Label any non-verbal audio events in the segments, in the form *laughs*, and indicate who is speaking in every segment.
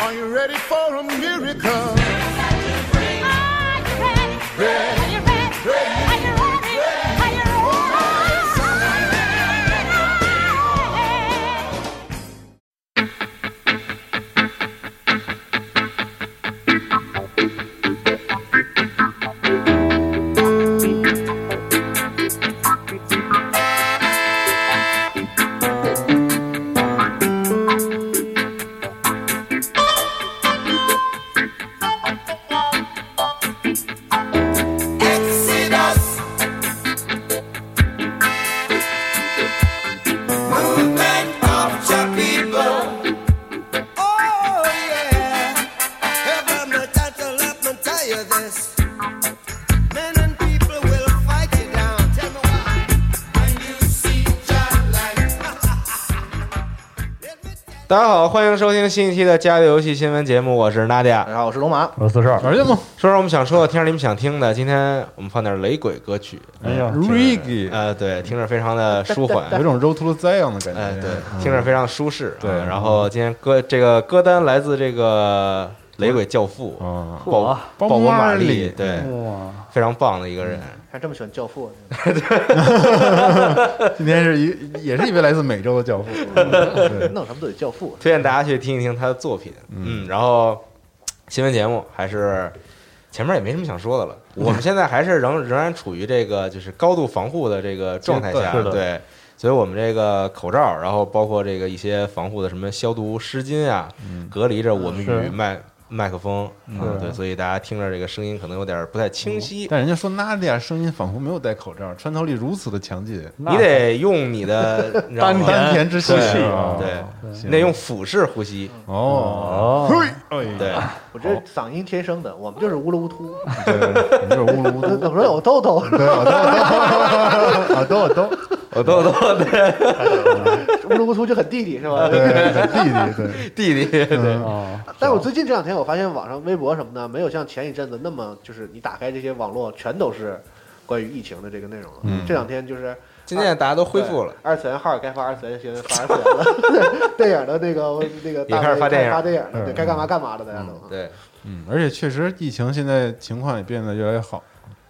Speaker 1: Are you ready for a miracle?
Speaker 2: Are you ready? Are you ready? Are you ready? Are you ready?
Speaker 3: 大家好，欢迎收听新一期的《家里游戏新闻》节目，我是娜迪亚。
Speaker 4: 然后我是龙马，
Speaker 5: 我是四十二，
Speaker 6: 玩去吗？
Speaker 3: 说说我们想说的，听着你们想听的。今天我们放点雷鬼歌曲，
Speaker 5: 哎呀，
Speaker 6: Reggae，
Speaker 3: 呃，对，听着非常的舒缓，
Speaker 6: *laughs* 有一种 Road to the Zion 的感觉。
Speaker 3: 哎，对，听着非常舒适。
Speaker 6: 对
Speaker 3: 啊然后今天歌这个歌单来自这个雷鬼教父
Speaker 5: 嗯
Speaker 6: 啊，
Speaker 3: 鲍
Speaker 4: 哇
Speaker 3: 鲍勃马
Speaker 6: 利
Speaker 3: 利，对，
Speaker 5: 哇，
Speaker 3: 非常棒的一个人。
Speaker 4: 还这么喜欢《教父》呢，
Speaker 6: 今天是一也是一位来自美洲
Speaker 3: *laughs*
Speaker 6: 的教父。对
Speaker 4: 弄什么都得《教父
Speaker 3: 推荐大家去听一听他的作品。嗯，然后新闻节目还是前面也没什么想说的
Speaker 5: *laughs*
Speaker 3: 了。我们现在还是仍仍然处于这个就是高度防护的这个状态下，
Speaker 5: 是的
Speaker 3: 对。所以我们这个口罩，然后包括这个一些防护的什么消毒湿巾啊，隔离着我们
Speaker 5: 嗯是
Speaker 3: 与麦麦克风。嗯，
Speaker 5: 是
Speaker 3: 对，所以大家听着这个声音可能有点不太清
Speaker 5: 嗯
Speaker 3: 晰。
Speaker 6: 但人家说 Nadia 声音仿佛没有戴口罩，穿透力如此的强劲，
Speaker 3: 你得用你
Speaker 5: *laughs*
Speaker 3: 的你知道吗
Speaker 6: 丹田之气
Speaker 3: 哦对
Speaker 6: 啊！
Speaker 3: 对，
Speaker 6: 行
Speaker 3: 你得用腹式呼吸。
Speaker 6: 哦
Speaker 5: 哦，
Speaker 6: 嘿， *laughs* 哎呀，
Speaker 3: 对，》，
Speaker 4: 我这嗓音天生的，我们就是乌噜乌秃，
Speaker 6: 对，你就是乌噜乌
Speaker 4: 怎
Speaker 6: 嘟，
Speaker 4: 么说有痘痘？
Speaker 6: 对，我都，我都，
Speaker 3: *laughs*
Speaker 6: 我都，
Speaker 3: 我都都对
Speaker 4: *laughs* 乌噜乌秃就很弟弟是吧？
Speaker 6: 对，弟弟，
Speaker 3: 弟弟对。
Speaker 5: 哦，
Speaker 4: *laughs* 但是我最近这两天我发现网上微博什么的，没有像前一阵子那么就是你打开这些网络全都是关于疫情的这个内容了。
Speaker 6: 嗯
Speaker 4: 这两天就是
Speaker 3: 渐渐大家都恢复了
Speaker 4: 对。二次元号该发二次元新闻发二次元了， *laughs* 对电影的那个那个大
Speaker 3: 也开始发
Speaker 4: 卫
Speaker 3: 电影
Speaker 4: 发电影了，对
Speaker 6: 嗯
Speaker 4: 该干嘛干嘛了，大家都
Speaker 3: 对，
Speaker 6: 嗯，而且确实疫情现在情况也变得越来越好，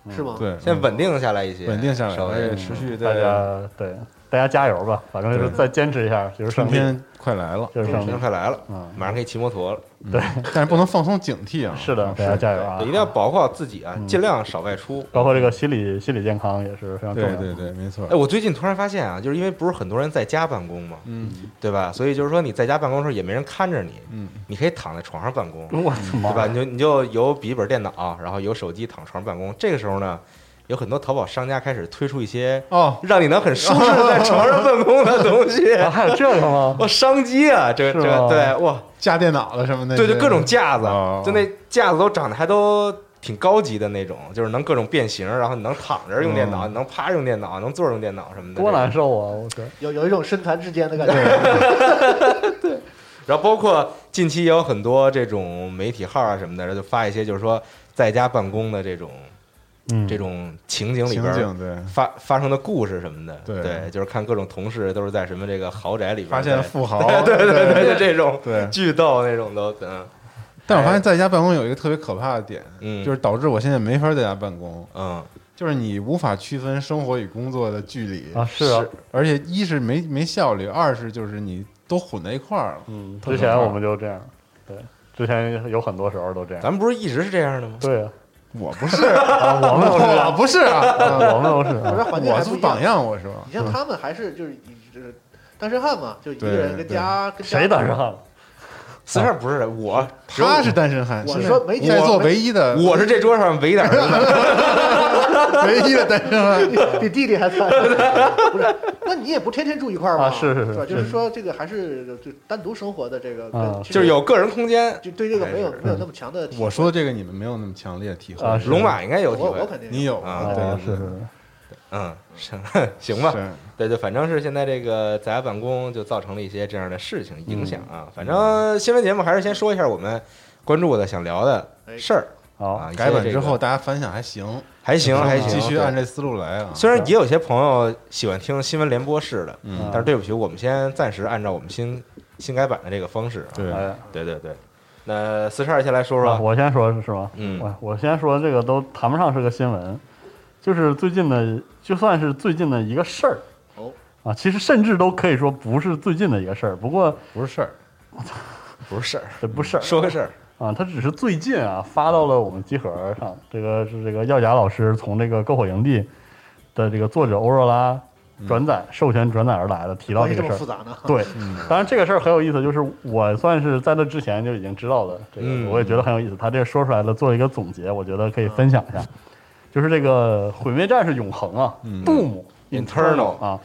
Speaker 4: 啊是吗？
Speaker 6: 对，
Speaker 3: 现在稳定下来一些，
Speaker 6: 稳定下来哎
Speaker 3: 稍
Speaker 6: 了，
Speaker 3: 微
Speaker 6: 而且持续
Speaker 5: 大
Speaker 6: 在
Speaker 5: 家对大家加油吧，反正就是
Speaker 6: 对
Speaker 5: 再坚持一下，就是
Speaker 6: 春
Speaker 5: 上天，
Speaker 6: 天快来了，
Speaker 5: 就是上
Speaker 3: 时间
Speaker 5: 天。
Speaker 3: 快来了，
Speaker 5: 嗯
Speaker 3: 马上可以骑摩托了。
Speaker 5: 对，
Speaker 6: 但是不能放松警惕啊！嗯
Speaker 5: 是的，大家加油啊！
Speaker 3: 对一定要保护好自己啊，尽量少外出。
Speaker 5: 包括这个心理心理健康也是非常重要
Speaker 6: 对对
Speaker 5: 的。
Speaker 6: 对，没错
Speaker 3: 哎，，我最近突然发现啊，就是因为不是很多人在家办公嘛，
Speaker 6: 嗯
Speaker 3: 对吧？所以就是说你在家办公的时候也没人看着你，
Speaker 6: 嗯，
Speaker 3: 你可以躺在床上办公，
Speaker 5: 我的妈
Speaker 3: 对吧？
Speaker 5: 呀！
Speaker 3: 你就你就有笔记本电脑，然后有手机躺床上办公。这个时候呢，有很多淘宝商家开始推出一些
Speaker 6: 哦，
Speaker 3: 让你能很舒适地在床上办公的东西。
Speaker 5: *laughs* 啊还有这个
Speaker 3: *laughs*
Speaker 5: 吗？
Speaker 3: 哇，商机啊，这个这
Speaker 5: 是
Speaker 3: 个
Speaker 5: 吗
Speaker 3: 对哇，
Speaker 6: 架电脑了什么的，
Speaker 3: 对，就各种架子
Speaker 6: 哦，
Speaker 3: 就那架子都长得还都挺高级的那种，就是能各种变形，然后你能躺着用电
Speaker 6: 嗯
Speaker 3: 脑，你能趴着用电脑，能坐着用电脑什么的。
Speaker 5: 多难！受啊！我天，
Speaker 4: 有有一种身残志坚的感觉。 *laughs*
Speaker 3: 然后包括近期也有很多这种媒体号啊什么的，然后就发一些就是说在家办公的这种
Speaker 5: 嗯，
Speaker 3: 这种情景里
Speaker 6: 情
Speaker 3: 边儿
Speaker 6: 景，对，
Speaker 3: 发发生的故事什么的。
Speaker 6: 对
Speaker 3: 对，就是看各种同事都是在什么这个豪宅里边
Speaker 6: 发现
Speaker 3: 在
Speaker 6: 富豪，
Speaker 3: *laughs* 对对对对，就这种 *laughs*
Speaker 6: 对
Speaker 3: 巨逗那种都嗯
Speaker 6: 但我发现在家办公有一个特别可怕的点，
Speaker 3: 嗯，
Speaker 6: 就是导致我现在没法在家办公，
Speaker 3: 嗯
Speaker 6: 就是你无法区分生活与工作的距离
Speaker 5: 啊，是啊，
Speaker 6: 而且一是没没效率，二是就是你都混在一块儿了。
Speaker 5: 嗯，之前我们就这样，对，之前有很多时候都这样。
Speaker 3: 咱们不是一直是这样的吗？
Speaker 5: 对啊，
Speaker 6: 我不 *laughs* 是，
Speaker 5: 啊，我们都是这
Speaker 6: 我 *laughs*
Speaker 5: 样，
Speaker 6: 不是啊，
Speaker 5: 啊我们都是
Speaker 4: 我说
Speaker 5: 啊，
Speaker 4: 环境
Speaker 6: 我
Speaker 4: 还不
Speaker 6: 是
Speaker 4: 一
Speaker 6: 榜
Speaker 4: 样。
Speaker 6: 样，我是吧？
Speaker 4: 你
Speaker 5: 嗯
Speaker 4: 像他们还是就是以就是单身汉嘛，就一个
Speaker 6: 对
Speaker 4: 人跟
Speaker 6: 对
Speaker 4: 家跟家
Speaker 5: 谁单身汉了？
Speaker 3: 四十二不是的我，只有
Speaker 6: 他是单身汉，
Speaker 4: 我
Speaker 6: 是
Speaker 4: 说没
Speaker 6: 在座唯一的
Speaker 3: *laughs* 我是这桌上唯一的儿子。
Speaker 6: 唯一的单身汉。
Speaker 4: 比弟弟还惨，不是？那你也不天天住一块儿吗？
Speaker 5: 啊是是是
Speaker 4: 是吧，就是是说这个还是就单独生活的这个，
Speaker 5: 啊
Speaker 4: 跟
Speaker 3: 就是有个人空间。
Speaker 4: 就对这个没有
Speaker 3: 还是
Speaker 4: 没有那么强的体会。
Speaker 6: 我说的这个你们没有那么强烈的体会，
Speaker 5: 啊是
Speaker 3: 龙马应该有体
Speaker 4: 我我
Speaker 3: 会，
Speaker 4: 肯定
Speaker 6: 你有
Speaker 3: 啊
Speaker 5: 啊，
Speaker 6: 对，
Speaker 5: 是是是，
Speaker 3: 嗯，行行吧，
Speaker 6: 是
Speaker 3: 对对，反正是现在这个在家办公就造成了一些这样的事情影响啊。反正新闻节目还是先说一下我们关注的、想聊的事儿
Speaker 5: 好
Speaker 3: 啊。一些
Speaker 6: 改版
Speaker 3: 这
Speaker 6: 之
Speaker 3: 个
Speaker 6: 后大家反响还行，
Speaker 3: 还行还行，
Speaker 6: 嗯继续
Speaker 3: 对
Speaker 6: 按这思路来啊。
Speaker 3: 虽然也有些朋友喜欢听新闻联播式的，
Speaker 6: 嗯
Speaker 3: 但是对不起，我们先暂时按照我们新新改版的这个方式啊。
Speaker 6: 对
Speaker 5: 哎，
Speaker 3: 对对对，那四十二先来说
Speaker 5: 啊
Speaker 3: 说，
Speaker 5: 我先说是吗？
Speaker 3: 嗯
Speaker 5: 我我先说这个都谈不上是个新闻，就是最近的，就算是最近的一个事儿
Speaker 4: 哦。
Speaker 5: 啊，其实甚至都可以说不是最近的一个事儿，不过
Speaker 6: 不是事儿，
Speaker 3: 不是事儿，
Speaker 5: 这不是事
Speaker 4: 嗯
Speaker 5: 儿
Speaker 3: 说个事儿，
Speaker 5: 啊，它只是最近啊发到了我们集合上。这个是这个耀甲老师从这个《篝火营地》的这个作者欧若拉转载、授权转载而来的，提到
Speaker 4: 关
Speaker 5: 这
Speaker 4: 系嗯这么
Speaker 5: 个事儿
Speaker 4: 复。杂呢？
Speaker 5: 对，
Speaker 3: 嗯
Speaker 5: 当然这个事儿很有意思，就是我算是在这之前就已经知道了，这
Speaker 3: 嗯
Speaker 5: 个我也觉得很有意思。他这个说出来了，做了一个总结，我觉得可以分享
Speaker 3: 嗯
Speaker 5: 一下，就是这个毁灭战士永恒啊，Doom
Speaker 3: Internal 嗯
Speaker 5: 啊，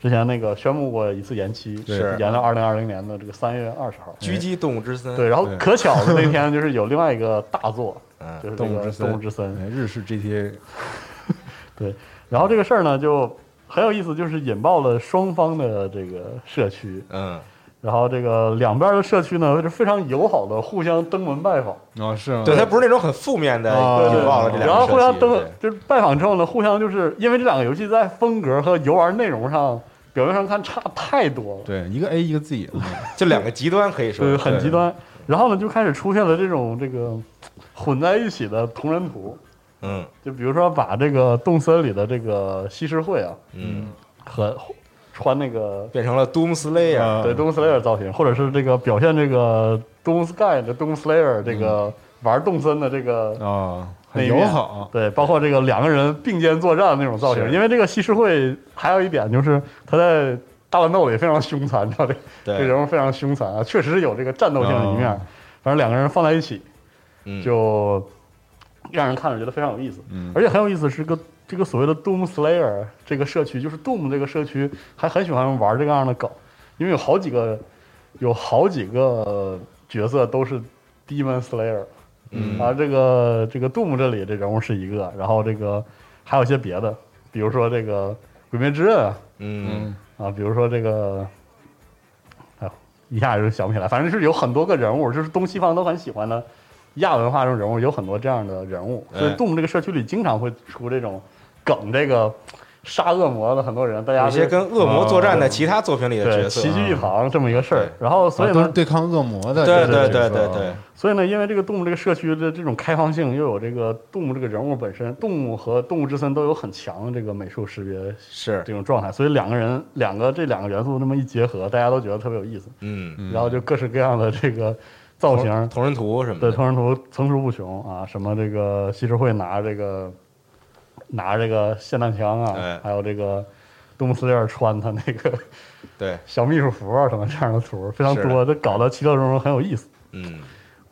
Speaker 5: 之前那个宣布过一次延期，
Speaker 3: 是
Speaker 5: 延到二零二零年的这个三月二十号。
Speaker 3: 狙击动物之森，
Speaker 5: 对，然后
Speaker 6: 对
Speaker 5: 可巧的那天就是有另外一个大作，
Speaker 3: *laughs* 嗯
Speaker 5: 就是这
Speaker 6: 动物
Speaker 5: 个
Speaker 6: 之
Speaker 5: 《
Speaker 6: 森，
Speaker 5: 动物之森》。
Speaker 6: 哎日式 GTA，
Speaker 5: *laughs* 对，然后这个事儿呢就很有意思，就是引爆了双方的这个社区，
Speaker 3: 嗯，
Speaker 5: 然后这个两边的社区呢是非常友好的，互相登门拜访。
Speaker 6: 哦是吗？
Speaker 3: 对，它不是那种很负面的
Speaker 6: 啊
Speaker 3: 引爆了这
Speaker 5: 嗯然
Speaker 3: 两
Speaker 5: 后
Speaker 3: 个
Speaker 5: 互相
Speaker 3: 社区，
Speaker 5: 登
Speaker 3: 对
Speaker 5: 就是拜访之后呢，互相就是因为这两个游戏在风格和游玩内容上，表面上看差太多了。
Speaker 6: 对，一个 A 一个 Z，嗯
Speaker 3: 就两个极端可以
Speaker 5: 对，
Speaker 3: 说
Speaker 5: 很极，端。然后呢，就开始出现了这种这个混在一起的同人图，
Speaker 3: 对嗯
Speaker 5: 就比如说把这个动森里的这个西施惠啊，
Speaker 3: 嗯，
Speaker 5: 和穿那个
Speaker 3: 变成了 Doom Slayer，
Speaker 6: 啊
Speaker 5: 对 Doom Slayer 造型，或者是这个表现这个 Doom Sky 的 Doom Slayer 这个玩动森的这个
Speaker 6: 哦，
Speaker 5: 那
Speaker 6: 嗯很
Speaker 5: 一面
Speaker 6: 友好，
Speaker 5: 对，包括这个两个人并肩作战的那种造型。
Speaker 3: 是
Speaker 5: 因为这个西施惠还有一点就是他在大乱斗里非常凶残，你知
Speaker 6: *laughs*
Speaker 5: 道这这
Speaker 3: 对，
Speaker 5: 人物非常凶残啊，确实是有这个战斗性的一面
Speaker 6: 哦。
Speaker 5: 反正两个人放在一起，
Speaker 3: 嗯
Speaker 5: 就让人看着觉得非常有意思。
Speaker 6: 嗯
Speaker 5: 而且很有意思是个这个所谓的 Doom Slayer 这个社区，就是 Doom 这个社区还很喜欢玩这个样的梗，因为有好几个有好几个角色都是 Demon Slayer，
Speaker 3: 嗯
Speaker 5: 啊，这个这个 Doom 这里这人物是一个，然后这个还有一些别的，比如说这个鬼灭之刃啊，
Speaker 3: 嗯
Speaker 5: 啊，比如说这个，哎呦，一下就想不起来，反正是有很多个人物，就是东西方都很喜欢的亚文化中人物，有很多这样的人物，所以
Speaker 3: 哎
Speaker 5: Doom 这个社区里经常会出这种梗，这个杀恶魔的很多人，大家
Speaker 3: 有些
Speaker 5: 就
Speaker 3: 跟恶魔作战的其他作品里的
Speaker 5: 对
Speaker 3: 角色啊
Speaker 5: 齐，聚一堂这么一个事儿
Speaker 3: 对，
Speaker 5: 然后所以
Speaker 6: 啊都是
Speaker 5: 呢，
Speaker 6: 对抗恶魔的，
Speaker 3: 对
Speaker 6: 这
Speaker 3: 对
Speaker 6: 个角
Speaker 3: 对
Speaker 6: 色
Speaker 3: 对对，
Speaker 5: 所以呢，因为这个动物这个社区的这种开放性，又有这个动物这个人物本身，动物和动物之森都有很强的这个美术识别
Speaker 3: 是
Speaker 5: 这，种状态，所以两个人两个这两个元素那么一结合，大家都觉得特别有意思，
Speaker 3: 嗯，
Speaker 6: 嗯
Speaker 5: 然后就各式各样的这个造型，
Speaker 3: 同人图什么
Speaker 5: 对，
Speaker 3: 的，
Speaker 5: 同人图层出不穷啊，什么这个西施会拿这个拿这个霰弹枪
Speaker 3: 哎
Speaker 5: 啊，还有这个东斯利尔穿他那个
Speaker 3: 对，
Speaker 5: 小秘书服啊什么这样的图非常
Speaker 3: 是
Speaker 5: 多，这搞得其乐融融，很有意思。
Speaker 3: 嗯，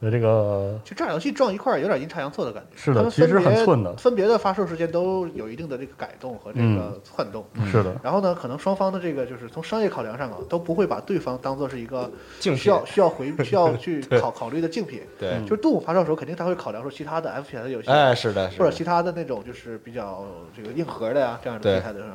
Speaker 5: 所以这个
Speaker 4: 就这俩游戏撞一块儿，有点阴差阳错的感觉。
Speaker 5: 是的
Speaker 4: 他们
Speaker 5: 其实
Speaker 4: 分别
Speaker 5: 很寸的
Speaker 4: 分别的发售时间都有一定的这个改动和这
Speaker 5: 嗯
Speaker 4: 个窜动。
Speaker 5: 是的，
Speaker 4: 然后呢，可能双方的这个就是从商业考量上啊，都不会把对方当做是一个
Speaker 3: 竞品
Speaker 4: *laughs* 需
Speaker 3: *laughs*
Speaker 4: 要需要回需要去考考虑的竞品。
Speaker 3: 对，
Speaker 4: 就是动物发售的时候，肯定他会考量说其他的 FPS 游戏，
Speaker 3: 哎，是的，是
Speaker 4: 或者
Speaker 3: 的
Speaker 4: 其他的那种就是比较这个硬核的呀这样的
Speaker 3: 对嗯
Speaker 4: 题材的时候，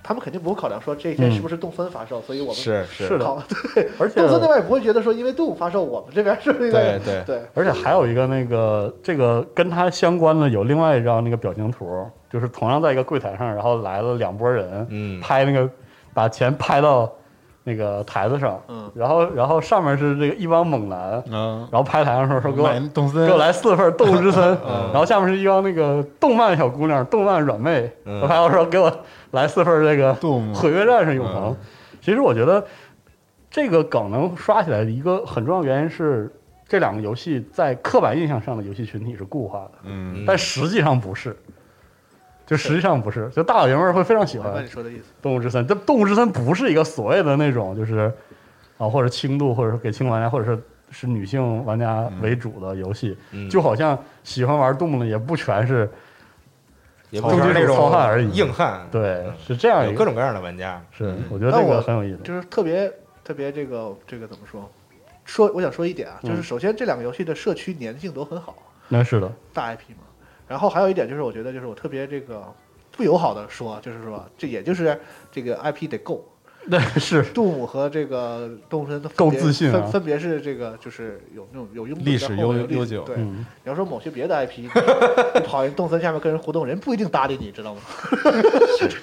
Speaker 4: 他们肯定不会考量说这些是不是动森发售，所以我们
Speaker 3: 是是
Speaker 5: 是的
Speaker 3: *laughs*
Speaker 4: 考对，
Speaker 5: 而且
Speaker 4: 动森那边也不会觉得说因为动物发售，我们这边是不是应该
Speaker 3: 对对
Speaker 4: 对
Speaker 5: 而且还有一个那个这个跟他相关的有另外一张那个表情图，就是同样在一个柜台上，然后来了两拨人，
Speaker 3: 嗯
Speaker 5: 拍那个把钱拍到那个台子上，
Speaker 4: 嗯
Speaker 5: 然后然后上面是这个一帮猛男，
Speaker 6: 嗯，
Speaker 5: 然后拍台上说说给我
Speaker 6: 买动森
Speaker 5: 给我来四份动物之森，
Speaker 6: 嗯
Speaker 5: 然后下面是一帮那个动漫小姑娘，动漫软妹，
Speaker 3: 嗯
Speaker 5: 然后还有说给我来四份这个
Speaker 6: 动物嗯
Speaker 5: 毁灭战士永恒。其实我觉得这个梗能刷起来的一个很重要原因是，这两个游戏在刻板印象上的游戏群体是固化的，
Speaker 6: 嗯，
Speaker 5: 但实际上不是，就实际上不
Speaker 6: 嗯
Speaker 5: 是，就大老爷们儿会非常喜
Speaker 4: 明白
Speaker 5: 欢
Speaker 4: 你说的意思。
Speaker 5: 动物之森，但动物之森不是一个所谓的那种就是啊，或者轻度，或者是给轻玩家，或者是是女性玩家为主的游戏，
Speaker 3: 嗯
Speaker 5: 就好像喜欢玩动物的也不全是
Speaker 3: 也不是那
Speaker 5: 中间有糙汉而
Speaker 3: 种
Speaker 5: 已
Speaker 3: 硬汉，
Speaker 5: 对，是这样一
Speaker 3: 有
Speaker 5: 个
Speaker 3: 各种各样的玩家，
Speaker 5: 是
Speaker 3: 嗯，
Speaker 5: 我觉得
Speaker 4: 但
Speaker 5: 这个
Speaker 4: 我
Speaker 5: 很有意思。
Speaker 4: 就是特别特别这个这个怎么说？说我想说一点啊，就是
Speaker 5: 嗯
Speaker 4: 首先这两个游戏的社区粘性都很好，
Speaker 5: 那是的，
Speaker 4: 大 IP 嘛。然后还有一点就是，我觉得就是我特别这个不友好的说，就是说这也就是这个 IP 得够，
Speaker 5: 那是
Speaker 4: 杜姆和这个动物森的
Speaker 5: 够自信啊
Speaker 4: 分分别是这个就是有那种有拥趸
Speaker 6: 历史
Speaker 4: 在后面
Speaker 6: 悠
Speaker 4: 有历
Speaker 6: 悠久
Speaker 4: 对，
Speaker 5: 嗯，
Speaker 4: 你要说某些别的 IP，你你跑人动森下面跟人互动，人不一定搭理你，知道吗？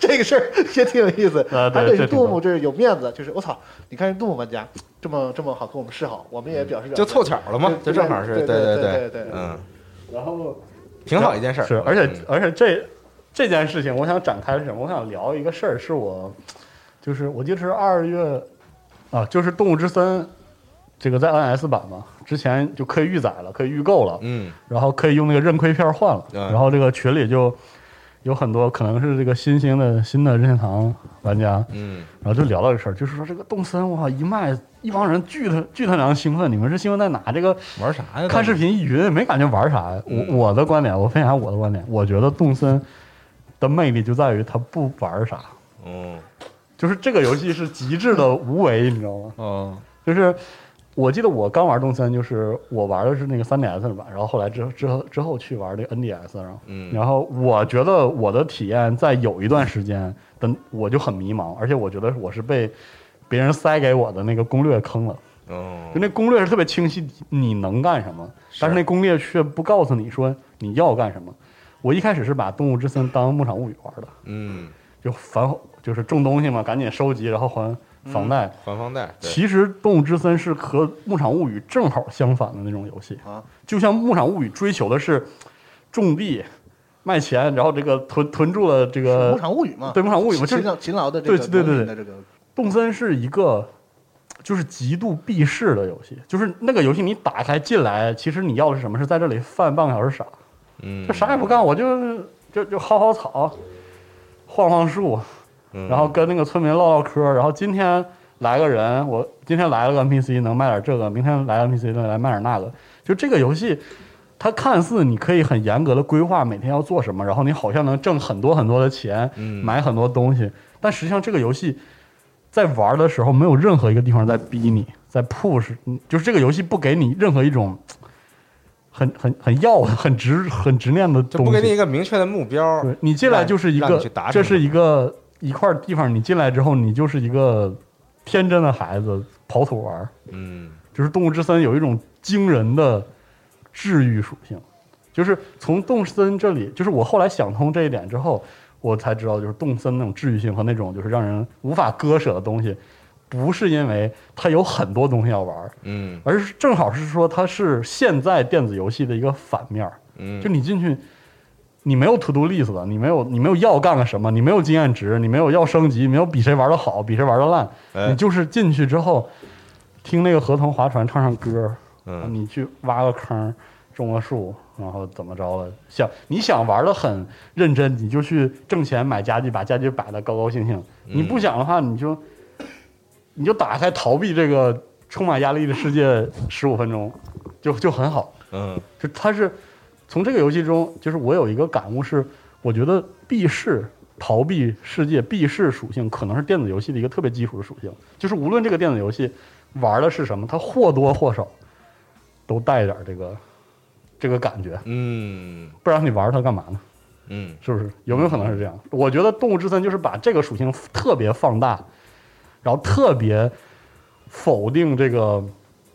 Speaker 4: 这个事儿也挺有意思。
Speaker 5: 啊对
Speaker 4: 还得
Speaker 5: 这
Speaker 4: 是
Speaker 5: 挺
Speaker 4: 杜
Speaker 5: 逗
Speaker 4: 牧，这是有面子，就是我操，你看人杜牧玩家这么这么好跟我们示好，我们也表示表
Speaker 3: 就
Speaker 4: 示
Speaker 3: 凑巧了嘛，就
Speaker 4: 对
Speaker 3: 正好是，
Speaker 4: 对对
Speaker 3: 对
Speaker 4: 对对对对
Speaker 3: 嗯，
Speaker 5: 然后
Speaker 3: 挺好一件事儿，
Speaker 5: 是，而且
Speaker 3: 嗯
Speaker 5: 而且这这件事情，我想展开是什么？我想聊一个事儿，是我就是我记得是二月啊，就是《动物之森》这个在 NS 版嘛，之前就可以预载了，可以预购了，
Speaker 3: 嗯
Speaker 5: 然后可以用那个认亏票换了，
Speaker 3: 嗯
Speaker 5: 然后这个群里就有很多可能是这个新兴的新的任天堂玩家，
Speaker 3: 嗯
Speaker 5: 然后就聊到这事儿，就是说这个动森，我靠，一卖一帮人巨他巨他娘兴奋，你们是兴奋在哪？这个
Speaker 7: 玩啥呀？
Speaker 5: 看视频一云没感觉玩啥呀？我
Speaker 3: 嗯
Speaker 5: 我的观点，我分享我的观点，我觉得动森的魅力就在于它不玩啥，
Speaker 3: 嗯
Speaker 5: 就是这个游戏是极致的无为，你知道吗？
Speaker 7: 哦，
Speaker 5: 就是我记得我刚玩动森，就是我玩的是那个 3DS 的版，然后后来之后之后之后去玩这个 NDS，然后
Speaker 3: 嗯
Speaker 5: 然后我觉得我的体验在有一段时间的我就很迷茫，而且我觉得我是被别人塞给我的那个攻略坑了。就
Speaker 3: 嗯
Speaker 5: 那攻略是特别清晰，你能干什么，但是那攻略却不告诉你说你要干什么。我一开始是把《动物之森》当《牧场物语》玩的，
Speaker 3: 嗯，
Speaker 5: 就反就是种东西嘛，赶紧收集，然后还
Speaker 3: 嗯
Speaker 5: 房贷。
Speaker 3: 还房贷，对，
Speaker 5: 其实《动物之森》是和《牧场物语》正好相反的那种游戏
Speaker 4: 啊，
Speaker 5: 就像《牧场物语》追求的是种地、卖钱，然后这个囤囤住了这
Speaker 4: 是
Speaker 5: 个
Speaker 4: 牧场物语嘛，
Speaker 5: 对牧场物语嘛，就
Speaker 4: 勤
Speaker 5: 是
Speaker 4: 劳勤劳的这个
Speaker 5: 对对对
Speaker 4: 农民
Speaker 5: 对
Speaker 4: 的这个
Speaker 5: 动森是一个就是极度避世的游戏，就是那个游戏你打开进来，其实你要的是什么？是在这里犯半个小时傻，
Speaker 3: 嗯
Speaker 5: 就啥也不干，我就就就薅薅草，晃晃树，
Speaker 3: 嗯
Speaker 5: 然后跟那个村民唠唠嗑，然后今天来个人，我今天来了个 NPC 能卖点这个，明天来 NPC 能来卖点那个，就这个游戏。它看似你可以很严格的规划每天要做什么，然后你好像能挣很多很多的钱，
Speaker 3: 嗯
Speaker 5: 买很多东西，但实际上这个游戏在玩的时候没有任何一个地方在逼你，在 push，你就是这个游戏不给你任何一种很很很要很执很执念的
Speaker 3: 就
Speaker 5: 东西，
Speaker 3: 不给你一个明确的目标，
Speaker 5: 对你进来就是一
Speaker 3: 让让
Speaker 5: 个
Speaker 3: 你去达，成
Speaker 5: 这是一个一块地方，你进来之后，你就是一个天真的孩子，跑腿玩儿。
Speaker 3: 嗯
Speaker 5: 就是《动物之森》有一种惊人的治愈属性，就是从动森这里，就是我后来想通这一点之后，我才知道，就是动森那种治愈性和那种就是让人无法割舍的东西，不是因为它有很多东西要玩儿，
Speaker 3: 嗯
Speaker 5: 而是正好是说它是现在电子游戏的一个反面儿。
Speaker 3: 嗯，
Speaker 5: 就你进去，你没有 to do list 的，你没有你没有要干个什么，你没有经验值，你没有要升级，没有比谁玩的好，比谁玩的烂，
Speaker 3: 哎
Speaker 5: 你就是进去之后听那个河童划船唱唱歌，
Speaker 3: 嗯
Speaker 5: 你去挖个坑，种个树，然后怎么着了？想你想玩的很认真，你就去挣钱买家具，把家具摆的高高兴兴。
Speaker 3: 嗯
Speaker 5: 你不想的话，你就你就打开逃避这个充满压力的世界十五分钟，就就很好。
Speaker 3: 嗯
Speaker 5: 就它是从这个游戏中，就是我有一个感悟是，我觉得避世、逃避世界、避世属性可能是电子游戏的一个特别基础的属性，就是无论这个电子游戏玩的是什么，它或多或少都带点这个这个感觉，
Speaker 3: 嗯
Speaker 5: 不然你玩它干嘛呢？
Speaker 3: 嗯
Speaker 5: 是不是？有没有可能是这样？我觉得《动物之森》就是把这个属性特别放大，然后特别否定这个， *clears throat*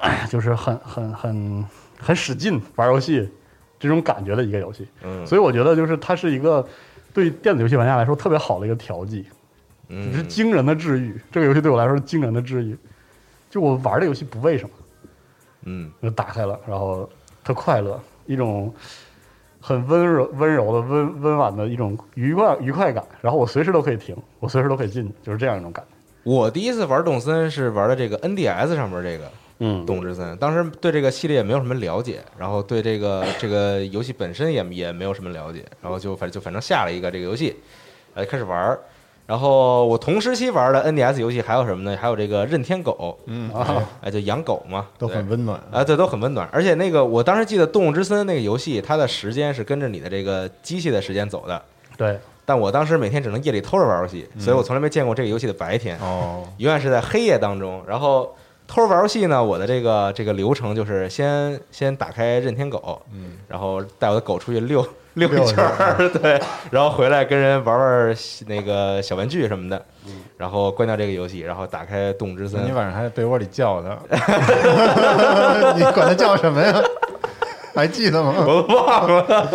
Speaker 5: 哎就是很很很很使劲玩游戏这种感觉的一个游戏。
Speaker 3: 嗯，
Speaker 5: 所以我觉得就是它是一个对电子游戏玩家来说特别好的一个调剂，
Speaker 3: 以
Speaker 5: 只是惊人的治愈。这个游戏对我来说是惊人的治愈。就我玩这游戏不为什么，
Speaker 3: 嗯
Speaker 5: 就打开了，然后特快乐，一种很温柔、温柔的、温温婉的一种愉快愉快感。然后我随时都可以停，我随时都可以进去，就是这样一种感觉。
Speaker 3: 我第一次玩动森是玩的这个 NDS 上面这个，
Speaker 5: 嗯，
Speaker 3: 动物之森，当时对这个系列也没有什么了解，然后对这个这个游戏本身也也没有什么了解，然后就反正就反正下了一个这个游戏，呃，开始玩儿。然后我同时期玩的 NDS 游戏还有什么呢？还有这个任天狗，
Speaker 6: 嗯，
Speaker 5: 啊，
Speaker 3: 哎，就养狗嘛，
Speaker 7: 都
Speaker 3: 对
Speaker 7: 很温暖。
Speaker 3: 啊，对，都很温暖。而且那个，我当时记得《动物之森》那个游戏，它的时间是跟着你的这个机器的时间走的。
Speaker 5: 对，
Speaker 3: 但我当时每天只能夜里偷着玩游戏，所以我从来没见过这个游戏的白天，
Speaker 7: 哦，
Speaker 3: *laughs* 永远是在黑夜当中。然后偷着玩游戏呢，我的这个这个流程就是先先打开任天狗，
Speaker 7: 嗯，
Speaker 3: 然后带我的狗出去 *laughs* 溜溜一圈儿，对，然后回来跟人玩玩那个小玩具什么的，然后关掉这个游戏，然后打开《动物之森
Speaker 7: 你》，晚上还在被窝里叫
Speaker 5: *laughs*
Speaker 7: 他，你管他叫什么呀？还记得吗？
Speaker 3: *laughs* 我都忘了。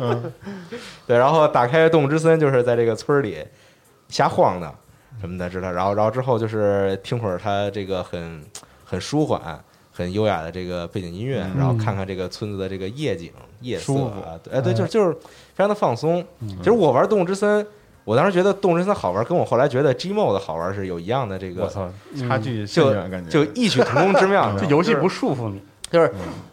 Speaker 7: 嗯
Speaker 3: *laughs* 对，然后打开《动物之森》，就是在这个村儿里瞎晃荡什么的，知道。然后，然后之后就是听会儿它这个很很舒缓、很优雅的这个背景音乐，然后看看这个村子的这个夜景、夜色
Speaker 7: 嗯舒服嗯
Speaker 3: 啊，对哎，对，就是就是非常的放松。其实我玩《动物之森》。我当时觉得《动物之森》好玩，跟我后来觉得《Gmod》好玩是有一样的这
Speaker 7: 我
Speaker 3: 个，
Speaker 7: 操，
Speaker 5: 嗯
Speaker 7: 嗯差距甚
Speaker 3: 就
Speaker 7: 远，感觉
Speaker 3: 就异曲同工之妙。
Speaker 5: 这游戏
Speaker 3: 就是
Speaker 5: 不束缚你，
Speaker 3: 就是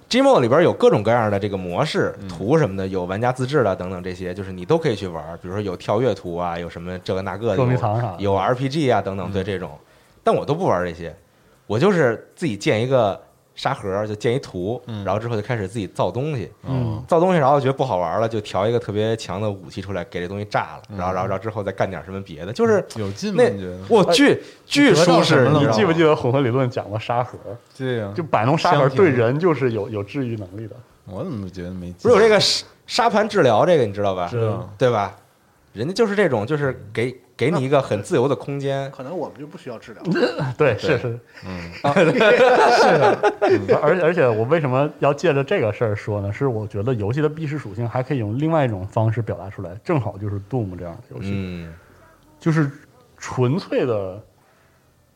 Speaker 3: Gmod 里边有各种各样的这个模式、图什么的，有玩家自制的等等这些，就是你都可以去玩儿。比如说有跳跃图啊，有什么这个那个的，
Speaker 5: 捉迷
Speaker 3: 有
Speaker 5: 藏啥的，
Speaker 3: 有 RPG 啊等等，对这种，但我都不玩这些，我就是自己建一个沙盒，就建一图，然后之后就开始自己造东西，
Speaker 5: 嗯，
Speaker 3: 造东西，然后觉得不好玩了，就调一个特别强的武器出来，给这东西炸了，然后然后然后之后再干点什么别的，就是
Speaker 7: 有劲吗？
Speaker 3: 那
Speaker 7: 你觉得
Speaker 3: 我巨巨
Speaker 7: 得到
Speaker 3: 舒
Speaker 7: 什
Speaker 3: 适，
Speaker 7: 么了
Speaker 3: 你
Speaker 5: 你
Speaker 3: 知道
Speaker 5: 记不
Speaker 3: 吗
Speaker 5: 记得混合理论讲过沙盒？
Speaker 7: 这样
Speaker 5: 就摆弄沙盒
Speaker 7: 相挺
Speaker 5: 对人就是有有治愈能力的，
Speaker 7: 我怎么觉得没劲？
Speaker 3: 不是有这个沙沙盘治疗这个你知道吧？
Speaker 5: 知道
Speaker 3: 对吧？人家就是这种，就是给给你一个很自由的空间。
Speaker 4: 可能我们就不需要治疗。
Speaker 5: 对，是是，嗯， *laughs* 是的，而而且我为什么要借着这个事儿说呢？是我觉得游戏的必视属性还可以用另外一种方式表达出来，正好就是 Doom 这样的游戏，
Speaker 3: 嗯
Speaker 5: 就是纯粹的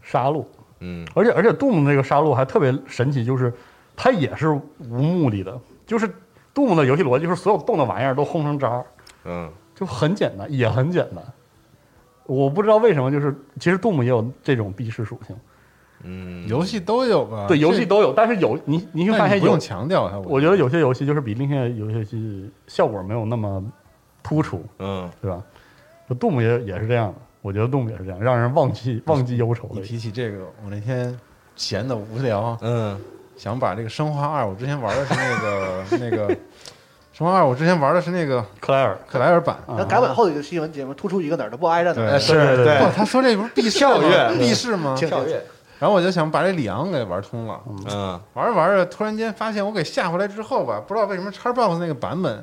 Speaker 5: 杀戮，
Speaker 3: 嗯
Speaker 5: 而且而且 Doom 这个杀戮还特别神奇，就是它也是无目的的，就是 Doom 的游戏逻辑就是所有动的玩意儿都轰成渣儿，
Speaker 3: 嗯
Speaker 5: 就很简单，也很简单。我不知道为什么，就是其实 Doom 也有这种避世属性，
Speaker 3: 嗯，
Speaker 7: 游戏都有吧？
Speaker 5: 对，游戏
Speaker 7: 这
Speaker 5: 都有，但是有你你会
Speaker 7: 但
Speaker 5: 发现
Speaker 7: 啊你不
Speaker 5: 有
Speaker 7: 用，强调它，
Speaker 5: 我觉得有些游戏就是比另一些游戏游戏效果没有那么突出，
Speaker 3: 嗯
Speaker 5: 对吧？Doom 也也是这样的，我觉得 Doom 也是这样，让人忘记忘记忧愁
Speaker 7: 你
Speaker 5: 的。
Speaker 7: 提起这个，我那天闲的无聊，
Speaker 3: 嗯
Speaker 7: 想把这个《生化二》，我之前玩的是那
Speaker 3: *laughs*
Speaker 7: 个那个《生化二》，我之前玩的是那个
Speaker 5: 克莱尔，
Speaker 7: 克莱尔版。
Speaker 4: 那改版后的一个新闻节目突出一个哪儿都不挨着哪
Speaker 7: 对
Speaker 4: 儿，
Speaker 3: 呃是
Speaker 5: 对对
Speaker 3: 对
Speaker 7: 哇，他说这不是避世
Speaker 3: 哎跳跃
Speaker 7: 吗？避世吗？
Speaker 4: 挺
Speaker 3: 跳跃，
Speaker 7: 然后我就想把这里昂给玩通了，
Speaker 3: 嗯
Speaker 7: 玩着玩着，突然间发现我给下回来之后吧，不知道为什么 Xbox 那个版本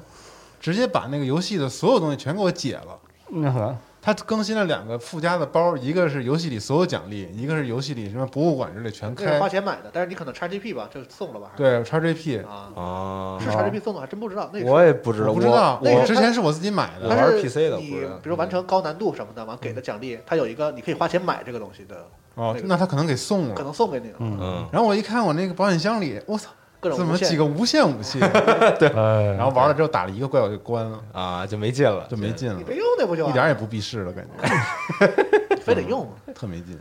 Speaker 7: 直接把那个游戏的所有东西全给我解了。
Speaker 5: 那啥，
Speaker 7: 它更新了两个附加的包，一个是游戏里所有奖励，一个是游戏里什么博物馆之类全
Speaker 4: 这是
Speaker 7: 开
Speaker 4: 花。钱买的，但是你可能 XGP 吧，就送了吧，还是
Speaker 7: 对，XGP
Speaker 4: 啊，
Speaker 3: 哦，
Speaker 4: 是 XGP 送的，还真不知道。那
Speaker 3: 我也不知道，
Speaker 7: 我不知道，
Speaker 4: 那
Speaker 7: 我
Speaker 4: 个
Speaker 7: 之前是我自己买的
Speaker 3: 我。
Speaker 4: 但
Speaker 3: 玩
Speaker 4: 是
Speaker 3: PC 的
Speaker 4: 你
Speaker 3: 不知道
Speaker 4: 比如完成高难度什么的，完给的奖励，它有一个你可以花钱买这个东西的，
Speaker 7: 哦，那他可能给送
Speaker 4: 可
Speaker 7: 了。
Speaker 4: 能送给你了。
Speaker 5: 嗯，
Speaker 3: 嗯
Speaker 7: 然后我一看我那个保险箱里，我操，
Speaker 4: 各种
Speaker 7: 怎
Speaker 4: 无
Speaker 7: 么
Speaker 4: 限
Speaker 7: 几个无限武器？
Speaker 5: 哎，
Speaker 7: 然后玩了之后打了一个怪我就关了，
Speaker 3: 啊就没劲了，
Speaker 7: 就没劲
Speaker 4: 你
Speaker 7: 了，
Speaker 4: 别用那不就
Speaker 7: 一
Speaker 4: 完
Speaker 7: 点
Speaker 4: 了
Speaker 7: 也不避世了，感觉
Speaker 4: 非得用吗？
Speaker 7: 特没劲。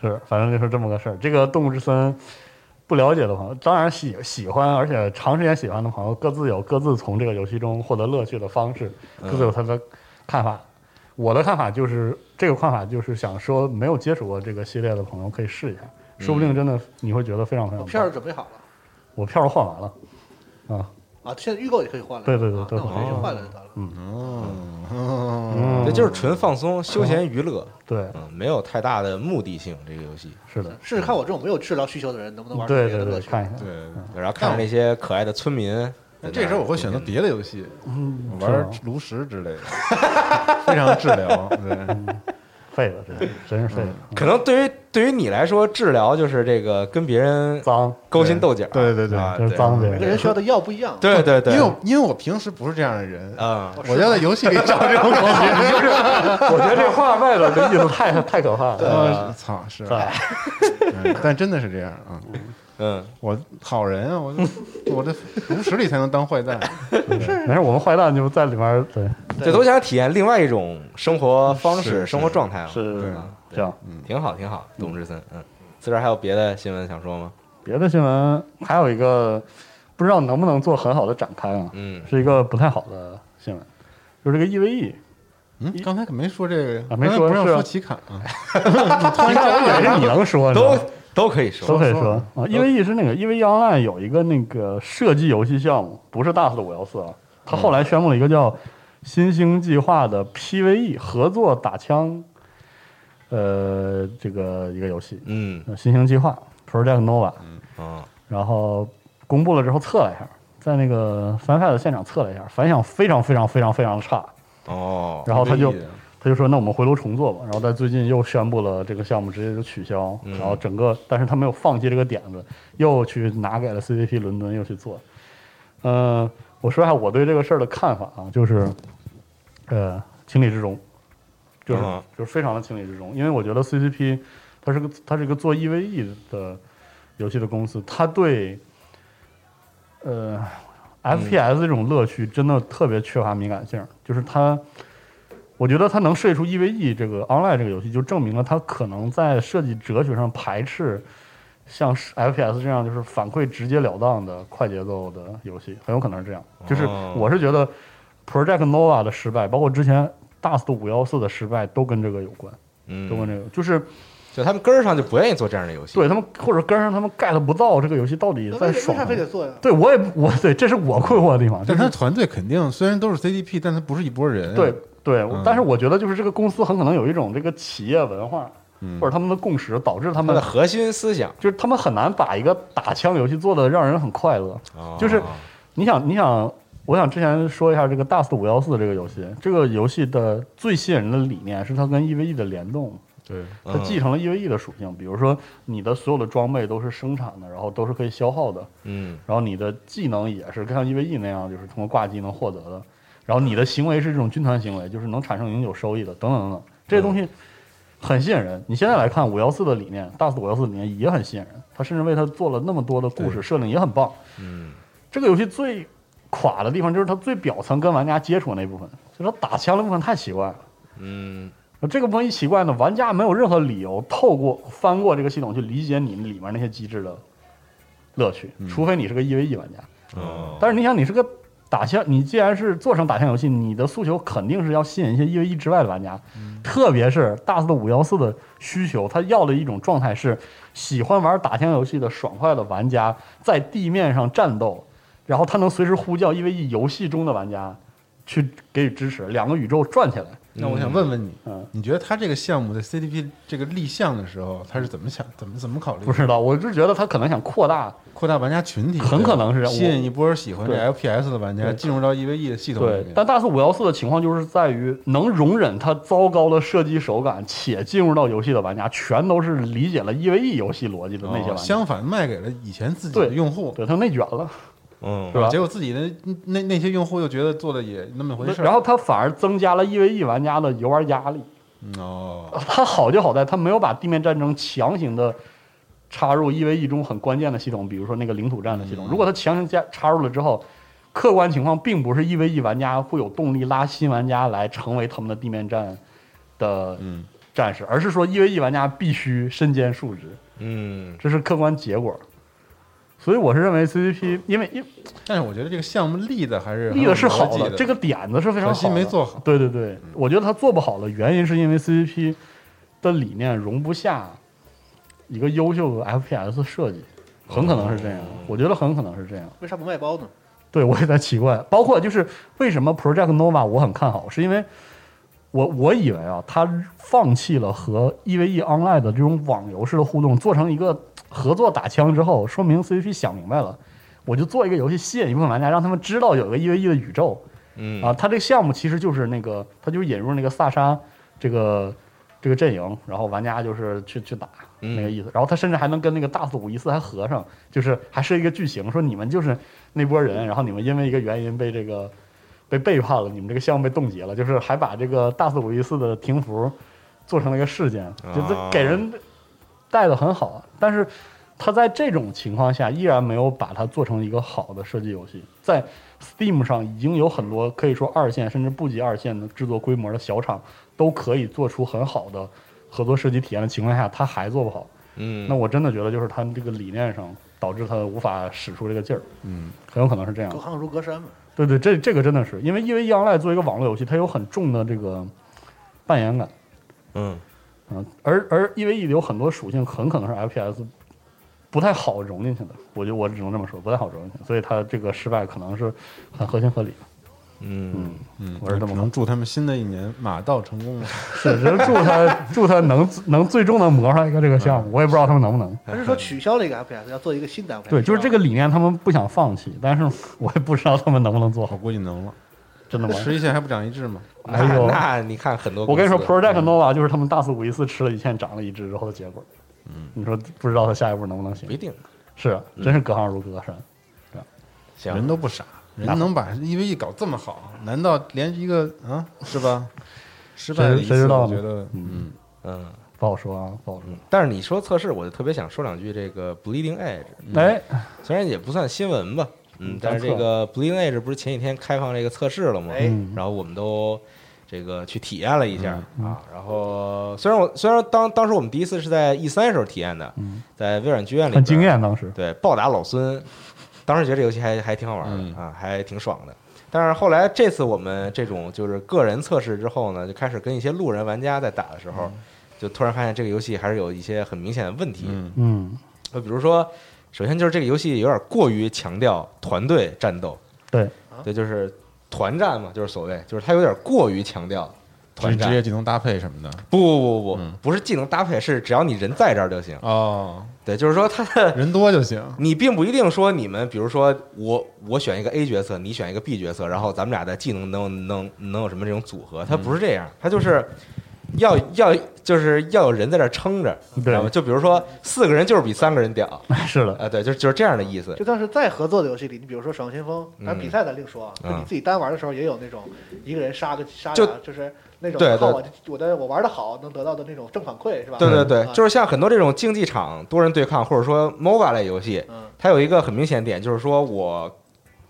Speaker 5: 是，反正就是这么个事儿。这个《动物之森》不了解的朋友，当然喜喜欢，而且长时间喜欢的朋友，各自有各自从这个游戏中获得乐趣的方式，各自有他的看法。我的看法就是，这个看法就是想说，没有接触过这个系列的朋友可以试一下，说不定真的你会觉得非常非常
Speaker 4: 我票
Speaker 5: 棒。
Speaker 4: 儿准备好了
Speaker 5: 我票儿换完了，
Speaker 4: 啊，现在预购也可以换了。
Speaker 5: 对对对
Speaker 4: 啊
Speaker 5: 对
Speaker 4: 那我直接
Speaker 5: 哦
Speaker 4: 换了就得了。
Speaker 7: 哦，
Speaker 5: 嗯
Speaker 7: 嗯
Speaker 3: 对，就是纯放松、休闲娱乐，
Speaker 5: 对，
Speaker 3: 嗯，没有太大的目的性这个游戏。
Speaker 5: 是的，
Speaker 4: 试试看我这种没有治疗需求的人能不能玩出
Speaker 5: 对
Speaker 4: 别的
Speaker 5: 对
Speaker 4: 乐
Speaker 5: 对，
Speaker 4: 趣。
Speaker 5: 看一下，
Speaker 7: 对，
Speaker 3: 对然后看着那些可爱的村民，
Speaker 7: 那这时候我会选择别的游戏，我
Speaker 5: 嗯是
Speaker 7: 玩
Speaker 5: 吗
Speaker 7: 炉石之类的，非常治
Speaker 5: *laughs*
Speaker 7: 疗。对，
Speaker 5: 废了，真是真是废了，
Speaker 4: 嗯
Speaker 3: 可能对于对于你来说，治疗就是这个跟别人
Speaker 5: 脏，
Speaker 3: 勾心斗角，
Speaker 7: 对对对
Speaker 3: 啊
Speaker 5: 就是脏别
Speaker 4: 每个人
Speaker 5: 人，
Speaker 4: 需要的药不一样。
Speaker 5: 哦
Speaker 3: 对对对，
Speaker 7: 因为我因为我平时不是这样的人，
Speaker 3: 啊，
Speaker 7: 我要在游戏里找这种感
Speaker 5: 啊 *laughs* 我觉得这话外边的意思太太可怕了。
Speaker 7: 觉。 *laughs* 操，是，
Speaker 5: 哎
Speaker 7: 嗯但真的是这样啊！
Speaker 3: 嗯，
Speaker 7: 我好人啊，我就我这炉石里才能当坏
Speaker 5: *laughs*
Speaker 7: 蛋。
Speaker 5: 没事，我们坏蛋就在里面儿，对，
Speaker 3: 这都想体验另外一种生活方
Speaker 7: 是
Speaker 3: 式、
Speaker 7: 是
Speaker 3: 生活状态了，
Speaker 5: 是
Speaker 7: 对
Speaker 3: 啊
Speaker 5: 这样。
Speaker 3: 嗯挺好，挺好。董志森，嗯，自这儿还有别的新闻想说吗？
Speaker 5: 别的新闻还有一个不知道能不能做很好的展开啊，
Speaker 3: 嗯，
Speaker 5: 是一个不太好的新闻，就是这个 E EVE。
Speaker 7: 嗯，刚才可没说这个呀，
Speaker 5: 啊没
Speaker 7: 刚才
Speaker 5: 说
Speaker 7: 不让
Speaker 5: 是啊
Speaker 7: 说奇卡啊，
Speaker 5: 你看，我以为是你能说呢，
Speaker 3: 都都可以
Speaker 5: 都
Speaker 3: 说，
Speaker 5: 可以
Speaker 7: 说
Speaker 5: 说啊。EVE 是那个 EVE Online 有一个那个射击游戏项目，不是 DAS 的五幺四啊。他后来宣布了一个叫“新星计划”的 PVE 合作打枪，呃，这个一个游戏，
Speaker 3: 嗯
Speaker 5: 呃新星计划 Project Nova。
Speaker 3: 啊，
Speaker 5: 然后公布了之后测了一下，在那个 FanFest 现场测了一下，反响非常非常非常非常差。
Speaker 3: 哦，
Speaker 5: 然后他就
Speaker 7: PVE
Speaker 5: 他就说那我们回炉重做吧。然后在最近又宣布了这个项目直接就取消，
Speaker 3: 嗯
Speaker 5: 然后整个但是他没有放弃这个点子，又去拿给了 CCP 伦敦又去做。呃，我说一下我对这个事儿的看法啊，就是呃情理之中，就是、
Speaker 3: 嗯
Speaker 5: 就是非常的情理之中，因为我觉得 CCP 它是个它是个做 EVE 的游戏的公司，它对呃 FPS
Speaker 4: 嗯
Speaker 5: 这种乐趣真的特别缺乏敏感性，就是它。我觉得它能设计出 EVE 这个 Online 这个游戏，就证明了它可能在设计哲学上排斥像是 FPS 这样就是反馈直截了当的快节奏的游戏，很有可能是这样。就是
Speaker 3: 哦
Speaker 5: 我是觉得 Project Nova 的失败，包括之前 Dust 五幺四的失败，都跟这个有关，都跟
Speaker 3: 嗯，
Speaker 5: 这个就是
Speaker 3: 就他们根儿上就不愿意做这样的游戏，
Speaker 5: 对他们或者跟上他们 get 不到这个游戏到底
Speaker 4: 那为
Speaker 5: 在
Speaker 4: 为
Speaker 5: 爽
Speaker 4: 啥
Speaker 5: 什
Speaker 4: 非得
Speaker 5: 么。
Speaker 4: 做呀？
Speaker 5: 对我也不我对，这是我困惑的地方，就
Speaker 7: 但
Speaker 5: 是
Speaker 7: 他团队肯定虽然都是 CDP，但他不是一拨人。
Speaker 5: 对，对
Speaker 7: 嗯，
Speaker 5: 但是我觉得就是这个公司很可能有一种这个企业文化
Speaker 7: 嗯
Speaker 5: 或者他们的共识，导致他
Speaker 3: 他们
Speaker 5: 们
Speaker 3: 的核心思想
Speaker 5: 就是他们很难把一个打枪游戏做的让人很快乐。就是
Speaker 3: 哦
Speaker 5: 你想，你想，我想之前说一下这个《Dust 五幺四》这个游戏，这个游戏的最吸引人的理念是它跟 EVE 的联动，
Speaker 7: 对，
Speaker 5: 它
Speaker 3: 嗯
Speaker 5: 继承了 EVE 的属性，比如说你的所有的装备都是生产的，然后都是可以消耗的，
Speaker 3: 嗯
Speaker 5: 然后你的技能也是像 EVE 那样，就是通过挂机能获得的。然后你的行为是一种军团行为，就是能产生永久收益的，等等等等，这些东西很吸引人。你现在来看五幺四的理念，大四五幺四理念也很吸引人，他甚至为他做了那么多的故事设定，也很棒。
Speaker 3: 嗯
Speaker 5: 这个游戏最垮的地方就是它最表层跟玩家接触那部分，就是它打枪的部分太奇怪了。
Speaker 3: 嗯
Speaker 5: 这个部分一奇怪呢，玩家没有任何理由透过翻过这个系统去理解你里面那些机制的乐趣，除非你是个 EVE 玩家。
Speaker 3: 哦，
Speaker 5: 但是你想，你是个打枪，你既然是做成打枪游戏，你的诉求肯定是要吸引一些 EVE 之外的玩家，特别是大四的五幺四的需求，他要的一种状态是喜欢玩打枪游戏的爽快的玩家在地面上战斗，然后他能随时呼叫 EVE 游戏中的玩家去给予支持，两个宇宙转起来。
Speaker 7: 那我想问问你
Speaker 5: 嗯，
Speaker 7: 你觉得他这个项目在 CDP 这个立项的时候，他是怎么想、怎么怎么考虑
Speaker 5: 不
Speaker 7: 的？
Speaker 5: 知道，我是觉得他可能想扩大，
Speaker 7: 扩大玩家群体，
Speaker 5: 很可能是啊
Speaker 7: 吸引一波喜欢这
Speaker 5: 对
Speaker 7: FPS 的玩家
Speaker 5: 对
Speaker 7: 进入到 EVE 的系统里
Speaker 5: 对
Speaker 7: 面。。
Speaker 5: 但大四五幺四的情况就是在于能容忍它糟糕的射击手感且进入到游戏的玩家，全都是理解了 EVE 游戏逻辑的那些玩
Speaker 7: 哦
Speaker 5: 家，
Speaker 7: 相反卖给了以前自己的
Speaker 5: 对
Speaker 7: 用户，
Speaker 5: 对他内卷了，
Speaker 3: 嗯
Speaker 5: 是吧
Speaker 7: 结果自己的那那些用户又觉得做的也那么回事儿。
Speaker 5: 然后他反而增加了 EVE 玩家的游玩压力。
Speaker 7: 嗯哦，
Speaker 5: 它好就好在它没有把地面战争强行的插入 EVE 中很关键的系统，比如说那个领土战的
Speaker 7: 嗯
Speaker 5: 系统。如果它强行加插入了之后，客观情况并不是 EVE 玩家会有动力拉新玩家来成为他们的地面战的
Speaker 7: 嗯
Speaker 5: 战士，而是说 EVE 玩家必须身兼数职，
Speaker 3: 嗯
Speaker 5: 这是客观结果。所以我是认为 CCP，因为因
Speaker 7: 但是我觉得这个项目立的还是
Speaker 5: 立的是好
Speaker 7: 很有逻辑
Speaker 5: 的，
Speaker 7: 的，
Speaker 5: 这个点子是非常
Speaker 7: 可
Speaker 5: 好
Speaker 7: 惜
Speaker 5: 的，
Speaker 7: 没做好。
Speaker 5: 对对对，我觉得他做不好的原因是因为 CCP 的理念容不下一个优秀的 FPS 设计，很可能是这样。我觉得很可能是这样。
Speaker 4: 为啥不卖包呢？
Speaker 5: 对我也在奇怪，包括就是为什么 Project Nova 我很看好，是因为我我以为啊，他放弃了和 EVE Online 的这种网游式的互动，做成一个合作打枪之后，说明 CCP 想明白了，我就做一个游戏吸引一部分玩家，让他们知道有一个 EVE 的宇宙。
Speaker 3: 嗯
Speaker 5: 啊，他这个项目其实就是那个，他就是引入那个萨沙这个这个阵营，然后玩家就是去去打
Speaker 3: 嗯
Speaker 5: 那个意思。然后他甚至还能跟那个大四五一四还合上，就是还是一个剧情，说你们就是那波人，然后你们因为一个原因被这个被背叛了，你们这个项目被冻结了，就是还把这个大四五一四的停服做成了一个事件，就是
Speaker 3: 啊
Speaker 5: 给人带的很好，但是。他在这种情况下依然没有把它做成一个好的射击游戏，在 Steam 上已经有很多可以说二线甚至不及二线的制作规模的小厂都可以做出很好的合作设计体验的情况下，他还做不好，
Speaker 3: 嗯，
Speaker 5: 那我真的觉得就是他们这个理念上导致他无法使出这个劲儿。嗯，很有可能是这样
Speaker 3: 啊
Speaker 4: 隔
Speaker 5: 的。
Speaker 4: 行如隔山嘛。
Speaker 5: 对对，这这个真的是因为因为《一 o 赖》作为一个网络游戏，它有很重的这个扮演感。
Speaker 3: 嗯，
Speaker 5: 嗯，而而 EVE 有很多属性很可能是 FPS 不太好融进去的，我就我只能这么说，不太好融进去，所以它这个失败可能是很合情合理的。
Speaker 3: 嗯，
Speaker 6: 嗯
Speaker 5: 我是这
Speaker 6: 只
Speaker 5: 么看
Speaker 6: 能祝他们新的一年马到成功了。
Speaker 5: 是，只是祝 *laughs* 他祝他能能最终能磨出来一个这个项目，我也不知道他们能不能。
Speaker 3: 哎
Speaker 4: 他是说取消了一个 FPS，要做一个新的 FPS。
Speaker 5: 对，就是这个理念，他们不想放弃，但是我也不知道他们能不能做
Speaker 6: 我
Speaker 5: 好，
Speaker 6: 估计能了，
Speaker 5: 真的吗？
Speaker 6: 实际线还不长一致吗？
Speaker 5: 哎呦
Speaker 3: 那那你看很多
Speaker 5: 我
Speaker 3: 公司，
Speaker 5: 跟你说，Project Nova 就是他嗯们大肆五一次吃了一堑长了一智之后的结果。嗯，你说不知道他下一步能不能行
Speaker 3: 不一？定
Speaker 5: 是，
Speaker 6: 嗯
Speaker 5: 真是隔行如隔山。
Speaker 3: 行，
Speaker 6: 人都不傻，人
Speaker 5: 那
Speaker 6: 能把
Speaker 7: E
Speaker 6: EVE 搞这么好，难道连一个
Speaker 7: 嗯
Speaker 6: 啊是吧？失败
Speaker 5: 谁
Speaker 6: 了一
Speaker 5: 谁
Speaker 6: 次
Speaker 5: 知道
Speaker 6: 我
Speaker 5: 呢
Speaker 6: 觉得
Speaker 5: 嗯，
Speaker 3: 嗯
Speaker 5: 不好说啊，不好说。
Speaker 3: 嗯。但是你说测试，我就特别想说两句这个 Bleeding Edge，
Speaker 6: 嗯
Speaker 5: 哎，
Speaker 3: 虽然也不算新闻吧，嗯
Speaker 5: 嗯，
Speaker 3: 但是这个 Bleeding Edge 不是前几天开放这个测试了吗？
Speaker 4: 哎
Speaker 5: 嗯
Speaker 3: 然后我们都这个去体验了一下、啊。然后虽然我虽然当当时我们第一次是在 E 三时候体验的，
Speaker 5: 嗯
Speaker 3: 在微软剧院里
Speaker 5: 很惊
Speaker 3: 边，
Speaker 5: 艳，当时
Speaker 3: 对，暴打老孙，当时觉得这游戏还还挺好玩的、
Speaker 6: 嗯
Speaker 3: 啊，还挺爽的。但是后来这次我们这种就是个人测试之后呢，就开始跟一些路人玩家在打的时候，就突然发现这个游戏还是有一些很明显的问题。
Speaker 6: 嗯
Speaker 5: 嗯，
Speaker 3: 就比如说，首先就是这个游戏有点过于强调团队战斗，
Speaker 5: 对，
Speaker 6: 啊
Speaker 3: 对，就是团战嘛，就是所谓，就是它有点过于强调
Speaker 6: 职
Speaker 3: 团战
Speaker 6: 职。业技能搭配什么的
Speaker 3: 不不不不
Speaker 6: 嗯
Speaker 3: 不，不是技能搭配，是只要你人在这儿就行。
Speaker 6: 哦，
Speaker 3: 对，就是说它的
Speaker 6: 人多就行。
Speaker 3: 你并不一定说你们，比如说我我选一个 A 角色，你选一个 B 角色，然后咱们俩的技能能能能有什么这种组合？它不是这样，它就是要要就是要有人在这儿撑着，
Speaker 5: 嗯对
Speaker 3: 知道吗？就比如说四个人就是比三个人屌，
Speaker 5: *laughs* 是的，
Speaker 3: 啊，对，就是就是这样的意思。
Speaker 4: 就当时再合作的游戏里，你比如说《守望先锋》，咱
Speaker 3: 嗯
Speaker 4: 比赛咱另说啊，就你
Speaker 3: 嗯
Speaker 4: 自己单玩的时候也有那种一个人杀个杀
Speaker 3: 就
Speaker 4: 俩，就是那种
Speaker 3: 对
Speaker 4: 靠
Speaker 3: 对
Speaker 4: 我我的我玩的好能得到的那种正反馈是吧？
Speaker 3: 对对对，
Speaker 4: 啊
Speaker 3: 就是像很多这种竞技场多人对抗，或者说 MOBA 类游戏，
Speaker 4: 嗯
Speaker 3: 它有一个很明显点，就是说我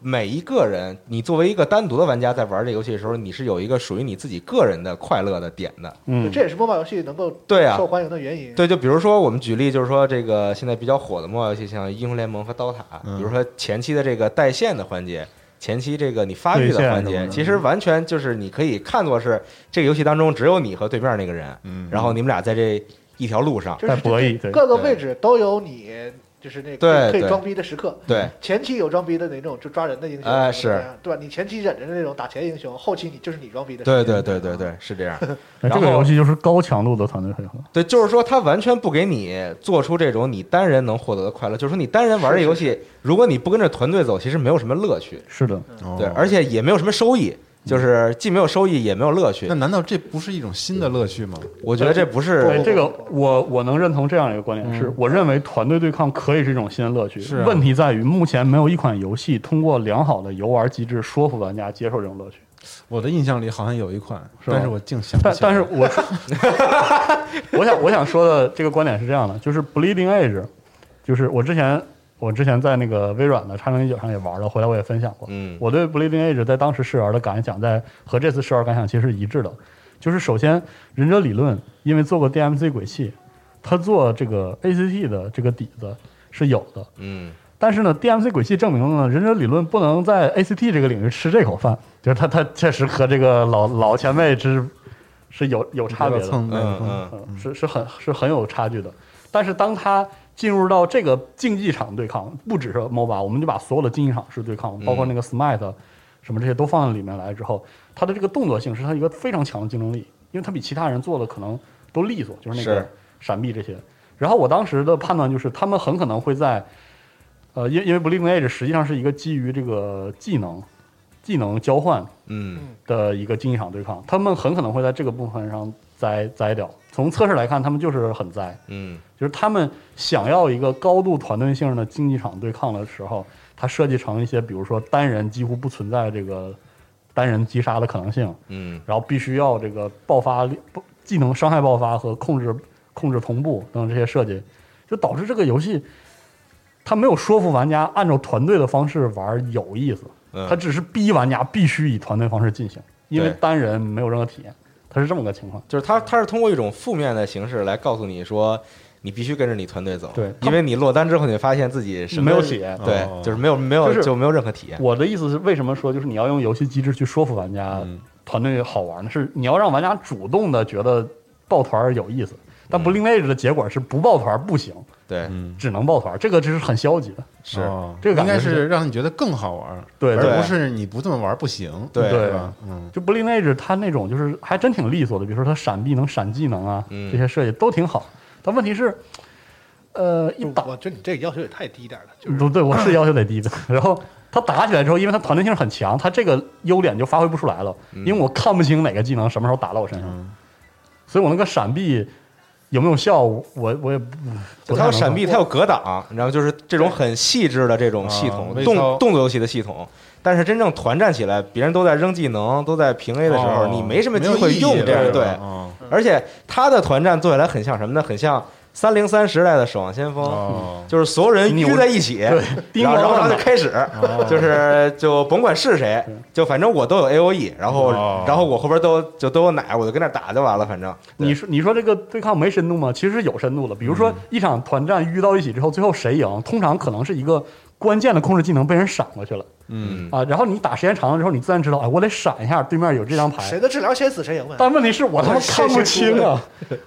Speaker 3: 每一个人，你作为一个单独的玩家在玩这游戏的时候，你是有一个属于你自己个人的快乐的点的。
Speaker 4: 就
Speaker 5: 嗯，
Speaker 4: 这也是 MOBA 游戏能够
Speaker 3: 对啊
Speaker 4: 受，欢迎的原因。
Speaker 3: 对，就比如说我们举例，就是说这个现在比较火的 MOBA 游戏，像《英雄联盟》和《刀塔》，
Speaker 6: 嗯
Speaker 3: 比如说前期的这个带线的环节。前期这个你发育的
Speaker 5: 对线
Speaker 3: 环
Speaker 5: 什么
Speaker 3: 节，
Speaker 5: 的
Speaker 3: 其实完全就是你可以看作是这个游戏当中只有你和对面那个人，
Speaker 6: 嗯，
Speaker 3: 然后你们俩在这一条路上，
Speaker 4: 就是
Speaker 5: 在博弈，对，
Speaker 4: 各个位置都有你就是那
Speaker 3: 对
Speaker 4: 个可以
Speaker 3: 对
Speaker 4: 装逼的时刻。
Speaker 3: 对，
Speaker 4: 前期有装逼的那种就抓人的英雄，
Speaker 3: 哎
Speaker 4: 怎么怎么样，对吧？你前期忍着那种打钱英雄，后期你就是你装逼的时刻。
Speaker 3: 对对对对对，是这样。
Speaker 5: 哎这
Speaker 3: 然
Speaker 5: 个
Speaker 3: 后
Speaker 5: 游戏就是高强度的团队配合，
Speaker 3: 对，就是说他完全不给你做出这种你单人能获得的快乐，就是说你单人玩这游戏，如果你不跟着团队走，其实没有什么乐趣，
Speaker 5: 是的，
Speaker 6: 哦
Speaker 3: 对，而且也没有什么收益，就是既没有收益也没有乐趣
Speaker 6: 那。难道这不是一种新的乐趣吗？
Speaker 3: 我觉得这不
Speaker 4: 对
Speaker 3: 是
Speaker 5: 哎对，这个我我能认同这样一个观点，是我认为团队对抗可以是一种新的乐趣。
Speaker 6: 嗯是啊
Speaker 5: 问题在于目前没有一款游戏通过良好的游玩机制说服玩家接受这种乐趣。
Speaker 6: 我的印象里好像有一款，
Speaker 5: 是吧
Speaker 6: 但是我竟想不
Speaker 5: 但
Speaker 6: 起来
Speaker 5: 但是我 *laughs* 我想我想说的这个观点是这样的，就是 Bleeding Edge，就是我之前我之前在那个微软的叉零一九上也玩了，回来我也分享过。
Speaker 3: 嗯
Speaker 5: 我对 Bleeding Edge 在当时试玩的感想，在和这次试玩感想其实是一致的。就是首先，忍者理论因为做过 DMC 鬼泣，他做这个 ACT 的这个底子是有的，
Speaker 3: 嗯
Speaker 5: 但是呢，DMC 轨迹证明了呢，忍者理论不能在 ACT 这个领域吃这口饭，就是他他确实和这个老老前辈之是有有差别
Speaker 6: 要
Speaker 5: 的，
Speaker 6: 蹭麦克
Speaker 3: 嗯
Speaker 6: 风，
Speaker 3: 嗯，
Speaker 5: 嗯，是是很是很有差距的。但是当他进入到这个竞技场对抗，不只是 MOBA，我们就把所有的竞技场式对抗，包括那个 Smite 什么这些都放在里面来之后，他的这个动作性是他一个非常强的竞争力，因为他比其他人做的可能都利索，就是那个
Speaker 3: 是
Speaker 5: 闪避这些。然后我当时的判断就是，他们很可能会在，呃，因因为 Bleeding Edge 实际上是一个基于这个技能技能交换
Speaker 3: 嗯
Speaker 5: 的一个竞技场对抗，他们很可能会在这个部分上栽栽掉。从测试来看，他们就是很栽，
Speaker 3: 嗯
Speaker 5: 就是他们想要一个高度团队性的竞技场对抗的时候，它设计成一些比如说单人几乎不存在这个单人击杀的可能性，
Speaker 3: 嗯
Speaker 5: 然后必须要这个爆发力、不技能伤害爆发和控制控制同步等这些设计，就导致这个游戏它没有说服玩家按照团队的方式玩有意思。
Speaker 3: 嗯，
Speaker 5: 他只是逼玩家必须以团队方式进行，因为
Speaker 3: 对
Speaker 5: 单人没有任何体验，他是这么个情况。
Speaker 3: 就是他他是通过一种负面的形式来告诉你说。你必须跟着你团队走。
Speaker 5: 对
Speaker 3: 因为你落单之后，你会发现自己什么
Speaker 5: 没有体验
Speaker 3: 对
Speaker 6: 哦，
Speaker 3: 就是没有没有
Speaker 5: 就是
Speaker 3: 就没有任何体验。
Speaker 5: 我的意思是，为什么说就是你要用游戏机制去说服玩家
Speaker 3: 嗯
Speaker 5: 团队好玩呢？是你要让玩家主动的觉得抱团儿有意思，
Speaker 3: 嗯
Speaker 5: 但不另类的结果是不抱团儿不行，
Speaker 3: 对，
Speaker 5: 只能抱团儿，这个就是很消极的。
Speaker 6: 是
Speaker 7: 哦
Speaker 5: 这个
Speaker 7: 应
Speaker 5: 感觉
Speaker 7: 该
Speaker 5: 是
Speaker 7: 是让你觉得更好玩儿，
Speaker 5: 对
Speaker 7: 而
Speaker 3: 对
Speaker 7: 不是你不这么玩儿不行，
Speaker 3: 对
Speaker 7: 是
Speaker 5: 对
Speaker 7: 吧？嗯，
Speaker 5: 就不 l 内 n 他那种就是还真挺利索的，比如说他闪避能闪技能啊，
Speaker 3: 嗯
Speaker 5: 这些设计都挺好。但问题是，呃，一打
Speaker 4: 我觉得你这个要求也太低点儿了，就是
Speaker 5: 不对，我
Speaker 3: 嗯
Speaker 5: 是要求得低的。 *laughs* 然后他打起来之后，因为他团队性很强，他这个优点就发挥不出来了，
Speaker 3: 嗯
Speaker 5: 因为我看不清哪个技能什么时候打到我身上，所以我那个闪避有没有效，我我也不不太
Speaker 3: 它有
Speaker 5: 能
Speaker 3: 闪避，
Speaker 5: 说
Speaker 3: 它有格挡，然后就是这种很细致的这种系
Speaker 7: 啊
Speaker 3: 统，
Speaker 7: 微
Speaker 3: 动
Speaker 7: 操
Speaker 3: 动作游戏的系统。但是真正团战起来，别人都在扔技能，都在平 A 的时候，
Speaker 7: 哦
Speaker 3: 你没什么
Speaker 7: 没
Speaker 3: 机
Speaker 7: 有
Speaker 3: 会
Speaker 7: 意义
Speaker 3: 用
Speaker 7: 了
Speaker 3: 这样
Speaker 7: 是吧
Speaker 3: 对。
Speaker 7: 哦
Speaker 3: 而且他的团战做起来很像什么呢？很像三零三时代的《守望先锋》
Speaker 7: 哦
Speaker 3: 就是所有人
Speaker 5: 扭
Speaker 3: 约在一起，
Speaker 5: 叮
Speaker 3: 然后
Speaker 5: 咣
Speaker 3: 然后
Speaker 5: 上
Speaker 3: 他就
Speaker 5: 打
Speaker 3: 开始，就是就甭管是谁，就反正我都有 A O E，然后
Speaker 7: 哦
Speaker 3: 然后我后边都就都有奶，我就跟那儿打就完了，反正对
Speaker 5: 你说你说这个对抗没深度吗？其实是有深度的。比如
Speaker 3: 嗯
Speaker 5: 说一场团战遇到一起之后，最后谁赢，通常可能是一个关键的控制技能被人闪过去了
Speaker 3: 嗯
Speaker 5: 啊。然后你打时间长了之后，你自然知道，哎，我得闪一下对面有这张牌
Speaker 4: 谁。的治疗先死谁赢呗。
Speaker 5: *laughs* 但问题是我他妈
Speaker 4: 谁
Speaker 5: 看不清 *laughs* 啊，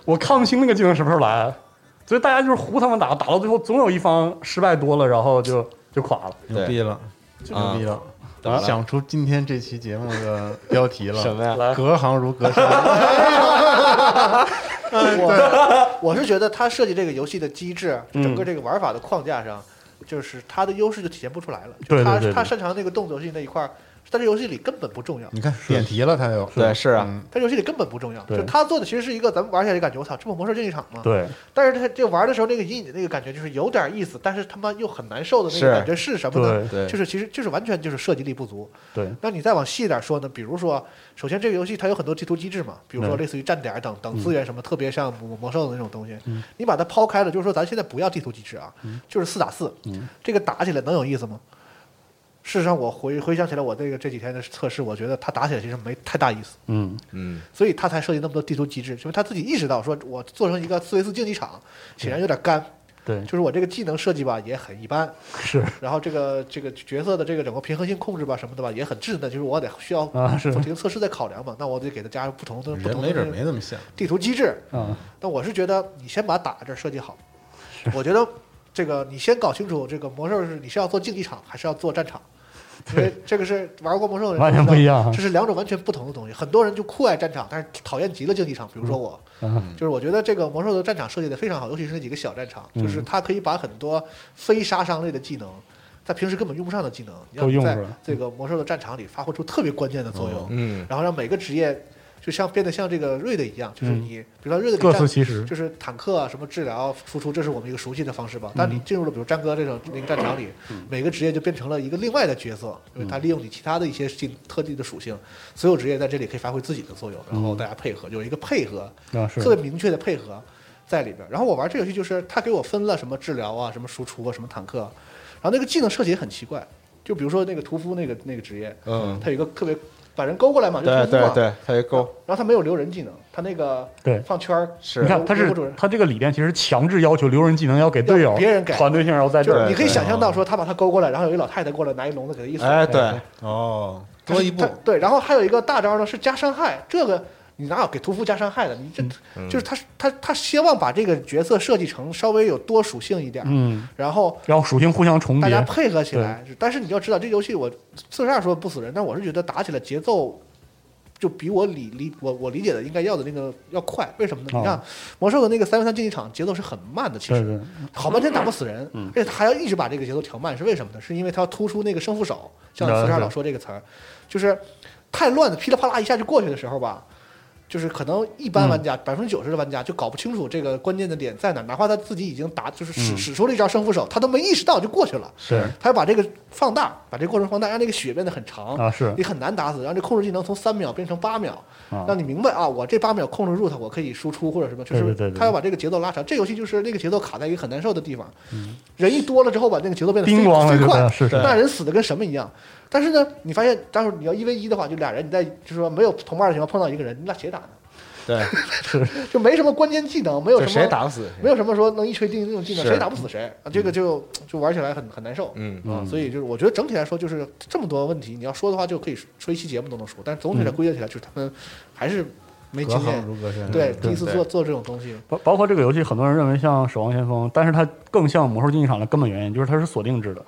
Speaker 5: 我看不清那个技能什么时候来，所以大家就是胡他妈打，打到最后总有一方失败多了，然后就就垮了。
Speaker 7: 牛逼了，
Speaker 3: 对
Speaker 7: 牛逼了！
Speaker 3: 怎么了
Speaker 7: 想出今天这期节目的标题了，
Speaker 3: 什么呀？
Speaker 5: 来
Speaker 7: 隔行如隔山。
Speaker 4: 嗯我我是觉得他设计这个游戏的机制，啊
Speaker 5: 嗯
Speaker 4: 整个这个玩法的框架上，就是他的优势就体现不出来了。
Speaker 5: 对对
Speaker 4: 就他
Speaker 5: 对对嗯
Speaker 4: 他擅长那个动作游戏那一块儿，在这游戏里根本不重要。
Speaker 7: 你看点题了，他又
Speaker 3: 对，是啊，
Speaker 7: 嗯
Speaker 4: 他游戏里根本不重要，
Speaker 5: 对
Speaker 4: 就他做的其实是一个咱们玩起来就感觉我操，这不魔兽竞技场吗？
Speaker 5: 对，
Speaker 4: 但是他这玩的时候那个隐隐的那个感觉就是有点意思，但是他妈又很难受的那
Speaker 3: 是
Speaker 4: 个感觉是什么呢？
Speaker 3: 对
Speaker 4: 就是其实就是完全就是设计力不足。
Speaker 5: 对，
Speaker 4: 那你再往细一点说呢，比如说，首先这个游戏它有很多地图机制嘛，比如说
Speaker 5: 嗯
Speaker 4: 类似于站点儿等等资源什么，特别像魔魔兽的那种东西
Speaker 5: 嗯。
Speaker 4: 你把它抛开了，就是说咱现在不要地图机制啊，就是四打四
Speaker 5: 嗯，
Speaker 4: 这个打起来能有意思吗？事实上，我回回想起来，我这个这几天的测试，我觉得它打起来其实没太大意思，
Speaker 5: 嗯，
Speaker 3: 嗯，
Speaker 4: 所以他才设计那么多地图机制，因为他自己意识到，说我做成一个四 v 四竞技场，显然有点干，
Speaker 5: 对，
Speaker 4: 就是我这个技能设计吧也很一般，
Speaker 5: *laughs* 是
Speaker 4: 然后这个这个角色的这个整个平衡性控制吧什么的吧也很稚嫩，就是我得需要
Speaker 5: 啊是
Speaker 4: 进行测试再考量嘛，那我得给它加入不同的不
Speaker 7: 人
Speaker 4: 同
Speaker 7: 没准
Speaker 4: 的
Speaker 7: 没那么想，
Speaker 4: 地图机制。
Speaker 5: 啊，
Speaker 4: 那我是觉得你先把打这儿设计好，我觉得这个你先搞清楚这个魔兽是你是要做竞技场还是要做战场，因为这个是玩过魔兽的人
Speaker 5: 完全
Speaker 4: 都知道
Speaker 5: 不一样啊
Speaker 4: 这是两种完全不同的东西。很多人就酷爱战场，但是讨厌极了竞技场，比如说我。
Speaker 5: 嗯
Speaker 4: 就是我觉得这个魔兽的战场设计的非常好，尤其是那几个小战场，
Speaker 5: 嗯
Speaker 4: 就是它可以把很多非杀伤类的技能，在平时根本用不上的技能，
Speaker 5: 都用哦
Speaker 4: 让
Speaker 5: 出
Speaker 4: 在
Speaker 5: 来
Speaker 4: 这个魔兽的战场里发挥出特别关键的作用，
Speaker 3: 嗯
Speaker 4: 然后让每个职业就像变得像这个瑞的一样，就是
Speaker 5: 嗯
Speaker 4: 你，比如说瑞的
Speaker 5: 各司
Speaker 4: 战
Speaker 5: 其职。
Speaker 4: 就是坦克啊，什么治疗、输出，这是我们一个熟悉的方
Speaker 3: 嗯
Speaker 4: 式吧。但你进入了比如战歌这种那个战场里，每个职业就变成了一个另外的角色，因为它利用你其他的一些技特定的属性，所有职业在这里可以发挥自己的作用，然后
Speaker 3: 嗯
Speaker 4: 大家配合，有一个配合
Speaker 5: 啊是
Speaker 4: 特别明确的配合在里边儿。然后我玩这游戏就是它给我分了什么治疗啊、什么输出啊、什么坦克啊，然后那个技能设计也很奇怪，就比如说那个屠夫那个那个职业，
Speaker 3: 嗯，
Speaker 4: 它有一个特别把人勾过来嘛，就
Speaker 3: 对
Speaker 4: 屠夫
Speaker 3: 对
Speaker 4: 嘛，
Speaker 3: 对，它有一勾
Speaker 4: 然后它没有留人技能，它那个
Speaker 5: 对
Speaker 4: 放圈儿
Speaker 3: 是
Speaker 5: 你看，他
Speaker 4: 留
Speaker 5: 是
Speaker 4: 不住人
Speaker 5: 他这个理念其实强制要求留人技能要给队友、
Speaker 4: 要别人给
Speaker 5: 团队性要在这
Speaker 4: 哎就是
Speaker 5: 儿
Speaker 4: 你可以
Speaker 3: 对
Speaker 4: 想象到说，他把他勾过来，然后有一老太太过来拿一笼子给他一锁，
Speaker 3: 哎，对，
Speaker 7: 哦，多一步
Speaker 4: 他对，然后还有一个大招呢是加伤害，这个你哪有给屠夫加伤害的？你
Speaker 5: 嗯
Speaker 4: 这、就是他他他希望把这个角色设计成稍微有多属性一点，
Speaker 5: 嗯，
Speaker 4: 然后
Speaker 5: 然后属性互相重
Speaker 4: 大家
Speaker 5: 叠，
Speaker 4: 配合起来。但是你要知道，这游戏我四十二说不死人，但我是觉得打起来节奏就比我理理我我理解的应该要的那个要快。为什么呢？
Speaker 5: 哦
Speaker 4: 你看魔兽的那个三 v 三竞技场节奏是很慢的，其
Speaker 5: 对
Speaker 4: 实
Speaker 5: 对，
Speaker 4: 好半天打不死人，而且他还要一直把这个节奏调慢，是为什么呢？是因为他要突出那个胜负手，像
Speaker 5: 了解
Speaker 4: 四十二老说这个词儿，就是太乱的噼里啪啦一下就过去的时候吧，就是可能一般玩家百分之九十的玩家就搞不清楚这个关键的点在哪儿，哪怕他自己已经打就是使使出了一招胜负手，他都没意识到就过去了，
Speaker 5: 是
Speaker 4: 他要把这个放大，把这个过程放大，让这个血变得很长
Speaker 5: 啊是
Speaker 4: 你很难打死，让这控制技能从三秒变成八秒，
Speaker 5: 啊
Speaker 4: 让你明白啊，我这八秒控制住它，我可以输出或者什么，就
Speaker 5: 对
Speaker 4: 是
Speaker 5: 对对对
Speaker 4: 他要把这个节奏拉长。这游戏就是那个节奏卡在一个很难受的地方，人一多了之后，把那个节奏变得
Speaker 5: 叮嗯咣了
Speaker 4: 飞飞
Speaker 5: 就
Speaker 4: 快，
Speaker 5: 是是
Speaker 4: 那人死的跟什么一样。但是呢，你发现，待会儿你要一 v 一的话，就俩人你在就是说没有同伴的情况碰到一个人，你俩谁打呢？
Speaker 6: 对，
Speaker 4: 就没什么关键技能，没有
Speaker 3: 就
Speaker 4: 什么
Speaker 3: 谁打不死谁
Speaker 4: 没有什么说能一锤定音那种技能，
Speaker 3: 是
Speaker 4: 谁打不死谁，啊这个就就玩起来很很难受。
Speaker 3: 嗯
Speaker 4: 啊，所以就是我觉得整体来说，就是这么多问题，你要说的话就可以说一期节目都能说，但是
Speaker 5: 嗯
Speaker 4: 总体来归结起来，就是他们还是没
Speaker 7: 隔
Speaker 4: 经
Speaker 7: 行
Speaker 4: 验。
Speaker 7: 如隔山。
Speaker 4: 对，
Speaker 7: 嗯
Speaker 4: 第一次做做这种东西，
Speaker 5: 包包括这个游戏，很多人认为像《守望先锋》，但是它更像《魔兽竞技场》的根本原因就是它是锁定制的，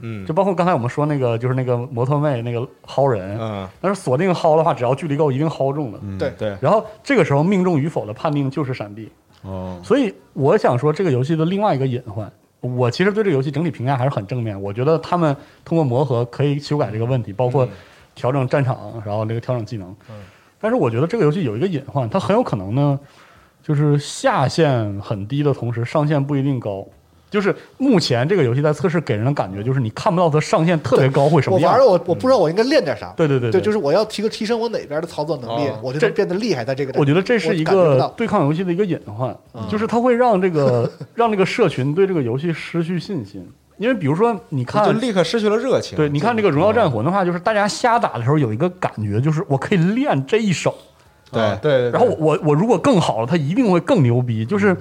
Speaker 3: 嗯
Speaker 5: 就包括刚才我们说那个，就是那个摩托妹那个薅人，
Speaker 3: 嗯，
Speaker 5: 但是锁定薅的话，只要距离够，一定薅中的。
Speaker 4: 对
Speaker 3: 对，
Speaker 5: 然后这个时候命中与否的判定就是闪避，
Speaker 6: 哦，
Speaker 5: 所以我想说这个游戏的另外一个隐患，我其实对这个游戏整体评价还是很正面。我觉得他们通过磨合可以修改这个问题，包括调整战场，然后那个调整技能。但是我觉得这个游戏有一个隐患，它很有可能呢，就是下限很低的同时，上限不一定高。就是目前这个游戏在测试给人的感觉，就是你看不到它上限特别高会什
Speaker 4: 我
Speaker 5: 么样。
Speaker 4: 玩了，我我不知道我应该练点啥。
Speaker 5: 对对对
Speaker 4: 对，
Speaker 5: 对
Speaker 4: 就是我要提个提升我哪边的操作能力
Speaker 5: 啊，
Speaker 4: 我就
Speaker 5: 这
Speaker 4: 能变得厉害在这个。
Speaker 5: *laughs* 我觉得这是
Speaker 4: 我
Speaker 5: 一
Speaker 4: 感觉不
Speaker 5: 个
Speaker 4: 到嗯
Speaker 5: 对抗游戏的一个隐患，就是它会让
Speaker 4: *laughs*
Speaker 5: 这个让这个社群对这个游戏失去信心。因为比如说，你
Speaker 3: 就
Speaker 5: 看，
Speaker 3: 立刻失去了热情。
Speaker 5: 对，你看这个《荣耀战魂》的话，就是大家瞎打的时候有一个感觉，就是我可以练这一手，
Speaker 3: 对
Speaker 6: 对对，
Speaker 5: 然后我我我如果更好了，它一定会更牛逼。就是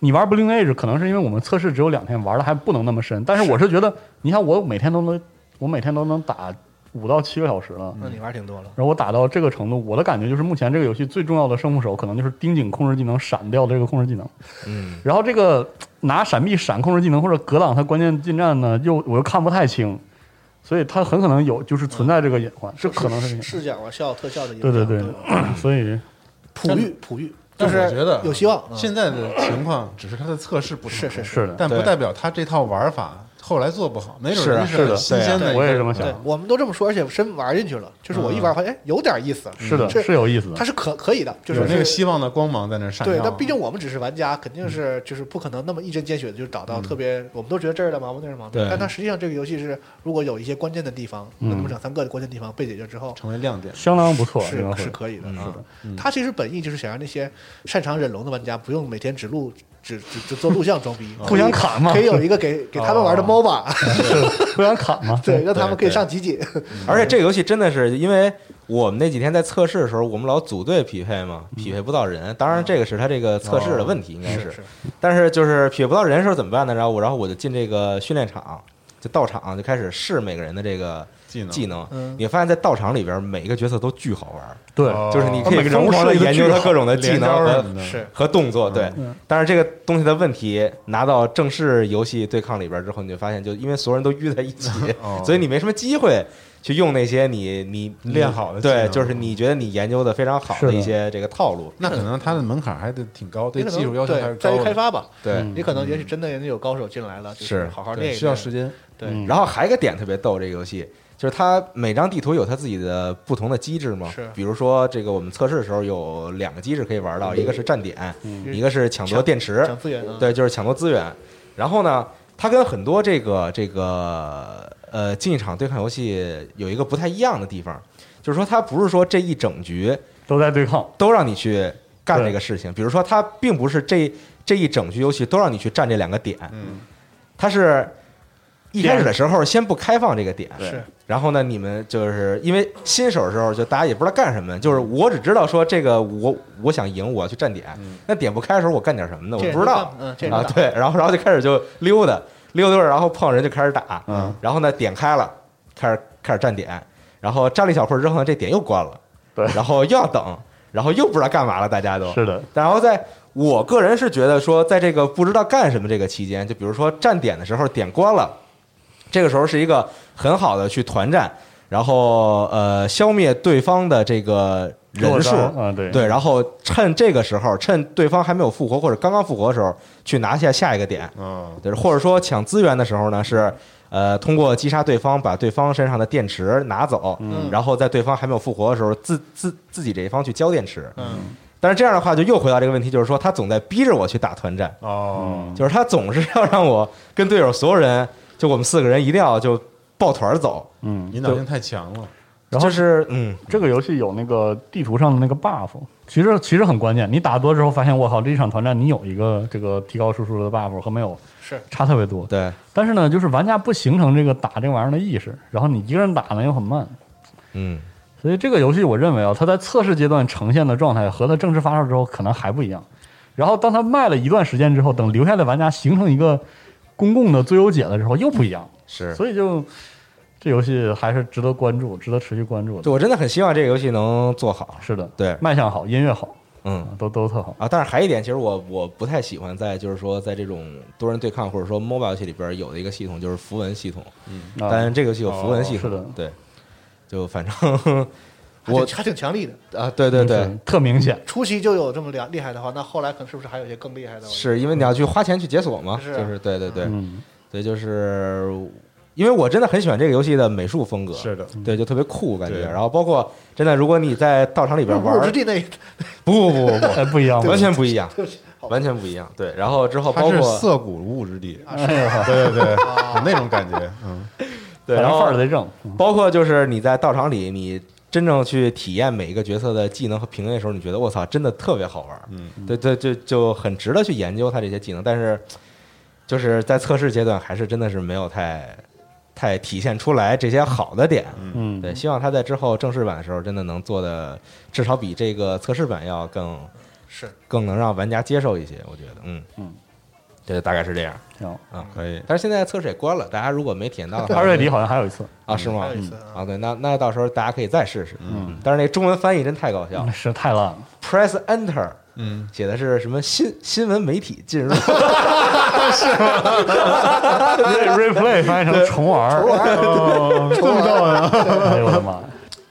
Speaker 5: 你玩 Bling Age，可能是因为我们测试只有两天，玩的还不能那么深。但是我是觉得，你看我每天都能，我每天都能打五到七个小时了，
Speaker 4: 那你玩挺多了，
Speaker 5: 然后我打到这个程度，我的感觉就是，目前这个游戏最重要的胜负手可能就是盯紧控制技能闪掉这个控制技能，
Speaker 3: 嗯，
Speaker 5: 然后这个拿闪避闪控制技能或者格挡它关键近战呢，又我又看不太清，所以它很可能有就是存在这个隐患，这可能是隐
Speaker 4: 视
Speaker 5: 患
Speaker 4: 视角啊、效特效的影响。
Speaker 5: 对对对， *clears throat* 所以
Speaker 4: 璞玉璞玉
Speaker 6: 但
Speaker 4: 就是
Speaker 6: 我觉得啊
Speaker 4: 有希望。嗯
Speaker 6: 现在的情况只是它的测试不
Speaker 4: 是是
Speaker 6: 是，
Speaker 5: 是的，
Speaker 6: 但不
Speaker 3: 对
Speaker 6: 代表它这套玩法后来做不好，没准
Speaker 3: 是
Speaker 6: 儿
Speaker 3: 啊
Speaker 6: 那
Speaker 3: 是
Speaker 6: 很
Speaker 3: 的
Speaker 6: 新鲜的一个。
Speaker 5: 我也这么想
Speaker 4: 对，，我们都这么说，而且真玩进去了，就是我一玩发现，哎，有点意思。
Speaker 5: 是的，
Speaker 4: 这
Speaker 5: 是有意思的
Speaker 4: 它，是可可以的，就是
Speaker 6: 有那个
Speaker 4: 是
Speaker 6: 希望的光芒在那儿闪耀。
Speaker 4: 对，但毕竟我们只是玩家，肯定是就是不可能那么一针见血的就找到特别，我们都觉得这儿的毛病那儿的毛病
Speaker 3: 对，
Speaker 4: 但它实际上这个游戏是，如果有一些关键的地方，那么两三个的关键地方被解决之后，
Speaker 6: 成为亮点。
Speaker 5: 相当不错，这个
Speaker 4: 是
Speaker 5: 会
Speaker 4: 是可以的啊。他其实本意就是想让那些擅长忍龙的玩家不用每天只录只只只做录像装逼，
Speaker 5: 互相砍嘛
Speaker 4: 可以有一个给给他们玩的 MOBA，
Speaker 5: 互相砍嘛，
Speaker 4: 对，让他们可以
Speaker 6: 对
Speaker 4: 上集锦。
Speaker 3: 而且这个游戏真的是，因为我们那几天在测试的时候，我们老组队匹配嘛，匹配不到人。当然，这个是他这个测试的问题，应该是。
Speaker 4: 是
Speaker 3: 但是就是匹配不到人的时候怎么办呢？然后我，然后我就进这个训练场，就到场就开始试每个人的这个
Speaker 6: 技能
Speaker 3: 技能
Speaker 4: 嗯。
Speaker 3: 你发现，在道场里边，每一个角色都巨好玩，
Speaker 5: 对，
Speaker 4: 哦
Speaker 3: 就是你可
Speaker 5: 每
Speaker 3: 以
Speaker 5: 个人
Speaker 3: 疯
Speaker 5: 物
Speaker 3: 狂
Speaker 5: 设
Speaker 3: 的
Speaker 5: 计得
Speaker 3: 研究
Speaker 5: 巨
Speaker 3: 他
Speaker 5: 好
Speaker 3: 各种的技
Speaker 6: 哦连
Speaker 3: 能
Speaker 6: 招
Speaker 3: 和
Speaker 6: 什么
Speaker 7: 嗯
Speaker 6: 的，
Speaker 4: 是，
Speaker 3: 和动作，对。但是这个东西的问题拿到正式游戏对抗里边之后，你就发现，就因为所有人都淤在一起， *laughs* 所以你没什么机会去用那些你你你
Speaker 6: 练好的技能
Speaker 3: 对，就是你觉得你研究的非常好
Speaker 5: 是的
Speaker 3: 的一些这个套路，
Speaker 6: 那可能它的门槛还得挺高，对
Speaker 4: 你可
Speaker 6: 技
Speaker 4: 能
Speaker 6: 术要求还是
Speaker 4: 对在
Speaker 6: 高
Speaker 4: 于
Speaker 6: 的。
Speaker 4: 开发吧，
Speaker 3: 对。
Speaker 5: 嗯
Speaker 4: 你可能也许真的人家有高手进来了，就是好好
Speaker 6: 对
Speaker 4: 练一
Speaker 6: 需要
Speaker 4: 练
Speaker 6: 时间。
Speaker 4: 对，
Speaker 5: 嗯
Speaker 3: 然后还有一个点特别逗，这个游戏就是它每张地图有它自己的不同的机制嘛，
Speaker 4: 是
Speaker 3: 比如说这个我们测试的时候有两个机制可以玩到，一个是站点，一个是抢夺
Speaker 4: 抢
Speaker 3: 电池，
Speaker 4: 抢资源啊，
Speaker 3: 对，就是抢夺资源。然后呢，它跟很多这个这个呃竞技场对抗游戏有一个不太一样的地方，就是说它不是说这一整局
Speaker 5: 都在对抗，
Speaker 3: 都让你去干
Speaker 5: 对
Speaker 3: 这个事情，比如说它并不是这这一整局游戏都让你去站这两个点，
Speaker 6: 嗯，
Speaker 3: 它是一开始的时候先不开放这个点，
Speaker 4: 是
Speaker 3: 然后呢，你们就是因为新手的时候，就大家也不知道干什么，就是我只知道说这个我我想赢，我要去站点，那点不开的时候我干点什么呢？我
Speaker 4: 这
Speaker 3: 不知道，
Speaker 4: 嗯，这
Speaker 3: 啊，对，然后然后就开始就溜达溜达溜达，然后碰人就开始打，
Speaker 5: 嗯，
Speaker 3: 然后呢点开了，开始开始站点，然后站了一小会儿之后呢，这点又关了，
Speaker 5: 对
Speaker 3: 然后又要等，然后又不知道干嘛了，大家都
Speaker 5: 是的，
Speaker 3: 然后在我个人是觉得说，在这个不知道干什么这个期间，就比如说站点的时候点关了，这个时候是一个很好的去团战，然后呃消灭对方的这个人数
Speaker 5: 落单啊对
Speaker 3: 对，然后趁这个时候，趁对方还没有复活或者刚刚复活的时候，去拿下下一个点，
Speaker 6: 嗯，
Speaker 3: 就是或者说抢资源的时候呢是。呃，通过击杀对方，把对方身上的电池拿走，然后在对方还没有复活的时候，自自自己这一方去交电池，
Speaker 4: 嗯，
Speaker 3: 但是这样的话，就又回到这个问题，就是说他总在逼着我去打团战，
Speaker 6: 哦，
Speaker 3: 就是他总是要让我跟队友所有人，就我们四个人一定要就抱团儿走，
Speaker 5: 嗯，
Speaker 6: 引导性太强了。
Speaker 5: 然后
Speaker 3: 就是嗯，
Speaker 5: 这个游戏有那个地图上的那个 buff，其实其实很关键。你打多之后发现，我靠，这一场团战你有一个这个提高输出的 buff 和没有
Speaker 4: 是
Speaker 5: 差特别多。
Speaker 3: 对，
Speaker 5: 但是呢，就是玩家不形成这个打这玩意儿的意识，然后你一个人打呢又很慢，
Speaker 3: 嗯，
Speaker 5: 所以这个游戏我认为啊，它在测试阶段呈现的状态和它正式发售之后可能还不一样。然后当它卖了一段时间之后，等留下的玩家形成一个公共的最优解了之后又不一样，
Speaker 3: 是，
Speaker 5: 所以就这游戏还是值得关注，值得持续关注的。
Speaker 3: 就我真的很希望这个游戏能做好。
Speaker 5: 是的，
Speaker 3: 对
Speaker 5: 卖相好，音乐好，
Speaker 3: 嗯，
Speaker 5: 都都特好。
Speaker 3: 啊，但是还有一点，其实我我不太喜欢在就是说在这种多人对抗或者说 MOBA 游戏里边有的一个系统就是符文系统，
Speaker 5: 啊
Speaker 3: 但是这个游戏有符文系
Speaker 5: 是
Speaker 3: 统，
Speaker 5: 的
Speaker 3: 对，就反正
Speaker 4: 还
Speaker 3: 我
Speaker 4: 挺还挺强力的。
Speaker 3: *laughs* 啊，对对对，，
Speaker 5: 特明显。
Speaker 4: 初期就有这么两厉害的话，那后来可能是不是还有一些更厉害的？
Speaker 3: 是因为你要去花钱去解锁嘛，
Speaker 4: 是
Speaker 3: 就是对对对，
Speaker 5: 嗯，
Speaker 3: 对，就是因为我真的很喜欢这个游戏的美术风格，
Speaker 6: 是的，
Speaker 3: 对，就特别酷感觉。
Speaker 6: 对
Speaker 3: 然后包括真的，如果你在道场里边
Speaker 4: 入
Speaker 3: 玩
Speaker 4: 入之
Speaker 3: 儿，
Speaker 4: 地那
Speaker 3: *laughs* 不不不不
Speaker 5: 哎，不一样
Speaker 3: 不，
Speaker 5: 吧，
Speaker 3: 完全不一 *laughs* 样，
Speaker 4: 对不起，好吧
Speaker 3: 完全不一样。对，然后之后
Speaker 6: 它
Speaker 3: 包
Speaker 6: 是
Speaker 3: 括
Speaker 6: 涩谷无物之地，啊
Speaker 5: 哎呀，
Speaker 6: 对对对，有那种感觉，嗯，
Speaker 3: 对，
Speaker 5: 反
Speaker 3: 然
Speaker 5: 正范
Speaker 3: 后
Speaker 5: 儿贼正。嗯
Speaker 3: 包括就是你在道场里，你真正去体验每一个角色的技能和评论的时候，你觉得我操，真的特别好玩儿。
Speaker 6: 嗯，
Speaker 3: 对对，就就很值得去研究它这些技能，但是就是在测试阶段，还是真的是没有太太体现出来这些好的点。
Speaker 5: 嗯，
Speaker 3: 对，希望它在之后正式版的时候，真的能做的至少比这个测试版要更
Speaker 4: 是
Speaker 3: 更能让玩家接受一些。我觉得，嗯
Speaker 5: 嗯，
Speaker 3: 对，大概是这样。嗯
Speaker 5: 行。
Speaker 6: 可以。
Speaker 3: 但是现在测试也关了，大家如果没体验到的话，
Speaker 5: 二月底好像还有一次，
Speaker 3: 啊，是吗
Speaker 4: 还有？一次啊，
Speaker 3: 啊，对，那那到时候大家可以再试试。嗯，但是那中文翻译真太搞笑了
Speaker 5: 是太烂了。
Speaker 3: ，Press Enter。
Speaker 6: 嗯，
Speaker 3: 写的是什么新新闻媒体进入 *laughs*
Speaker 5: replay 翻译成重玩儿，哦这么逗啊！哎呦我的妈！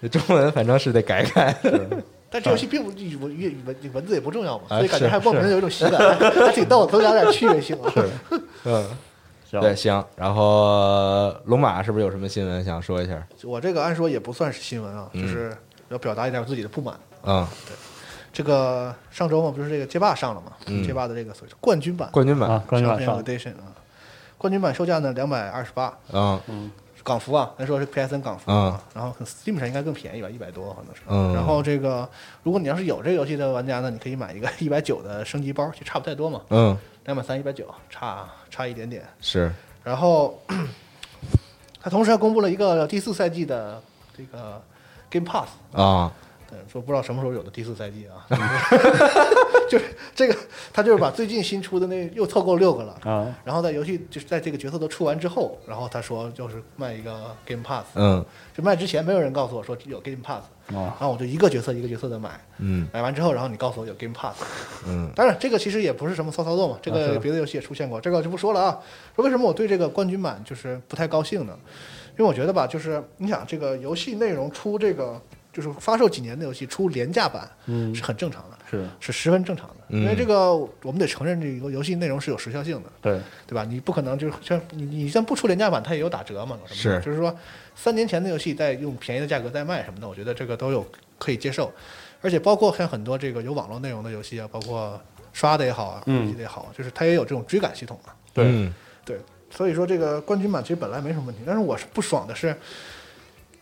Speaker 3: 中文，反正是得改改。
Speaker 4: 但这游戏并不文阅文文字也不重要嘛，
Speaker 3: 哎
Speaker 4: 所以感觉
Speaker 3: 嗯是
Speaker 4: 还莫名的有一种喜感，还还挺逗，增加点趣味性啊。
Speaker 3: 嗯，
Speaker 5: 行
Speaker 3: 对，行。然后龙马是不是有什么新闻想说一下？
Speaker 4: *laughs* 我这个按说也不算是新闻啊，
Speaker 3: 嗯
Speaker 4: 就是要表达一点自己的不满。
Speaker 3: 嗯，
Speaker 4: 这个上周嘛，不是这个街霸上了嘛？
Speaker 3: 嗯
Speaker 4: 街霸的这个所谓是冠军版
Speaker 3: 冠军版
Speaker 5: 啊，，关于晚
Speaker 4: Champion
Speaker 5: 上
Speaker 4: Edition 啊，冠军版售价呢两百二十八
Speaker 3: 嗯
Speaker 4: 港服啊，咱说是 PSN 港服啊，然后可能 Steam 上应该更便宜吧，一百多可能是。
Speaker 3: 嗯
Speaker 4: 然后这个如果你要是有这个游戏的玩家呢，你可以买一个一百九的升级包，就差不太多嘛，
Speaker 3: 嗯，
Speaker 4: 两百三一百九，差差一点点。
Speaker 3: 是，
Speaker 4: 然后他同时还公布了一个第四赛季的这个 Game Pass。
Speaker 3: 啊，
Speaker 4: 对，说不知道什么时候有的第四赛季啊， *laughs* 就是这个，他就是把最近新出的那又凑够六个了，
Speaker 5: 啊，
Speaker 4: 然后在游戏就是在这个角色都出完之后，然后他说就是卖一个 Game Pass，
Speaker 3: 嗯
Speaker 4: 就卖之前没有人告诉我说有 Game Pass，
Speaker 5: 哦
Speaker 4: 然后我就一个角色一个角色的买，
Speaker 3: 嗯
Speaker 4: 买完之后，然后你告诉我有 Game Pass，
Speaker 3: 嗯
Speaker 4: 当然这个其实也不是什么骚操作嘛，这
Speaker 5: 啊是
Speaker 4: 个
Speaker 5: 的
Speaker 4: 别的游戏也出现过，这个就不说了啊。说为什么我对这个冠军版就是不太高兴呢？因为我觉得吧，就是你想这个游戏内容出这个就是发售几年的游戏出廉价版，
Speaker 5: 嗯
Speaker 4: 是很正常的，
Speaker 5: 是
Speaker 4: 是十分正常的，
Speaker 3: 嗯
Speaker 4: 因为这个我们得承认这个游戏内容是有时效性的。
Speaker 5: 对，
Speaker 4: 对吧？你不可能就是像你你算不出廉价版，它也有打折嘛，什么的
Speaker 3: 是
Speaker 4: 就是说三年前的游戏在用便宜的价格在卖什么的，我觉得这个都有可以接受，而且包括像很多这个有网络内容的游戏啊，包括刷的也好啊，
Speaker 5: 嗯
Speaker 4: 手机的也好啊，就是它也有这种追赶系统嘛。
Speaker 5: 对
Speaker 3: 嗯
Speaker 4: 对，所以说这个冠军版其实本来没什么问题，但是我是不爽的是，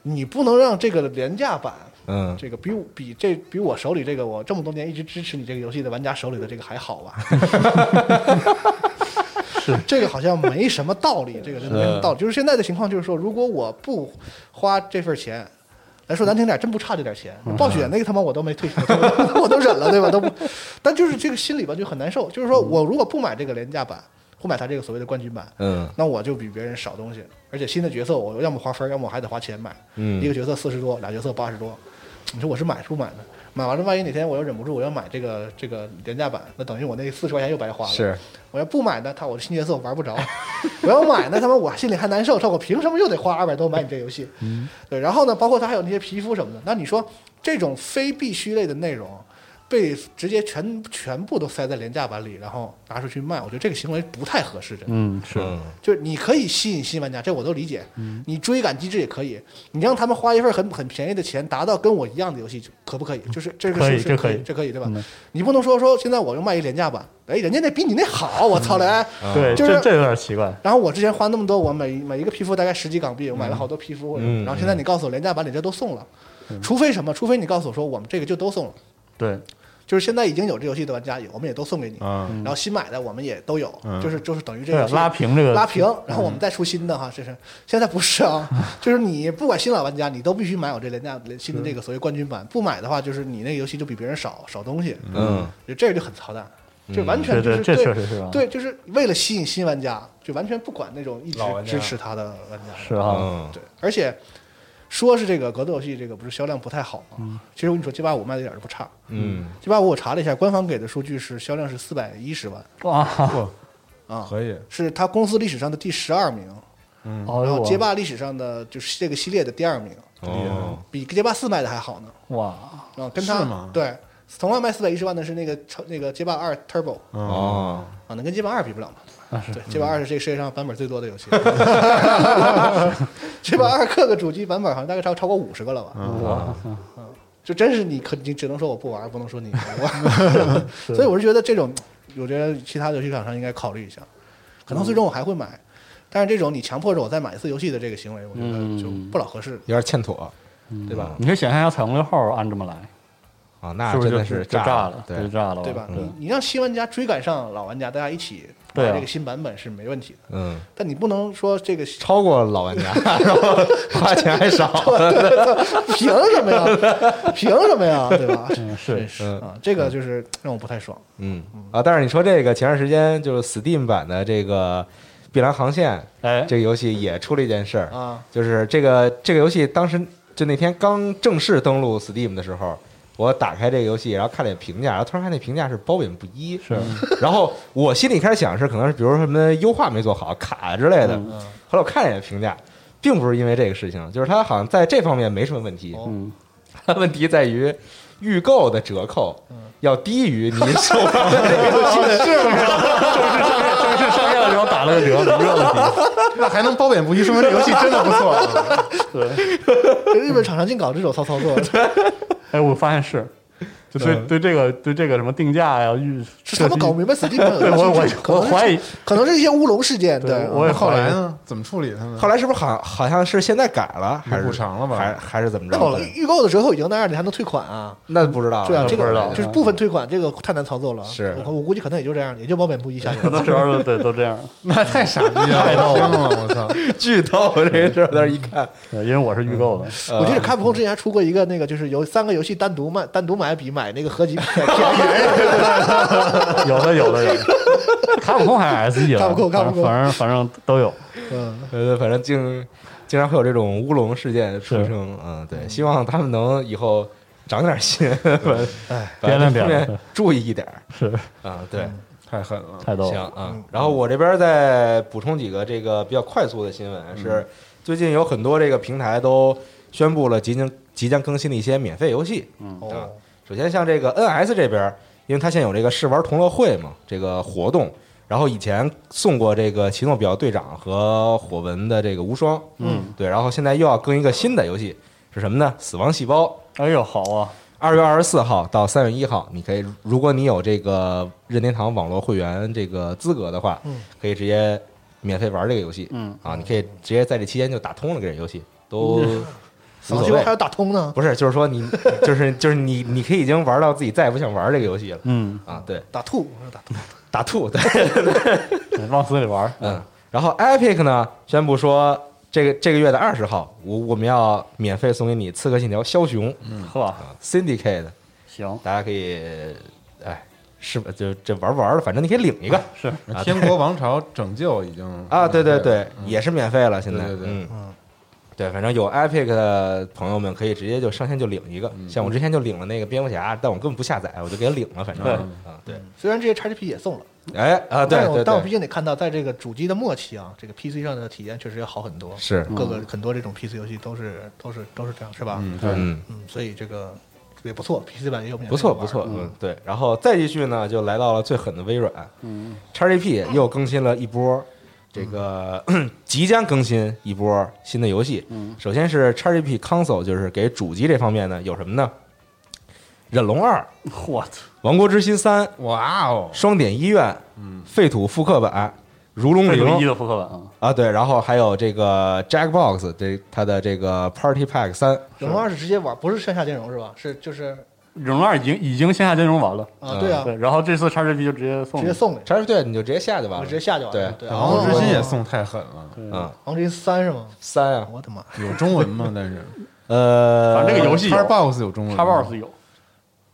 Speaker 4: 你不能让这个廉价版。
Speaker 3: 嗯，
Speaker 4: 这个比我比这比我手里这个我这么多年一直支持你这个游戏的玩家手里的这个还好吧？ *laughs* 是这个好像没什么道理，这个真的没什么道理。就是现在的情况就是说，如果我不花这份钱。来说难听点，真不差这点钱。暴雪那个他妈我都没退，我都我都忍了，对吧？都不，但就是这个心里吧就很难受。就是说我如果不买这个廉价版，不买他这个所谓的冠军版，
Speaker 3: 嗯
Speaker 4: 那我就比别人少东西，而且新的角色我要么花分，要么我还得花钱买。
Speaker 3: 嗯
Speaker 4: 一个角色四十多，俩角色八十多，你说我是买是不买呢？买完了，万一哪天我要忍不住，我要买这个这个廉价版，那等于我那四十块钱又白花了。
Speaker 3: 是，
Speaker 4: 我要不买呢，他我的新角色我玩不着； *laughs* 我要买呢，他妈我心里还难受，他我凭什么又得花二百多买你这游戏？
Speaker 3: 嗯
Speaker 4: 对，然后呢，包括他还有那些皮肤什么的，那你说这种非必须类的内容。被直接全全部都塞在廉价版里，然后拿出去卖，我觉得这个行为不太合适，真的。
Speaker 5: 嗯是
Speaker 3: 嗯
Speaker 4: 就是你可以吸引新玩家，这我都理解。
Speaker 5: 嗯
Speaker 4: 你追赶机制也可以，你让他们花一份很很便宜的钱，达到跟我一样的游戏，可不可以？就是这个
Speaker 5: 嗯可以
Speaker 4: 是
Speaker 5: 这
Speaker 4: 这
Speaker 5: 可以
Speaker 4: 这可以对吧
Speaker 5: 嗯？
Speaker 4: 你不能说说现在我又卖一廉价版，哎，人家那比你那好，我操来。
Speaker 5: 对，
Speaker 4: 就是
Speaker 5: 这这有点奇怪，
Speaker 4: *laughs* 然后我之前花那么多，我每每一个皮肤大概十几港币，我买了好多皮肤，
Speaker 3: 嗯
Speaker 4: 然后
Speaker 5: 嗯
Speaker 4: 现在你告诉我廉价版里这都送了，除非什么？除非你告诉我说我们这个就都送了。
Speaker 5: 对，
Speaker 4: 就是现在已经有这游戏的玩家，我们也都送给你。
Speaker 6: 啊，
Speaker 4: 然后新买的我们也都有，
Speaker 6: 嗯
Speaker 4: 就是就是等于这
Speaker 5: 对嗯
Speaker 4: 个，是
Speaker 5: 拉平这个
Speaker 4: 拉平，然后我们再出新的哈，这是现在不是
Speaker 5: *laughs*
Speaker 4: 啊，就是你不管新老玩家，你都必须买我这廉价新的这个所谓冠军版，不买的话，就是你那个游戏就比别人少少东西，
Speaker 3: 嗯，
Speaker 4: 就这个就很操蛋，这完全
Speaker 5: 对
Speaker 4: 就
Speaker 5: 对，
Speaker 4: 是
Speaker 5: 嗯这确实是啊，
Speaker 4: 对，就是为了吸引新玩家，就完全不管那种一直
Speaker 7: 老玩家
Speaker 4: 支持他的玩家，
Speaker 5: 是啊，
Speaker 3: 嗯，
Speaker 4: 对，而且说是这个格斗游戏这个不是销量不太好
Speaker 5: 嗯
Speaker 4: 嘛，其实我跟你说，街霸五卖的一点儿都不差，
Speaker 3: 嗯，
Speaker 4: 街霸五我查了一下，官方给的数据是销量是四百一十万
Speaker 5: 哇，
Speaker 4: 啊，
Speaker 6: 可以，
Speaker 4: 是他公司历史上的第十二名，
Speaker 5: 然
Speaker 7: 哎
Speaker 4: 然
Speaker 5: 啊
Speaker 4: 后街霸历史上的就是这个系列的第二名，
Speaker 3: 哦，
Speaker 4: 比街霸四卖的还好呢。
Speaker 5: 哇，
Speaker 4: 啊，跟他
Speaker 7: 是吗
Speaker 4: 对，同样卖四百一十万的是那个超那个街霸二 Turbo
Speaker 3: 哦，
Speaker 4: 啊，能跟街霸二比不了
Speaker 7: 嗯
Speaker 4: 吗？对，街霸二是这个世界上版本最多的
Speaker 7: *laughs*
Speaker 4: 游戏。 *laughs* 街霸二各个主机版本好像大概超超过五十个了吧？
Speaker 5: 我
Speaker 4: 就真是你可你只能说我不玩，不能说你
Speaker 7: *laughs*
Speaker 4: 玩。所以我是觉得这种，我觉得其他的游戏厂商应该考虑一下，可能最终我还会买，但是这种你强迫着我再买一次游戏的这个行为，我觉得就
Speaker 7: 嗯
Speaker 4: 不老合适。
Speaker 3: 有点欠妥，
Speaker 5: 嗯
Speaker 3: 对吧？
Speaker 5: 你可以想象一下彩虹六号按这么来，
Speaker 3: 啊，那
Speaker 5: 是不
Speaker 3: 真
Speaker 5: 是
Speaker 3: 的
Speaker 5: 就是就炸
Speaker 3: 了，
Speaker 5: 就
Speaker 3: 对，
Speaker 5: 炸了，
Speaker 4: 对吧？嗯
Speaker 5: 对
Speaker 4: 你你让新玩家追赶上老玩家，大家一起
Speaker 5: 嗯对
Speaker 4: 玩
Speaker 5: 啊
Speaker 4: 这个新版本是没问题的。
Speaker 3: 嗯，
Speaker 4: 但你不能说这个
Speaker 3: 超过老玩家，然后花钱还少，
Speaker 4: *laughs* 凭什么
Speaker 5: *laughs*
Speaker 4: 呀？凭什么呀？对吧？
Speaker 5: 嗯是
Speaker 4: 是啊，这个就是让我不太爽。
Speaker 3: 嗯啊，但是你说这个前段时间就是 Steam 版的这个《碧蓝航线》
Speaker 5: 哎 *laughs*
Speaker 3: 这个游戏也出了一件事儿
Speaker 4: 啊，
Speaker 3: 就是这个这个游戏当时就那天刚正式登陆 Steam 的时候。我打开这个游戏，然后看了眼评价，然后突然看那评价是褒贬不一，
Speaker 5: 是，
Speaker 3: 然后我心里开始想是可能是比如说什么优化没做好、卡之类的，
Speaker 5: 嗯
Speaker 3: 后来我看了一眼评价，并不是因为这个事情，就是它好像在这方面没什么问题，
Speaker 4: 哦
Speaker 5: 嗯，
Speaker 3: 它问题在于预购的折扣
Speaker 4: 嗯
Speaker 3: 要低于你
Speaker 4: *laughs*
Speaker 3: 手上的这个游戏的
Speaker 5: 正式上线了之后打了个折，没有问题，
Speaker 6: 那还能褒贬不一，说明这游戏真的不错。
Speaker 5: *laughs* 对，
Speaker 4: 日本厂商净搞这种骚操
Speaker 5: *laughs*
Speaker 4: 作，
Speaker 5: 哎，我发现是，就对对这个对这个什么定价呀，预
Speaker 4: 是他们搞不明白 Steam 上有
Speaker 5: 对
Speaker 4: 多
Speaker 5: 我
Speaker 4: 少数
Speaker 5: 我
Speaker 4: 据可
Speaker 5: 我
Speaker 4: 能是
Speaker 5: 怀疑，
Speaker 4: 可能是一些乌龙事件。
Speaker 5: 对
Speaker 4: 对，啊
Speaker 5: 我也
Speaker 7: 后
Speaker 5: 怀疑
Speaker 7: 来？呢？怎么处理他们？
Speaker 3: 后来是不是好好像是现在改了，还是
Speaker 6: 补偿了吧
Speaker 3: 还还是怎么
Speaker 4: 那么
Speaker 3: 着？
Speaker 4: 预预购的折扣已经那样，你还能退款啊？
Speaker 3: 那不知道，
Speaker 4: 对啊，这
Speaker 5: 不知
Speaker 4: 个
Speaker 5: 道
Speaker 4: 就是部分退款，这个太难操作了。
Speaker 3: 是
Speaker 4: 我我估计可能也就这样，也就褒贬不一下去
Speaker 5: 很
Speaker 4: 了。
Speaker 5: 多时候对都
Speaker 4: *laughs*
Speaker 5: 这样，
Speaker 7: 那太傻逼了，太逗
Speaker 3: 哦
Speaker 7: 了！我操，
Speaker 3: *laughs* 剧透这个事儿，但是一看，
Speaker 5: 对，因为我是预购的，
Speaker 4: 我记得卡普空之前还出过一个那个，就是有三个游戏单独卖，单独买比买那个合集便宜。
Speaker 5: *laughs* 有的有的有的，卡普空还是 SE
Speaker 4: 嗯
Speaker 5: 了，
Speaker 4: 卡普空卡普空
Speaker 5: 反正反正都有，
Speaker 4: 嗯，
Speaker 3: 呃，反正经经常会有这种乌龙事件出生，嗯，对，希望他们能以后长点心， *laughs* 哎，
Speaker 5: 掂量掂量
Speaker 3: 注意一点儿
Speaker 5: 是
Speaker 3: 啊，对，
Speaker 6: 太狠了，
Speaker 5: 太逗
Speaker 3: 行
Speaker 5: 了，
Speaker 3: 啊。然后我这边再补充几个这个比较快速的新闻，是最近有很多这个平台都宣布了即将即将更新的一些免费游戏，啊
Speaker 4: 哦，
Speaker 3: 首先像这个 NS 这边，因为它现在有这个试玩同乐会嘛，这个活动，然后以前送过这个《奇诺比奥队长》和火纹的这个无双，
Speaker 5: 嗯，
Speaker 3: 对，然后现在又要更一个新的游戏，是什么呢？死亡细胞。
Speaker 5: 哎呦好啊，
Speaker 3: 二月二十四号到三月一号，你可以，如果你有这个任天堂网络会员这个资格的话，可以直接免费玩这个游戏，
Speaker 5: 嗯
Speaker 3: 啊，你可以直接在这期间就打通了这个游戏，都无
Speaker 4: 早
Speaker 3: 所
Speaker 4: 期
Speaker 3: 谓
Speaker 4: 还。要打通呢，
Speaker 3: *laughs* 不是，就是说你，就是就是你，你可以已经玩到自己再也不想玩这个游戏了
Speaker 5: 嗯，
Speaker 3: 啊！对，
Speaker 4: 打吐，我说打吐。
Speaker 3: 打吐，对，
Speaker 5: 往死里玩，
Speaker 3: *laughs* 嗯。然后 Epic 呢宣布说，这个这个月的二十号，我我们要免费送给你《刺客信条：枭雄》
Speaker 5: 呵，
Speaker 3: 啊，Syndicate，
Speaker 5: 行，
Speaker 3: 大家可以，哎，是吧？就这玩玩了，反正你可以领一个
Speaker 5: 是
Speaker 6: 天国王朝拯救已经
Speaker 3: 啊！对对对，也是免费了，现在，
Speaker 6: 对对对
Speaker 3: 嗯。对，反正有 Epic 的朋友们可以直接就上线就领一个，像我之前就领了那个蝙蝠侠，但我根本不下载，我就给领了，反正
Speaker 5: 对
Speaker 3: 啊，对，
Speaker 4: 虽然这些 XGP 也送了，
Speaker 3: 哎啊，对
Speaker 4: 但我
Speaker 3: 对
Speaker 4: 但我毕
Speaker 3: 对，
Speaker 4: 竟得看到，在这个主机的末期啊，这个 PC 上的体验确实要好很多。
Speaker 3: 是，
Speaker 4: 各个很多这种 PC 游戏都是都是都是这样，是吧？嗯
Speaker 3: 嗯，
Speaker 4: 所以这个也不错，PC 版也有免费
Speaker 3: 不错
Speaker 4: 玩
Speaker 3: 不错，嗯，对，然后再继续呢，就来到了最狠的微软，
Speaker 5: 嗯
Speaker 3: ，XGP 又更新了一波，这个 *clears throat* 即将更新一波新的游戏。
Speaker 5: 嗯
Speaker 3: 首先是 XGP Console，就是给主机这方面呢，有什么呢？忍龙二、
Speaker 5: 我操，
Speaker 3: 王国之心三、
Speaker 6: 哇哦，
Speaker 3: 双点医院、嗯，废土复刻版、如
Speaker 5: *laughs*
Speaker 3: 龙
Speaker 5: 这是一
Speaker 3: 零
Speaker 5: 的复刻版啊，
Speaker 3: 啊，对，然后还有这个 Jackbox 这它的这个 Party Pack 三，
Speaker 4: 忍龙二是直接玩，不是上下兼容是吧？是就是
Speaker 5: 忍龙二已经已经线下兼容完了，
Speaker 4: 啊，对啊，
Speaker 5: 对，然后这次 XGP 就直接送
Speaker 4: 直接
Speaker 5: 了，
Speaker 4: 送你，
Speaker 3: 叉 P 对你就直接下就完
Speaker 4: 我
Speaker 3: 了，
Speaker 4: 直接下就完了。
Speaker 3: 对
Speaker 4: 对，
Speaker 6: 王
Speaker 4: 王
Speaker 6: 志
Speaker 4: 志
Speaker 6: 新
Speaker 4: 新
Speaker 6: 也送太狠了，
Speaker 3: 嗯
Speaker 4: 王志新三是吗？
Speaker 3: 三啊，
Speaker 4: 我的妈！
Speaker 6: 有中文吗？但是
Speaker 3: 呃，
Speaker 5: 反正这个游戏有
Speaker 6: 叉 box 有中文吗，
Speaker 5: 叉 box 有，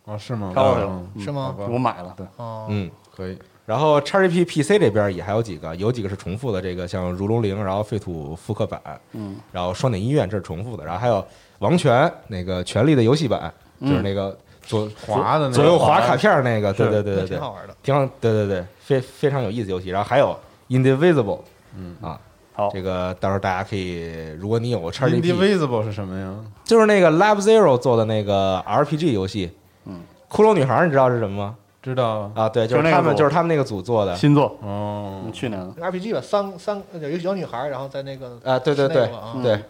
Speaker 6: 啊是吗？
Speaker 5: 叉 box
Speaker 6: 嗯
Speaker 5: 有
Speaker 4: 是吗
Speaker 6: 好吧
Speaker 5: 我买了，对，
Speaker 4: 哦，
Speaker 3: 嗯，
Speaker 6: 可以，
Speaker 3: 然后 XGP PC 这边也还有几个，有几个是重复的，这个像《如龙零》，然后《废土复刻版》，
Speaker 5: 嗯，
Speaker 3: 然后《双点医院》这是重复的，然后还有《王权》那个《权力的游戏版》，就是那个左
Speaker 6: 滑的那个
Speaker 3: 左右滑卡片儿那个，对对对对
Speaker 4: 挺
Speaker 3: 对，
Speaker 4: 好玩的。
Speaker 3: 挺好，对对对，非非常有意思游戏。然后还有 Indivisible，嗯啊，
Speaker 5: 好
Speaker 3: 这个到时候大家可以，如果你有 XGP，
Speaker 6: Indivisible 是什么呀？
Speaker 3: 就是那个 Lab Zero 做的那个 RPG 游戏，
Speaker 5: 嗯，
Speaker 3: 骷髅女孩儿你知道是什么吗？
Speaker 6: 知道啊
Speaker 3: 啊，对，就是
Speaker 5: 就那个
Speaker 3: 他们，
Speaker 5: 组
Speaker 3: 就是他们那个组做的，
Speaker 5: 新作，
Speaker 6: 哦
Speaker 5: 嗯，去年的，
Speaker 4: RPG 吧，三三有一个小女孩，然后在那
Speaker 6: 呃
Speaker 4: 个
Speaker 3: 啊，对对
Speaker 4: 是那
Speaker 3: 对
Speaker 4: 个吧啊
Speaker 3: 对
Speaker 4: 啊，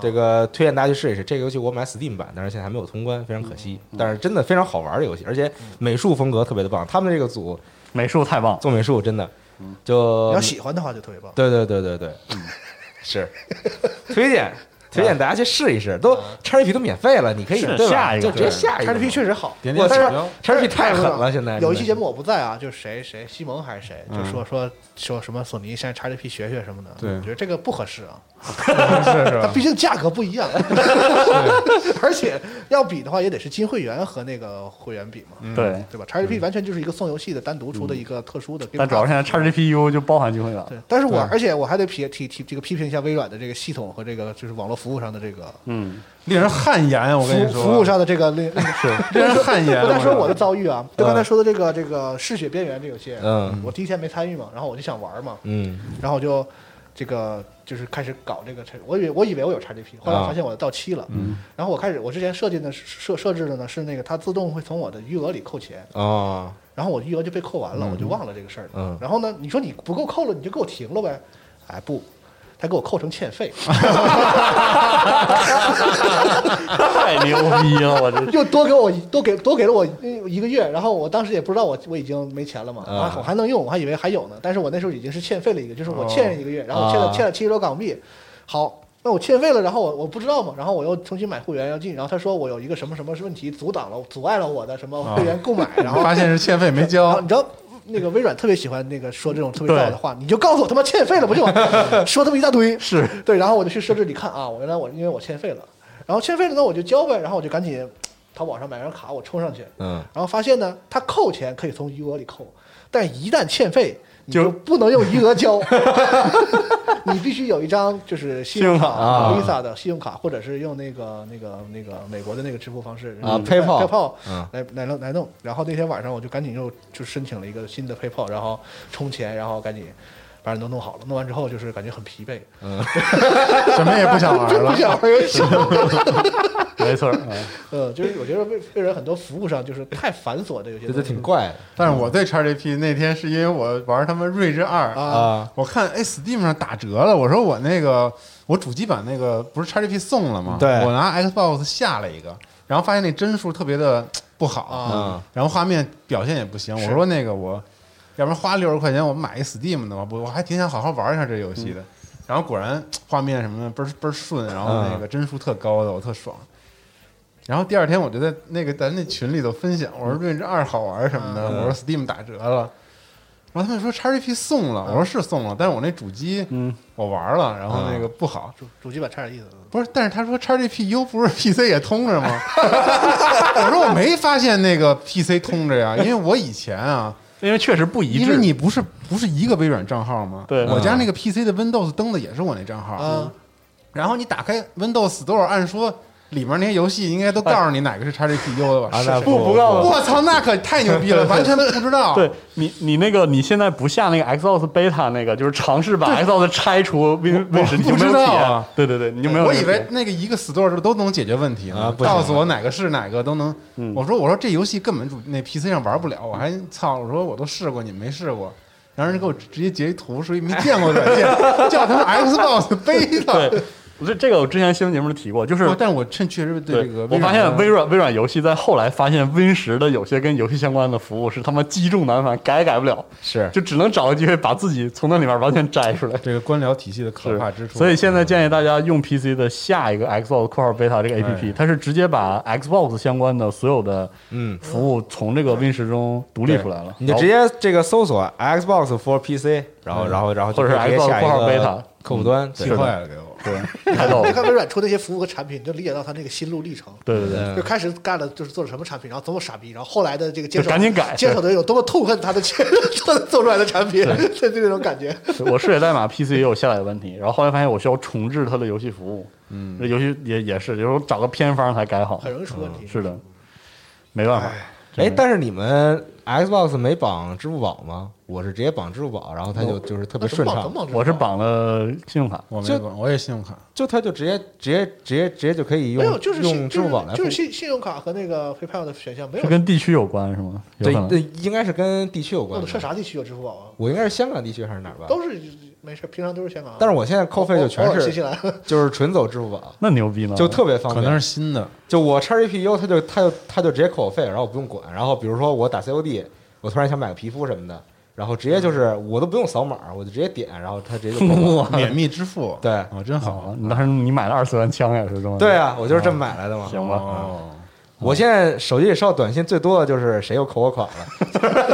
Speaker 3: 这个推荐大家去试一试。这个游戏我买 Steam 版，但是现在还没有通关，非常可
Speaker 4: 嗯
Speaker 3: 惜。但是真的非常好玩的游戏，而且美术风格特别的棒。他们这个组
Speaker 5: 美术太棒了，
Speaker 3: 做美术真的
Speaker 4: 嗯
Speaker 3: 就
Speaker 4: 你要喜欢的话就特别棒。
Speaker 3: 对对对对对，
Speaker 4: 嗯
Speaker 3: *laughs* 是推荐推荐大家去试一试，
Speaker 4: 啊
Speaker 3: 都 XGP 都免费了，你可以
Speaker 5: 是
Speaker 3: 对吧
Speaker 5: 下一个
Speaker 3: 就直接
Speaker 5: 对
Speaker 3: 下一个
Speaker 4: XGP 确实好，
Speaker 6: 点
Speaker 3: 我
Speaker 6: 点
Speaker 3: 但
Speaker 6: 小标
Speaker 3: 是 XGP 太狠了，现在
Speaker 4: 哎有一期节
Speaker 3: 目
Speaker 4: 目我不在啊，就是谁谁西蒙还是谁，就说说说什么索尼现在 XGP 学学什么的，
Speaker 6: 嗯对
Speaker 4: 我觉得这个不合适啊，
Speaker 6: *laughs* 是是
Speaker 4: 它
Speaker 6: 吧？
Speaker 4: 毕竟价格不一样，而且要比的话也得是金会员和那个会员比
Speaker 6: 嗯
Speaker 4: 嘛，
Speaker 5: 对，
Speaker 4: 对吧？XGP 完全就是一个送游戏的单独出的一个特殊的 Game Pass，
Speaker 5: 但主要现在 XGPU 就包含机会了，
Speaker 4: 对，但是我而且我还得批提提这个批评一下微软的这个系统和这个就是网络服务上的这个
Speaker 5: *laughs* 嗯，
Speaker 6: 令人汗颜，啊我
Speaker 4: 服
Speaker 6: 跟
Speaker 4: 务
Speaker 6: 你说，啊
Speaker 4: 服务上的这个
Speaker 6: *laughs*
Speaker 4: 令。
Speaker 6: 令人汗颜。
Speaker 4: *laughs* 我再说我的
Speaker 6: 的，
Speaker 4: 遭遇
Speaker 6: 嗯
Speaker 4: 啊，就刚才说的这个这个《嗜血边缘》这游戏，
Speaker 3: 嗯
Speaker 4: 我第一天没参与嘛，然后我就想玩嘛，
Speaker 3: 嗯
Speaker 4: 然后就这个就是开始搞这个产，我以为我以为我有
Speaker 6: 嗯
Speaker 4: XGP，后来我发现我的到期了，然后我开始我之前设定的是设设置的呢是那个它自动会从我的余额里扣钱，
Speaker 3: 哦
Speaker 4: 然后我余额就被扣完了，我就忘了这个事儿了。
Speaker 3: 嗯
Speaker 4: 然后呢，你说你不够扣了，你就给我停了呗？哎不。他给我扣成
Speaker 6: *laughs*
Speaker 4: 欠费，
Speaker 5: 太牛逼了，我
Speaker 4: *laughs*
Speaker 5: 这
Speaker 4: 又多给我多给多给了我一个月，然后我当时也不知道我我已经没钱了嘛，
Speaker 3: 啊
Speaker 4: 啊，我还能用，我还以为还有呢，但是我那时候已经是欠费了一个，就是
Speaker 6: 哦
Speaker 4: 我欠人一个月，然后欠
Speaker 3: 啊
Speaker 4: 了欠了七十多港币，好，那我欠费了，然后我我不知道嘛，然后我又重新买会员要进，然后他说我有一个什么什么问题阻挡了阻碍了我的什么会员购买，然后
Speaker 6: 啊发现是欠费没
Speaker 4: 然
Speaker 6: 交
Speaker 4: 后你，知道那个微软特别喜欢那个说这种特别燥的话，你就告诉我他妈欠费了不就 *laughs* 完？说他妈一大堆，是对。然后我就去设置里看啊，我原来我因为我欠费了，然后欠费了那我就交呗，然后我就赶紧淘宝上买张卡我充上去，
Speaker 3: 嗯
Speaker 4: 然后发现呢，他扣钱可以从余额里扣，但一旦欠费。你
Speaker 5: 就
Speaker 4: 就不能用余额交， *laughs* 你必须有一张就是信用卡
Speaker 5: 信
Speaker 3: 啊
Speaker 4: Visa 的信用卡，或者是用那个那个那个美国的那个支付方式
Speaker 3: 啊
Speaker 4: 嗯
Speaker 3: PayPal
Speaker 4: PayPal
Speaker 3: 嗯
Speaker 4: 来来弄来弄。然后那天晚上我就赶紧又就申请了一个新的 PayPal，然后充钱，然后赶紧把人都弄好了。弄完之后就是感觉很疲惫，
Speaker 6: 什么也不想玩
Speaker 4: 不
Speaker 6: 了。
Speaker 4: 想玩游戏。
Speaker 5: 没错，嗯
Speaker 4: 嗯，就是我觉得为为人很多服务上就是太繁琐的有些
Speaker 3: 这就
Speaker 4: 东西
Speaker 3: 挺怪
Speaker 6: 但是我对 XGP 那天是因为我玩他们《睿智二》
Speaker 3: 的
Speaker 4: 啊，
Speaker 3: 啊
Speaker 6: 我看哎 Steam 上打折了，我说我那个我主机版那个不是 XGP 送了吗？
Speaker 3: 对
Speaker 6: 我拿 Xbox 下了一个，然后发现那帧数特别的不好，
Speaker 4: *laughs* 啊
Speaker 6: 然后画面表现也不行。我说那个我，要不然花六十块钱我买一 Steam 的吧，我我还挺想好好玩一下这游戏的。然后果然画面什么的倍儿倍儿顺，然后那个帧数特高的，我特爽。然后第二天我就在那个咱那群里头分享，我说《瑞智二》好玩什么的，我说 Steam 打折了。然后他们说 XGP 送了，我说是送了，但是我那主机
Speaker 5: 嗯，
Speaker 6: 我玩了，然后那个不好，
Speaker 4: 主主机版差点意思。
Speaker 6: 不是，但是他说 XGPU 不是 PC 也通着吗？
Speaker 5: *laughs*
Speaker 6: 我说我没发现那个 PC 通着呀，因为我以前啊，
Speaker 5: 因为确实不 *laughs* 一致，
Speaker 6: 因为你不是不是一个微软账号吗？
Speaker 5: 对嗯
Speaker 6: 我家那个 PC 的 Windows 登的也是我那账号，
Speaker 4: 啊
Speaker 6: 然后你打开 Windows Store，按说里面那些游戏应该都告诉你哪个是 XGPU 的吧？
Speaker 3: 啊，那
Speaker 5: 不不告诉
Speaker 6: 我操，那可太牛逼
Speaker 5: *laughs*
Speaker 6: 了，完全不知道。
Speaker 5: 对你，你那个你现在不下那个 Xbox Beta 那个，就是尝试把 Xbox 拆除 Win
Speaker 6: 我
Speaker 5: Win 十，你就
Speaker 6: 不知
Speaker 5: 没有体
Speaker 6: 道
Speaker 5: 验
Speaker 6: 啊。
Speaker 5: 对对对，你就没有那
Speaker 6: 我
Speaker 5: 个体
Speaker 6: 以
Speaker 5: 验。
Speaker 6: 为那个一个 store 这都能解决问题呢，
Speaker 3: 啊不行
Speaker 6: 告诉我哪个是哪个都能。我说我说这游戏根本主那 PC 上玩不了，我还操，我说我都试过，你们没试过。
Speaker 5: *laughs*
Speaker 6: 然后人给我直接截一图，说一没见过的软件，叫他们 Xbox
Speaker 5: 对
Speaker 6: Beta。
Speaker 5: 这这个我之前新闻节目提过，就是
Speaker 7: 不但我趁确实对
Speaker 5: 对
Speaker 7: 这个，
Speaker 5: 我
Speaker 7: 微软
Speaker 5: 发
Speaker 7: 的
Speaker 5: 现微软微软游戏在后来发现 Win 十的有些跟游戏相关的服务是他妈积重难返，改也改不了，
Speaker 3: 是
Speaker 5: 就只能找个机会把自己从那里面完全摘出来。
Speaker 7: 这个官僚体系的可怕之处。
Speaker 5: 所以现在建议大家用 PC 的下一个 Xbox 括号 beta 这个
Speaker 3: 哎
Speaker 5: APP，、它是直接把 Xbox 相关的所有的
Speaker 3: 嗯
Speaker 5: 服务从这个 Win 十中独立出来了，
Speaker 3: 你就直接这个搜索 Xbox for PC，然后然后然后就
Speaker 5: 嗯或者是
Speaker 3: 可以直接
Speaker 5: Xbox
Speaker 3: 下一
Speaker 5: 括号 beta 嗯
Speaker 3: 个客户端，对
Speaker 7: 气坏了给我。
Speaker 5: 然后太逗
Speaker 4: 别
Speaker 5: 了。
Speaker 3: *laughs*
Speaker 4: 看微软出那些服务和产品，你就理解到他那个心路历程。
Speaker 5: 对对对。
Speaker 3: 嗯
Speaker 4: 就开始干了，就是做了什么产品，然后多么傻逼，然后后来的这个接
Speaker 5: 就
Speaker 4: 手
Speaker 5: 赶紧改
Speaker 4: 接手的人有多么痛恨 *laughs* 他的做做出来的产品，对这种感觉。
Speaker 5: *laughs* 我试写代码 PC 也有下载的问题，然后后来发现我需要重置它的游戏服务，嗯，这游戏也也是，有时候找个偏方才改好，嗯
Speaker 4: 很容易出问题
Speaker 5: 是的，没办法，
Speaker 3: 哎，但是你们 Xbox 没绑支付宝吗？我是直接绑支付宝，然后它就就是
Speaker 4: *laughs*
Speaker 3: 特别
Speaker 4: 哦那怎么
Speaker 3: 顺
Speaker 4: 绑怎
Speaker 3: 畅
Speaker 4: 么，绑这个
Speaker 5: 我是绑了信用卡，
Speaker 7: 我没
Speaker 3: 就
Speaker 7: 管，我也信用卡，
Speaker 3: 就它就直接直接直接直接就可以
Speaker 4: 没有，
Speaker 3: 用
Speaker 4: 就是信
Speaker 3: 用支
Speaker 4: 就
Speaker 3: 付宝
Speaker 4: 是
Speaker 3: 来付
Speaker 4: 就是。信信用卡和那个 PayPal 的选项没
Speaker 5: 是
Speaker 4: 有。
Speaker 5: 跟地区有关是吗？有
Speaker 3: 对
Speaker 5: 可，能
Speaker 3: 对，应该是跟地区有
Speaker 4: 那
Speaker 3: 关
Speaker 4: 我
Speaker 3: 的
Speaker 4: 上。啥地区有支付宝啊？
Speaker 3: 我应该是香港地区还是哪儿吧？
Speaker 4: 都哦是没事，平常都是香港啊。
Speaker 3: 但是我现在扣费就全
Speaker 4: 偶尔新西
Speaker 3: 是
Speaker 4: 兰
Speaker 3: 就是纯走支付宝，
Speaker 5: 那牛逼呢，
Speaker 3: 就特别方
Speaker 6: 可能
Speaker 3: 便
Speaker 6: 是。新的，
Speaker 3: 就我插 GPU，它就它就它就直接扣我费，然后我不用管。然后比如说我打 COD，我突然想买个皮肤什么的，然后直接就是
Speaker 5: 嗯
Speaker 3: 我都不用扫码，我就直接点，然后它直接就扣我。
Speaker 7: 免密支付，
Speaker 3: 对
Speaker 7: 啊，真好。
Speaker 5: 好，你当时你买了二次元枪也是这么
Speaker 3: 对，啊，我就是这么买来的嘛。嗯
Speaker 5: 行吧，
Speaker 7: 哦，
Speaker 3: 我现在手机里收到短信最多的就是谁又扣我款了，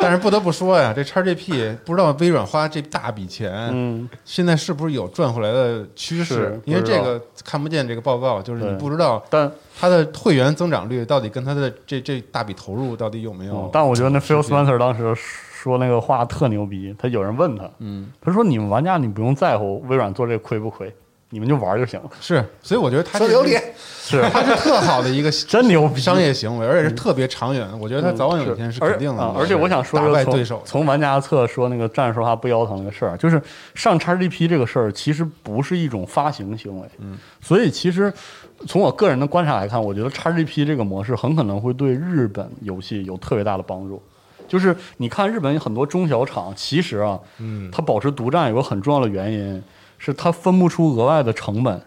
Speaker 7: 但是不得不说呀，这叉 GP 不知道微软花这大笔钱，
Speaker 5: 嗯，
Speaker 7: 现在是不是有赚回来的趋势
Speaker 5: 是？
Speaker 7: 因为
Speaker 5: 不知
Speaker 7: 这
Speaker 5: 道
Speaker 7: 个看不见这个报告，就是你
Speaker 5: 对
Speaker 7: 不知道
Speaker 5: 但
Speaker 7: 它的会员增长率到底跟它的这这大笔投入到底有没有
Speaker 5: 嗯？但我觉得那 Phil Spencer 当时说那个话特牛逼，他有人问他，嗯，他说你们玩家你不用在乎微软做这亏不亏，你们就玩就行了，
Speaker 7: 是，所以我觉得它
Speaker 4: 说
Speaker 7: 这
Speaker 4: 的有理，
Speaker 5: 是
Speaker 7: 它是特好的一
Speaker 5: *laughs*
Speaker 7: 个
Speaker 5: 真牛逼，嗯
Speaker 7: 商业行为，而且是特别长远。我觉得它早晚有一天是肯定的。
Speaker 5: 而啊而且我想说，
Speaker 7: 打
Speaker 5: 就
Speaker 7: 败
Speaker 5: 是
Speaker 7: 对
Speaker 5: 从
Speaker 7: 手的，
Speaker 5: 从玩家侧说那个站着说话不腰疼那个事儿，就是上 XGP 这个事儿，其实不是一种发行行为。嗯，所以其实从我个人的观察来看，我觉得 XGP 这个模式很可能会对日本游戏有特别大的帮助。就是你看日本很多中小厂，其实啊，嗯，它保持独占有个很重要的原因是它分不出额外的成本，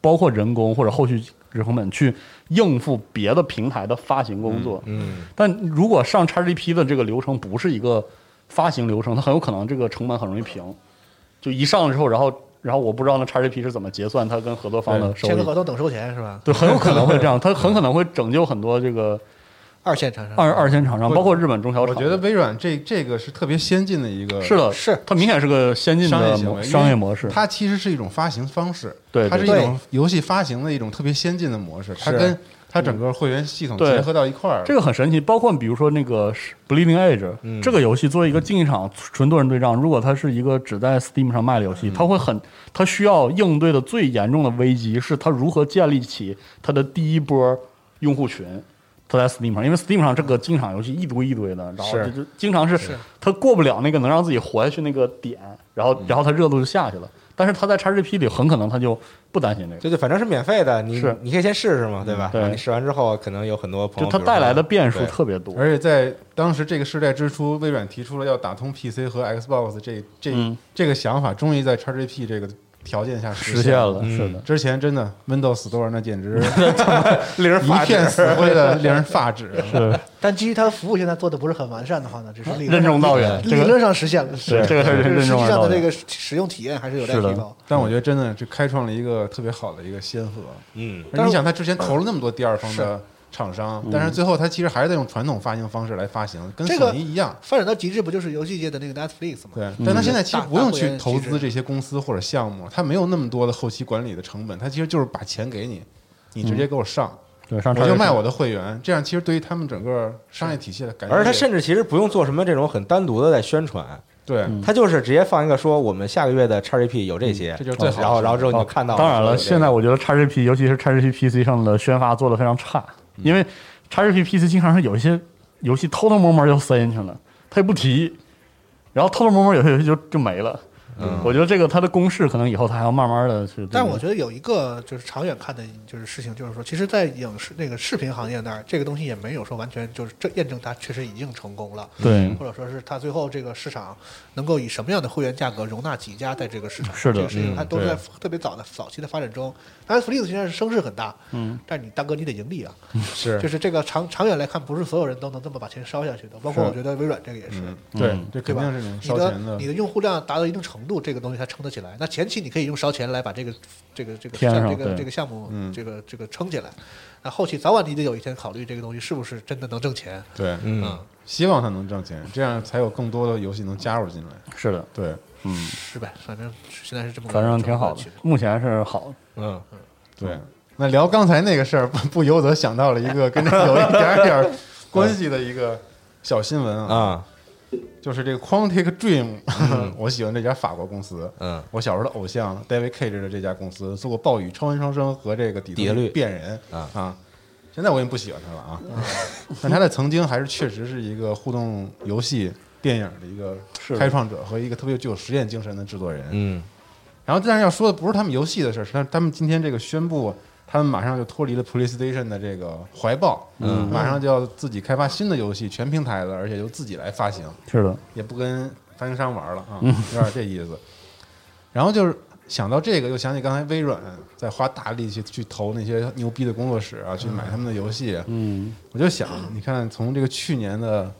Speaker 5: 包括人工或者后续成本去应付别的平台的发行工作。
Speaker 3: 嗯，
Speaker 5: 但如果上 XGP 的这个流程不是一个发行流程，它很有可能这个成本很容易平，就一上了之后，然后然后我不知道那 XGP 是怎么结算它跟合作方的收
Speaker 4: 签个合
Speaker 5: 益，
Speaker 4: 同等收钱是吧？
Speaker 5: 对，很有可能会这样，它很可能会拯救很多这个
Speaker 4: 二线厂商
Speaker 5: 二二线厂商，包括日本中小
Speaker 7: 我
Speaker 5: 厂。
Speaker 7: 觉得微软这这个是特别先进的一个
Speaker 5: 是的，
Speaker 4: 是
Speaker 5: 它明显是个先进
Speaker 7: 商业
Speaker 5: 的
Speaker 7: 行
Speaker 5: 模
Speaker 7: 为，
Speaker 5: 商业模式，
Speaker 7: 它其实是一种发行方式，
Speaker 5: 对
Speaker 7: 它是一
Speaker 5: 对
Speaker 7: 种游戏发行的一种特别先进的模式，它跟它整个会员系统
Speaker 5: 对
Speaker 7: 结合到一块儿。
Speaker 5: 这个很神奇，包括比如说那个《Bleeding Edge》这个游戏，作为一个竞技场纯多人对战，如果它是一个只在 Steam 上卖的游戏，它会很，它需要应对的最严重的危机是它如何建立起它的第一波用户群。它在 Steam 上，因为 Steam 上这个竞技场游戏一堆一堆的，然后就就经常是它过不了那个能让自己活下去那个点，然后然后它热度就下去了。但是它在 XGP 里很可能它就不担心这个。
Speaker 3: 就就反正是免费的，你
Speaker 5: 是
Speaker 3: 你可以先试试嘛，对吧？
Speaker 5: 对
Speaker 3: 然后你试完之后，可能有很多朋
Speaker 5: 就
Speaker 3: 友
Speaker 5: 它
Speaker 3: 比如
Speaker 5: 带来
Speaker 3: 说
Speaker 5: 的变数
Speaker 3: 对
Speaker 5: 特别多，
Speaker 7: 而且在当时这个时代之初，微软提出了要打通 PC 和 Xbox 这这、
Speaker 5: 嗯
Speaker 7: 这个想法，终于在 XGP 这个条件下
Speaker 5: 实现
Speaker 7: 现
Speaker 5: 了，嗯是的。
Speaker 7: 之前真的 Windows Store 那简直
Speaker 5: *laughs*
Speaker 3: 令人
Speaker 7: 一
Speaker 3: 发指
Speaker 7: 片死灰的令人发指。
Speaker 4: 但基于它的服务现在做的不是很完善的话呢，只是理论
Speaker 5: 啊任重道远，
Speaker 4: 理
Speaker 5: 这个
Speaker 4: 论上实现了，
Speaker 5: 对这个事儿
Speaker 4: 就是
Speaker 5: 任
Speaker 4: 实
Speaker 5: 重
Speaker 4: 际
Speaker 5: 而
Speaker 4: 上
Speaker 5: 道
Speaker 4: 的这
Speaker 5: 远。
Speaker 4: 个使用体验还是有待
Speaker 5: 是的
Speaker 4: 提高。
Speaker 7: 但我觉得真的是开创了一个特别好的一个先河。
Speaker 3: 嗯，
Speaker 7: 而你想，他之前投了那么多第二方的厂商，
Speaker 5: 嗯
Speaker 7: 但是最后他其实还是在用传统发行方式来发行，跟
Speaker 4: 这
Speaker 7: 索
Speaker 4: 个
Speaker 7: 尼一样。
Speaker 4: 发展到极致不就是游戏界的那个 Netflix 吗？
Speaker 5: 嗯
Speaker 7: 对，但他现在其实不用
Speaker 4: 大会
Speaker 7: 去
Speaker 4: 员机制
Speaker 7: 投资这些公司或者项目，他没有那么多的后期管理的成本，他其实就是把钱给你，你直接
Speaker 5: 嗯
Speaker 7: 给我上，
Speaker 5: 对，上
Speaker 7: 我就卖
Speaker 5: 我。
Speaker 7: 我的会员。这样其实对于他们整个商业体系的改，
Speaker 3: 而且它甚至其实不用做什么这种很单独的在宣传，
Speaker 7: 对，
Speaker 3: 它就是直接放一个说我们下个月的 XGP 有这些，
Speaker 7: 这就是最好的
Speaker 3: 然后然后之后你就看到。
Speaker 5: 当然了，现在我觉得 XGP，尤其是 XGP PC 上的宣发做的非常差，因为 XGP PC 经常是有一些游戏偷偷摸摸就塞进去了，他也不提，然后偷偷摸摸有些游戏就就没了。
Speaker 3: 嗯
Speaker 5: 我觉得这个它的公式可能以后它还要慢慢的去。
Speaker 4: 但是我觉得有一个就是长远看的，就是事情，就是说，其实，在影视那个视频行业那儿，这个东西也没有说完全就是证验证它确实已经成功了，
Speaker 5: 对
Speaker 4: 或者说是它最后这个市场能够以什么样的会员价格容纳几家在这个市场，
Speaker 5: 是的
Speaker 4: 这个事情它
Speaker 5: 嗯
Speaker 4: 都是在
Speaker 5: 对
Speaker 4: 特别早的早期的发展中。当然，Flix 现在是声势很大，
Speaker 5: 嗯，
Speaker 4: 但你大哥你得盈利啊，
Speaker 6: 是
Speaker 4: 就是这个长长远来看，不是所有人都能这么把钱烧下去的，包括我觉得微软这个也是。
Speaker 6: 对
Speaker 5: 嗯，
Speaker 6: 这
Speaker 4: 对
Speaker 6: 肯
Speaker 4: 吧？
Speaker 6: 定是你
Speaker 4: 你
Speaker 6: 烧钱的
Speaker 4: 你的用户量达到一定程度，这个东西才撑得起来。那前期你可以用烧钱来把这个这个这个
Speaker 5: 添
Speaker 4: 项
Speaker 5: 上
Speaker 4: 这个
Speaker 5: 对
Speaker 4: 这个项目、这个这个撑起来。那后期早晚你得有一天考虑这个东西是不是真的能挣钱。
Speaker 6: 对，
Speaker 3: 嗯，
Speaker 6: 希望它能挣钱，这样才有更多的游戏能加入进来。
Speaker 5: 是的，
Speaker 6: 对，
Speaker 5: 嗯，
Speaker 4: 是呗？反正现在是这么个
Speaker 5: 反正挺好
Speaker 4: 这
Speaker 5: 的
Speaker 4: 么个情，
Speaker 5: 目前是好的。
Speaker 3: 嗯，
Speaker 6: 对，那聊刚才那个事儿，不不由得想到了一个跟这有一点点儿关系的一个小新闻啊，
Speaker 3: 啊，
Speaker 6: 就是这个 Quantic Dream，、我 *laughs* 喜欢这家法国公司，
Speaker 3: 嗯，
Speaker 6: 我小时候的偶像 David Cage 的这家公司做过《暴雨》《超人双生》和这个底
Speaker 3: 底特律
Speaker 6: 变人
Speaker 3: 啊
Speaker 6: 现在我已经不喜欢他
Speaker 3: *laughs*
Speaker 6: 了啊，但他在曾经还是确实是一个互动游戏电影的一个
Speaker 5: 是
Speaker 6: 开创者和一个特别具有实验精神的制作人，
Speaker 3: 嗯，
Speaker 6: 然后，但是要说的不是他们游戏的事儿，是他他们今天这个宣布，他们马上就脱离了 PlayStation 的这个怀抱，嗯，马上就要自己开发新的游戏，全平台的，而且由自己来发行，
Speaker 5: 是的，
Speaker 6: 也不跟发行商玩了啊，有点这意思。然后就是想到这个，又想起刚才微软在花大力气去投那些牛逼的工作室啊，去买他们的游戏，
Speaker 5: 嗯，
Speaker 6: 我就想，你看从这个去年的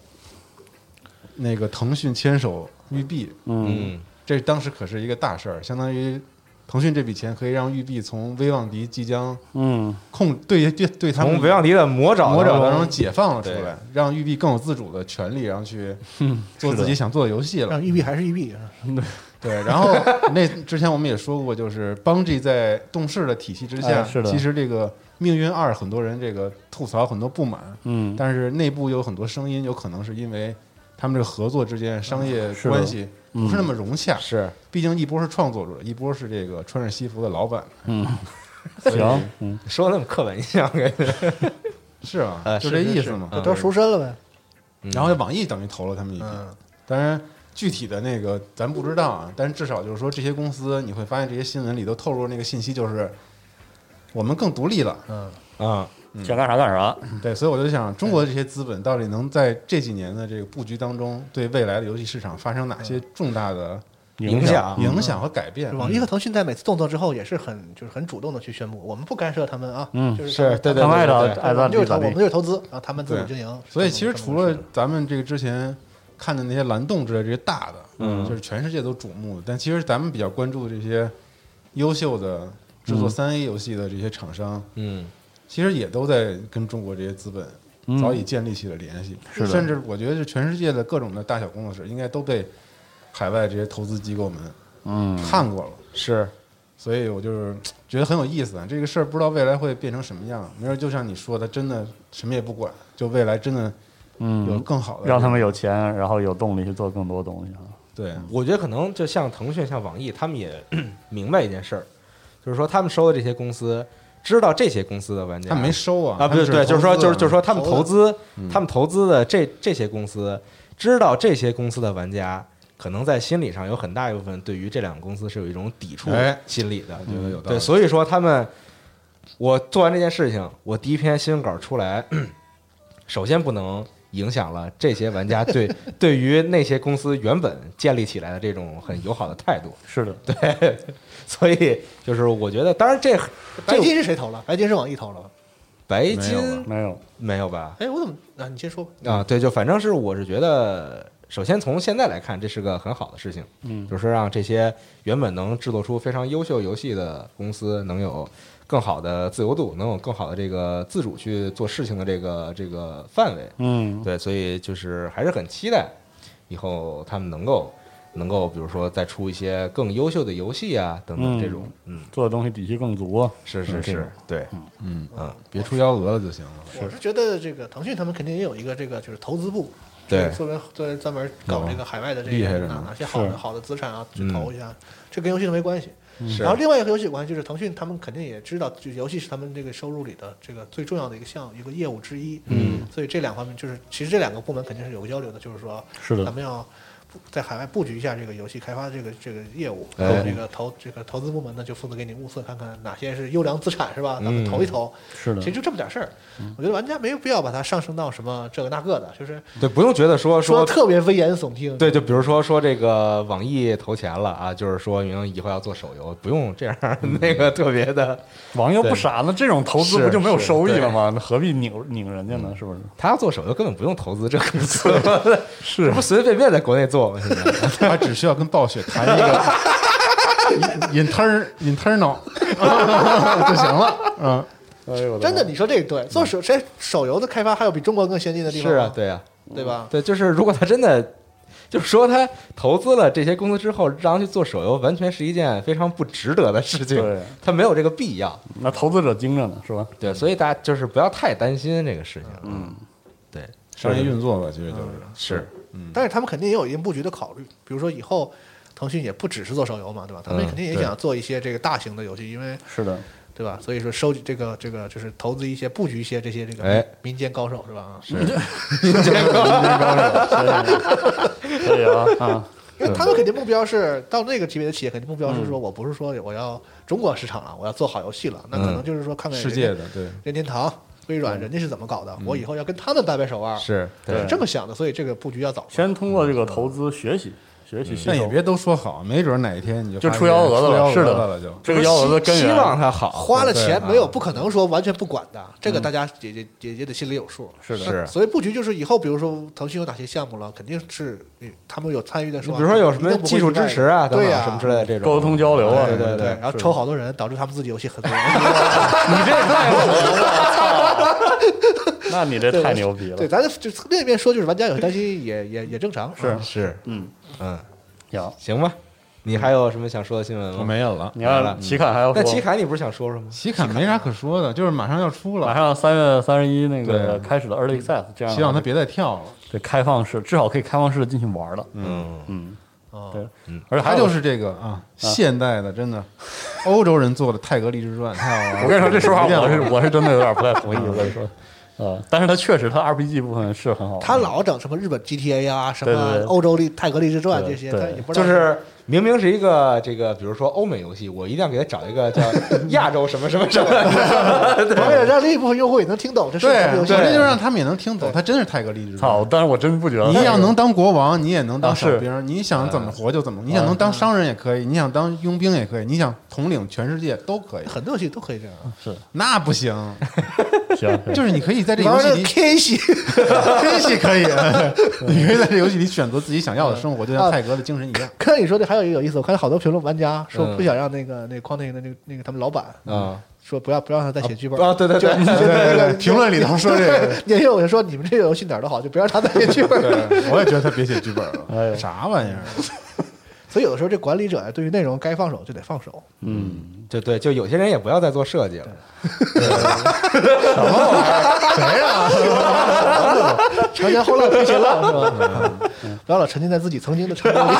Speaker 6: 那个腾讯牵手育碧，
Speaker 3: 嗯，
Speaker 6: 这当时可是一个大事儿，相当于腾讯这笔钱可以让育碧从威望迪即将
Speaker 5: 嗯，
Speaker 6: 控对对对他
Speaker 3: 从
Speaker 6: 们
Speaker 3: 维旺迪的魔爪
Speaker 6: 魔爪
Speaker 3: 当
Speaker 6: 当
Speaker 3: 中
Speaker 6: 中解放了出
Speaker 3: 对
Speaker 6: 来，让育碧更有自主的权利，然后去做自己想做的游戏了
Speaker 4: 让。育碧还是育碧，啊
Speaker 6: 对，然后 *laughs* 那之前我们也说过，就是邦 G 在动视的体系之下，
Speaker 5: 哎是的
Speaker 6: 其实这个命运二很多人这个吐槽很多不满，
Speaker 5: 嗯
Speaker 6: 但是内部有很多声音，有可能是因为他们这个合作之间商业
Speaker 5: 是的
Speaker 6: 关系不是那么融洽，
Speaker 3: 是
Speaker 6: 毕竟一波是创作者，一波是这个穿着西服的老板，
Speaker 5: 行，嗯，
Speaker 3: 说那么刻板印象给
Speaker 6: 是啊，
Speaker 3: 呃
Speaker 6: 就是这
Speaker 3: 是
Speaker 6: 意
Speaker 3: 是
Speaker 6: 思嘛。
Speaker 3: 嗯
Speaker 4: 都是赎身了呗。
Speaker 6: 然后网易等于投了他们一笔，当然具体的那个咱不知道啊，但是至少就是说这些公司，你会发现这些新闻里都透露那个信息，就是我们更独立了。
Speaker 3: 啊，
Speaker 5: 想干啥干啥，
Speaker 6: 对，所以我就想，中国这些资本到底能在这几年的这个布局当中，对未来的游戏市场发生哪些重大的
Speaker 3: 影响嗯
Speaker 6: 影响和改变？嗯
Speaker 4: 网易和腾讯在每次动作之后也是很就是很主动的去宣布，我们不干涉他们啊，
Speaker 5: 嗯
Speaker 4: 就是
Speaker 3: 是
Speaker 4: 他们
Speaker 3: 对对
Speaker 5: 他们爱
Speaker 4: 我
Speaker 5: 咋
Speaker 4: 们
Speaker 5: 爱咋
Speaker 4: 就是投
Speaker 5: 地咋
Speaker 4: 我
Speaker 5: 地
Speaker 4: 们。就是投资啊，他们自主
Speaker 6: 对
Speaker 4: 经营。
Speaker 6: 所以其实
Speaker 4: 这么
Speaker 6: 除了咱们这个之前看的那些蓝洞之类这些大的，嗯，就是全世界都瞩目的，但其实咱们比较关注的这些优秀的制作三 A 游戏的这些厂商，
Speaker 3: 嗯
Speaker 6: 其实也都在跟中国这些资本早已建立起了联系，
Speaker 5: 是的
Speaker 6: 甚至我觉得是全世界的各种的大小工作室应该都被海外这些投资机构们
Speaker 5: 嗯，
Speaker 6: 看过了，
Speaker 3: 是，
Speaker 6: 所以我就是觉得很有意思啊，这个事儿不知道未来会变成什么样，没准就像你说的，真的什么也不管，就未来真的。有
Speaker 5: 嗯，
Speaker 6: 更好的，
Speaker 5: 让他们有钱，然后有动力去做更多东西啊。
Speaker 6: 对，
Speaker 3: 我觉得可能就像腾讯、像网易，他们也 *clears throat* 明白一件事儿，就是说他们收的这些公司，知道这些公司的玩家
Speaker 6: 他没收啊，
Speaker 3: 啊，不对，对，就是说，就是就是
Speaker 6: 说，
Speaker 3: 说，他们
Speaker 4: 投的
Speaker 3: 投资，他们投资的这这些公司，知道这些公司的玩家，可能在心理上有很大一部分对于这两个公司是有一种抵触
Speaker 6: 哎
Speaker 3: 心理的，
Speaker 6: 我觉得有道
Speaker 3: 对，
Speaker 6: 理，
Speaker 3: 所以说他们，我做完这件事情，我第一篇新闻稿出来， *clears throat* 首先不能影响了这些玩家对对于那些公司原本建立起来的这种很友好的态度，
Speaker 5: 是的，
Speaker 3: 所以就是我觉得，当然这
Speaker 4: 白
Speaker 3: 这
Speaker 4: 金是谁投了？白金是网易投了吧？
Speaker 3: 白
Speaker 6: 没有吧
Speaker 3: 金
Speaker 5: 没有，
Speaker 3: 没有吧？
Speaker 4: 哎，我怎么啊？你先说吧。
Speaker 3: 啊，对，就反正是我是觉得，首先从现在来看，这是个很好的事情，
Speaker 5: 嗯
Speaker 3: 就是说让这些原本能制作出非常优秀游戏的公司能有更好的自由度，能有更好的这个自主去做事情的这个这个范围。
Speaker 5: 嗯，
Speaker 3: 对，所以就是还是很期待以后他们能够能够，比如说再出一些更优秀的游戏啊等等这种。嗯，
Speaker 5: 做的东西底气更足啊。
Speaker 3: 是
Speaker 6: 嗯
Speaker 3: 是
Speaker 5: 这
Speaker 3: 是
Speaker 5: 种，
Speaker 3: 对，嗯
Speaker 6: 别出幺蛾子就行了。
Speaker 4: 我是觉得这个腾讯他们肯定也有一个这个就是投资部，
Speaker 3: 对
Speaker 4: 就是专门专专门搞这个海外的这
Speaker 6: 厉
Speaker 4: 个
Speaker 6: 害着
Speaker 4: 哪
Speaker 6: 呢
Speaker 4: 哪些好
Speaker 5: 是
Speaker 4: 的好的资产啊去
Speaker 3: 嗯
Speaker 4: 投一下，这跟游戏都没关系。
Speaker 3: 是
Speaker 4: 然后另外一个游戏有关系就是腾讯他们肯定也知道，就游戏是他们这个收入里的这个最重要的一个项一个业务之一。嗯，所以这两方面就是其实这两个部门肯定是有个交流的，就是说
Speaker 5: 是的
Speaker 4: 咱们要在海外布局一下这个游戏开发这个这个业务，
Speaker 3: 哎
Speaker 4: 然后这个投这个投资部门呢就负责给你物色看看哪些是优良资产是吧？
Speaker 3: 嗯
Speaker 4: 咱们投一投，
Speaker 5: 是的
Speaker 4: 其实就这么点事儿。我觉得玩家没有必要把它上升到什么这个那个的，就是
Speaker 3: 对，不用觉得说
Speaker 4: 说
Speaker 3: 说
Speaker 4: 特别危言耸听。
Speaker 3: 对，就比如说说这个网易投钱了啊，就是说明以后要做手游，不用这样 *laughs* 那个特别的，
Speaker 5: 网友不傻，那这种投资
Speaker 3: 是
Speaker 5: 不就没有
Speaker 3: 是
Speaker 5: 收益了吗？那何必拧拧人家呢？是不是？
Speaker 3: 他要做手游根本不用投资这个公司，是不随随便便在国内做吗？现在
Speaker 6: 他只需要跟暴雪谈一个 intern internal 就行了。嗯，
Speaker 5: 哎呦我
Speaker 4: 真
Speaker 5: 的
Speaker 4: 的，你说这个对，做手谁手游的开发还有比中国更先进的地
Speaker 3: 是
Speaker 4: 方吗
Speaker 3: 啊，，对啊，
Speaker 4: 对吧？
Speaker 3: 对，就是如果他真的。就是说，他投资了这些公司之后，让他去做手游，完全是一件非常不值得的事情
Speaker 5: 对，嗯
Speaker 3: 他没有这个必要。
Speaker 5: 妈那投资者精着呢，是吧？
Speaker 3: 对，所以大家就是不要太担心这个事情。嗯，对，
Speaker 6: 商业运作吧，其实就是。
Speaker 3: 是
Speaker 4: 但是他们肯定也有一定布局的考虑，比如说以后腾讯也不只是做手游嘛，对吧？他们
Speaker 3: 嗯
Speaker 4: 肯定也
Speaker 3: 对
Speaker 4: 想做一些这个大型的游戏，因为
Speaker 5: 是的，
Speaker 4: 对吧？所以说收集这个这个就是投资一些布局一些这些这
Speaker 3: 哎
Speaker 4: 个民间高手是吧？啊，
Speaker 5: 可以啊啊，
Speaker 4: 因为他们肯定目标是到那个级别的企业，肯定目标是说我不是说我要中国市场了，我要做好游戏了，那可能就是说看看
Speaker 6: 世
Speaker 4: 人
Speaker 6: 界
Speaker 4: 家
Speaker 6: 的对，
Speaker 4: 任天堂、微软人家是怎么搞的，我以后要跟他们掰掰手腕，
Speaker 3: 是，
Speaker 4: 是
Speaker 3: 对，
Speaker 4: 这么想的，所以这个布局要早。
Speaker 5: 先通过这个投资学习学习新
Speaker 6: 但
Speaker 5: 手，
Speaker 6: 也别都说好，没准哪天你就
Speaker 5: 就
Speaker 6: 发
Speaker 5: 出
Speaker 6: 现
Speaker 5: 幺蛾子
Speaker 6: 出
Speaker 5: 了，
Speaker 6: 幺
Speaker 5: 是
Speaker 6: 蛾子
Speaker 5: 的
Speaker 6: 了就，。
Speaker 5: 这个幺蛾子根
Speaker 3: 希
Speaker 5: 源
Speaker 3: 望它好，啊
Speaker 4: 花了钱
Speaker 6: 对
Speaker 4: 没有不可能说完全不管的，这个大家也也也也得心里有数。
Speaker 5: 是
Speaker 3: 嗯
Speaker 5: 的，
Speaker 3: 是
Speaker 4: 所以布局就是以后，比如说腾讯有哪些项目了，肯定是你他们有参与的时
Speaker 3: 你
Speaker 4: 候，
Speaker 3: 比如说有什么
Speaker 4: 一定不会
Speaker 3: 技术支持啊，
Speaker 4: 意外的对
Speaker 3: 呀、
Speaker 4: 呀、
Speaker 3: 什么之类的这种
Speaker 5: 沟通交流啊，
Speaker 3: 对对
Speaker 4: 对，然后抽好多人，导致他们自己游戏很多人。 *laughs*
Speaker 3: 你这也太好了，
Speaker 5: 那你这
Speaker 4: 对
Speaker 5: 太牛逼了
Speaker 4: 对，，咱就另一面说，就是玩家有担心也也也正常。啊
Speaker 3: *laughs*
Speaker 4: 是
Speaker 3: 是，
Speaker 5: 嗯
Speaker 3: 嗯，
Speaker 5: 行，
Speaker 3: 行吧。你还有什么想说的新闻
Speaker 6: 我
Speaker 3: 吗？
Speaker 6: 没有了。
Speaker 5: 你
Speaker 3: 来了嗯
Speaker 5: 看齐凯还要
Speaker 3: 那
Speaker 5: 说，
Speaker 3: 齐凯，你不是想说说吗？
Speaker 6: 喜侃没啥可说的，就是马上要出
Speaker 5: 马
Speaker 6: 了，
Speaker 5: 上三月三十一那个
Speaker 6: 对
Speaker 5: 开始的 Early Access，这样
Speaker 6: 希望他别再跳了。
Speaker 5: 对开放式，至少可以开放式的进去玩了。
Speaker 3: 嗯，
Speaker 5: 嗯，
Speaker 4: 哦
Speaker 5: 对，而且还
Speaker 6: 他
Speaker 5: 有
Speaker 6: 就是这个啊，现代的真的，欧洲人做的《泰格励志传》太好玩了。
Speaker 5: 我跟你说，这说话
Speaker 6: 一定要
Speaker 5: 我是
Speaker 6: 玩
Speaker 5: 我是真的有点不太同意。我跟你说，呃，但是它确实它 RPG 部分是很好玩，
Speaker 4: 他老整什么日本 GTA 啊，什
Speaker 5: 对对
Speaker 4: 么
Speaker 5: 对
Speaker 4: 欧洲历泰格励志传
Speaker 5: 对
Speaker 4: 这些，
Speaker 5: 对
Speaker 4: 他也不知
Speaker 3: 就
Speaker 4: 道
Speaker 3: 是明明是一个这个，比如说欧美游戏，我一定要给他找一个叫亚洲什么什么什 *laughs* 么，
Speaker 4: 我为了让另一部分用户也能听懂这是什么游
Speaker 6: 对，
Speaker 4: 戏，
Speaker 6: 反正就让他们也能听懂，他真是《泰格励志传》。
Speaker 5: 操！但是我真不觉得
Speaker 6: 你要能当国王，你也能当
Speaker 5: 嗯啊
Speaker 6: 小
Speaker 5: 是
Speaker 6: 兵，你想怎么活就怎么，你想能当商人也可以，你想当佣兵也可以，你想统领全世界都可以。
Speaker 4: 很多游戏都可以这样啊。
Speaker 6: 那不行，
Speaker 5: 行，
Speaker 3: *laughs*
Speaker 5: 行
Speaker 6: 就是你可以在这
Speaker 4: 玩
Speaker 6: 游戏
Speaker 4: 儿
Speaker 6: 里，
Speaker 4: K 系
Speaker 6: 真是可以，你可以在这游戏里选择自己想要的生活，就像
Speaker 4: 啊
Speaker 6: 泰格的精神一样。
Speaker 4: 看你说的还有一个有意思，我看好多评论玩家说
Speaker 3: 嗯
Speaker 4: 不想让那个那个 Quantic 的那个那个他们老板
Speaker 3: 啊
Speaker 4: 说不要不让他再写剧本
Speaker 3: 啊，对对对，
Speaker 4: 对对
Speaker 6: 对评论里头说这个，
Speaker 4: 也有人说你们这个游戏哪儿都好，就不要让他写剧 *laughs* 本。
Speaker 6: 对，我也觉得他别写剧本
Speaker 5: 哎呦
Speaker 6: 了，啥玩意儿？啊
Speaker 4: 所以有的时候这管理者呀，对于内容该放手就得放手。
Speaker 5: 嗯，
Speaker 3: 就对，就有些人也不要再做设计了。
Speaker 4: 啊长江后浪推前浪是吧？不要老沉浸在自己曾经的成 *laughs* 功里。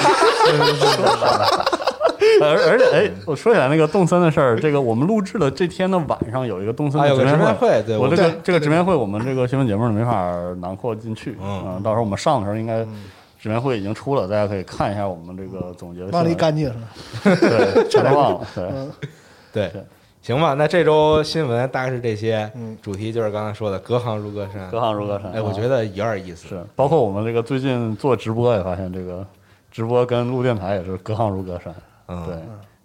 Speaker 5: 而而且哎，我说起来那个动森的事儿，这个我们录制的这天的晚上有一个动森
Speaker 3: 啊
Speaker 5: 的
Speaker 3: 有
Speaker 5: 直
Speaker 3: 个直面会对
Speaker 5: 我
Speaker 3: 我
Speaker 5: 这个
Speaker 4: 对
Speaker 5: 这个直面会我们这个新闻节目没法囊括进去，
Speaker 3: 嗯
Speaker 5: 嗯，到时候我们上的时候应该直面会已经出了，大家可以看一下我们这个总结的新闻。
Speaker 4: 忘了一干净是吧？
Speaker 3: *laughs*
Speaker 5: 对，全都忘了，
Speaker 3: 嗯
Speaker 5: 对，
Speaker 3: 对
Speaker 5: 是，
Speaker 3: 行吧，那这周新闻大概是这些，主题就是刚才说的隔行如隔山
Speaker 5: 隔。行如隔山。
Speaker 3: 哎，我
Speaker 5: 得。
Speaker 3: 觉得有点意思。
Speaker 5: 是，包括我们这个最近做直播也发现，这个直播跟录电台也是隔行如隔山。
Speaker 3: 嗯
Speaker 5: 对，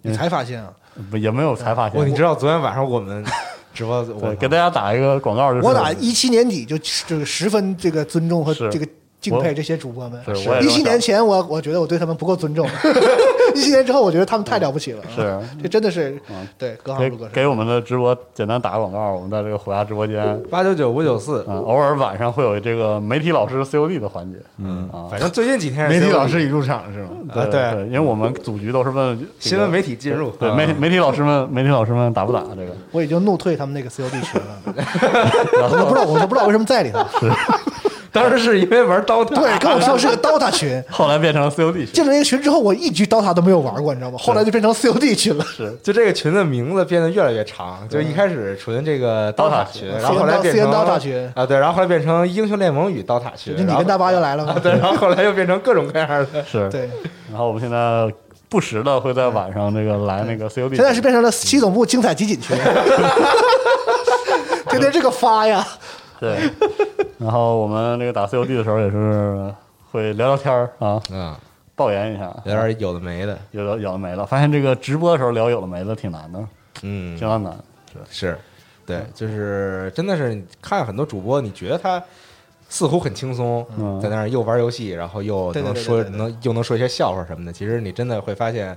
Speaker 4: 你才发现啊！
Speaker 5: 不也没有才发
Speaker 3: 哇，你
Speaker 5: 现。
Speaker 3: 知道昨天晚嗯上我们直播，我
Speaker 5: 对，给大家打一个广告，就是
Speaker 4: *laughs* 我
Speaker 5: *laughs*
Speaker 4: 打一七年底就这个十分这个尊重和
Speaker 5: 是
Speaker 4: 这个敬佩这些主播们
Speaker 5: 是我也。这
Speaker 4: 一
Speaker 5: 么想
Speaker 4: 七年前我我觉得我对他们不够
Speaker 5: *laughs*
Speaker 4: 尊重，一七年之后我觉得他们太了不起了。
Speaker 5: 嗯
Speaker 4: 啊
Speaker 5: 是嗯
Speaker 4: 这真的是对隔行
Speaker 5: 给
Speaker 4: 如隔山。
Speaker 5: 给我们的直播简单打个广告，我们在这个虎牙直播间，
Speaker 3: 八九九五九四，
Speaker 5: 嗯，偶尔晚上会有这个媒体老师 COD 的环节，嗯啊，
Speaker 3: 反正最近几天是
Speaker 6: 媒体
Speaker 3: COD
Speaker 6: 老师一入场是吗？
Speaker 3: 啊，
Speaker 5: 对，，因为我们组局都是问这个
Speaker 3: 新闻媒体进入，
Speaker 5: 对
Speaker 3: 啊
Speaker 5: 媒媒体老师们，媒体老师们打不打这个？ *laughs*
Speaker 4: 我已经怒退他们那个 COD 群了，我都不知道，我都不知道为什么在里头。
Speaker 3: *laughs* 当时是因为玩刀塔，
Speaker 4: 对，跟我说是个 DOTA 群，
Speaker 5: 后来变成了 COD
Speaker 4: 进了那个群之后，我一局 DOTA 都没有玩过，你知道吗？后来就变成 COD 群了。
Speaker 5: 是
Speaker 3: 就这个群的名字变得越来越长，就一开始纯这个刀塔群，然后后来变
Speaker 4: CN
Speaker 3: 成
Speaker 4: 刀塔群
Speaker 3: 啊，对，然后后来变成英雄联盟与刀塔群，
Speaker 4: 就你
Speaker 3: 然后
Speaker 4: 跟大巴又来了
Speaker 3: 啊，
Speaker 4: 吗？
Speaker 3: *laughs* 对，然后后来又变成各种各样的，
Speaker 5: 是，
Speaker 4: 对，
Speaker 5: 然后我们现在不时的会在晚上这个来那个 COD，
Speaker 4: 现在是变成了西总部精彩集锦
Speaker 5: *laughs*
Speaker 4: 群，天天这个发呀，
Speaker 5: 对，然后我们这个打 COD 的时候也是会聊聊天儿啊，
Speaker 3: 嗯，
Speaker 5: 抱怨一下，
Speaker 3: 有点有的没的，
Speaker 5: 有的有的没的，发现这个直播的时候聊有的没的挺难的，
Speaker 3: 嗯，
Speaker 5: 相当难。是
Speaker 3: 是，对，就是真的是你看很多主播，你觉得他似乎很轻松，
Speaker 5: 嗯
Speaker 3: 在那儿又玩游戏，然后又
Speaker 4: 对对
Speaker 3: 能
Speaker 4: 对对
Speaker 3: 说
Speaker 4: 对对
Speaker 3: 能又能说一些笑话什么的。其实你真的会发现，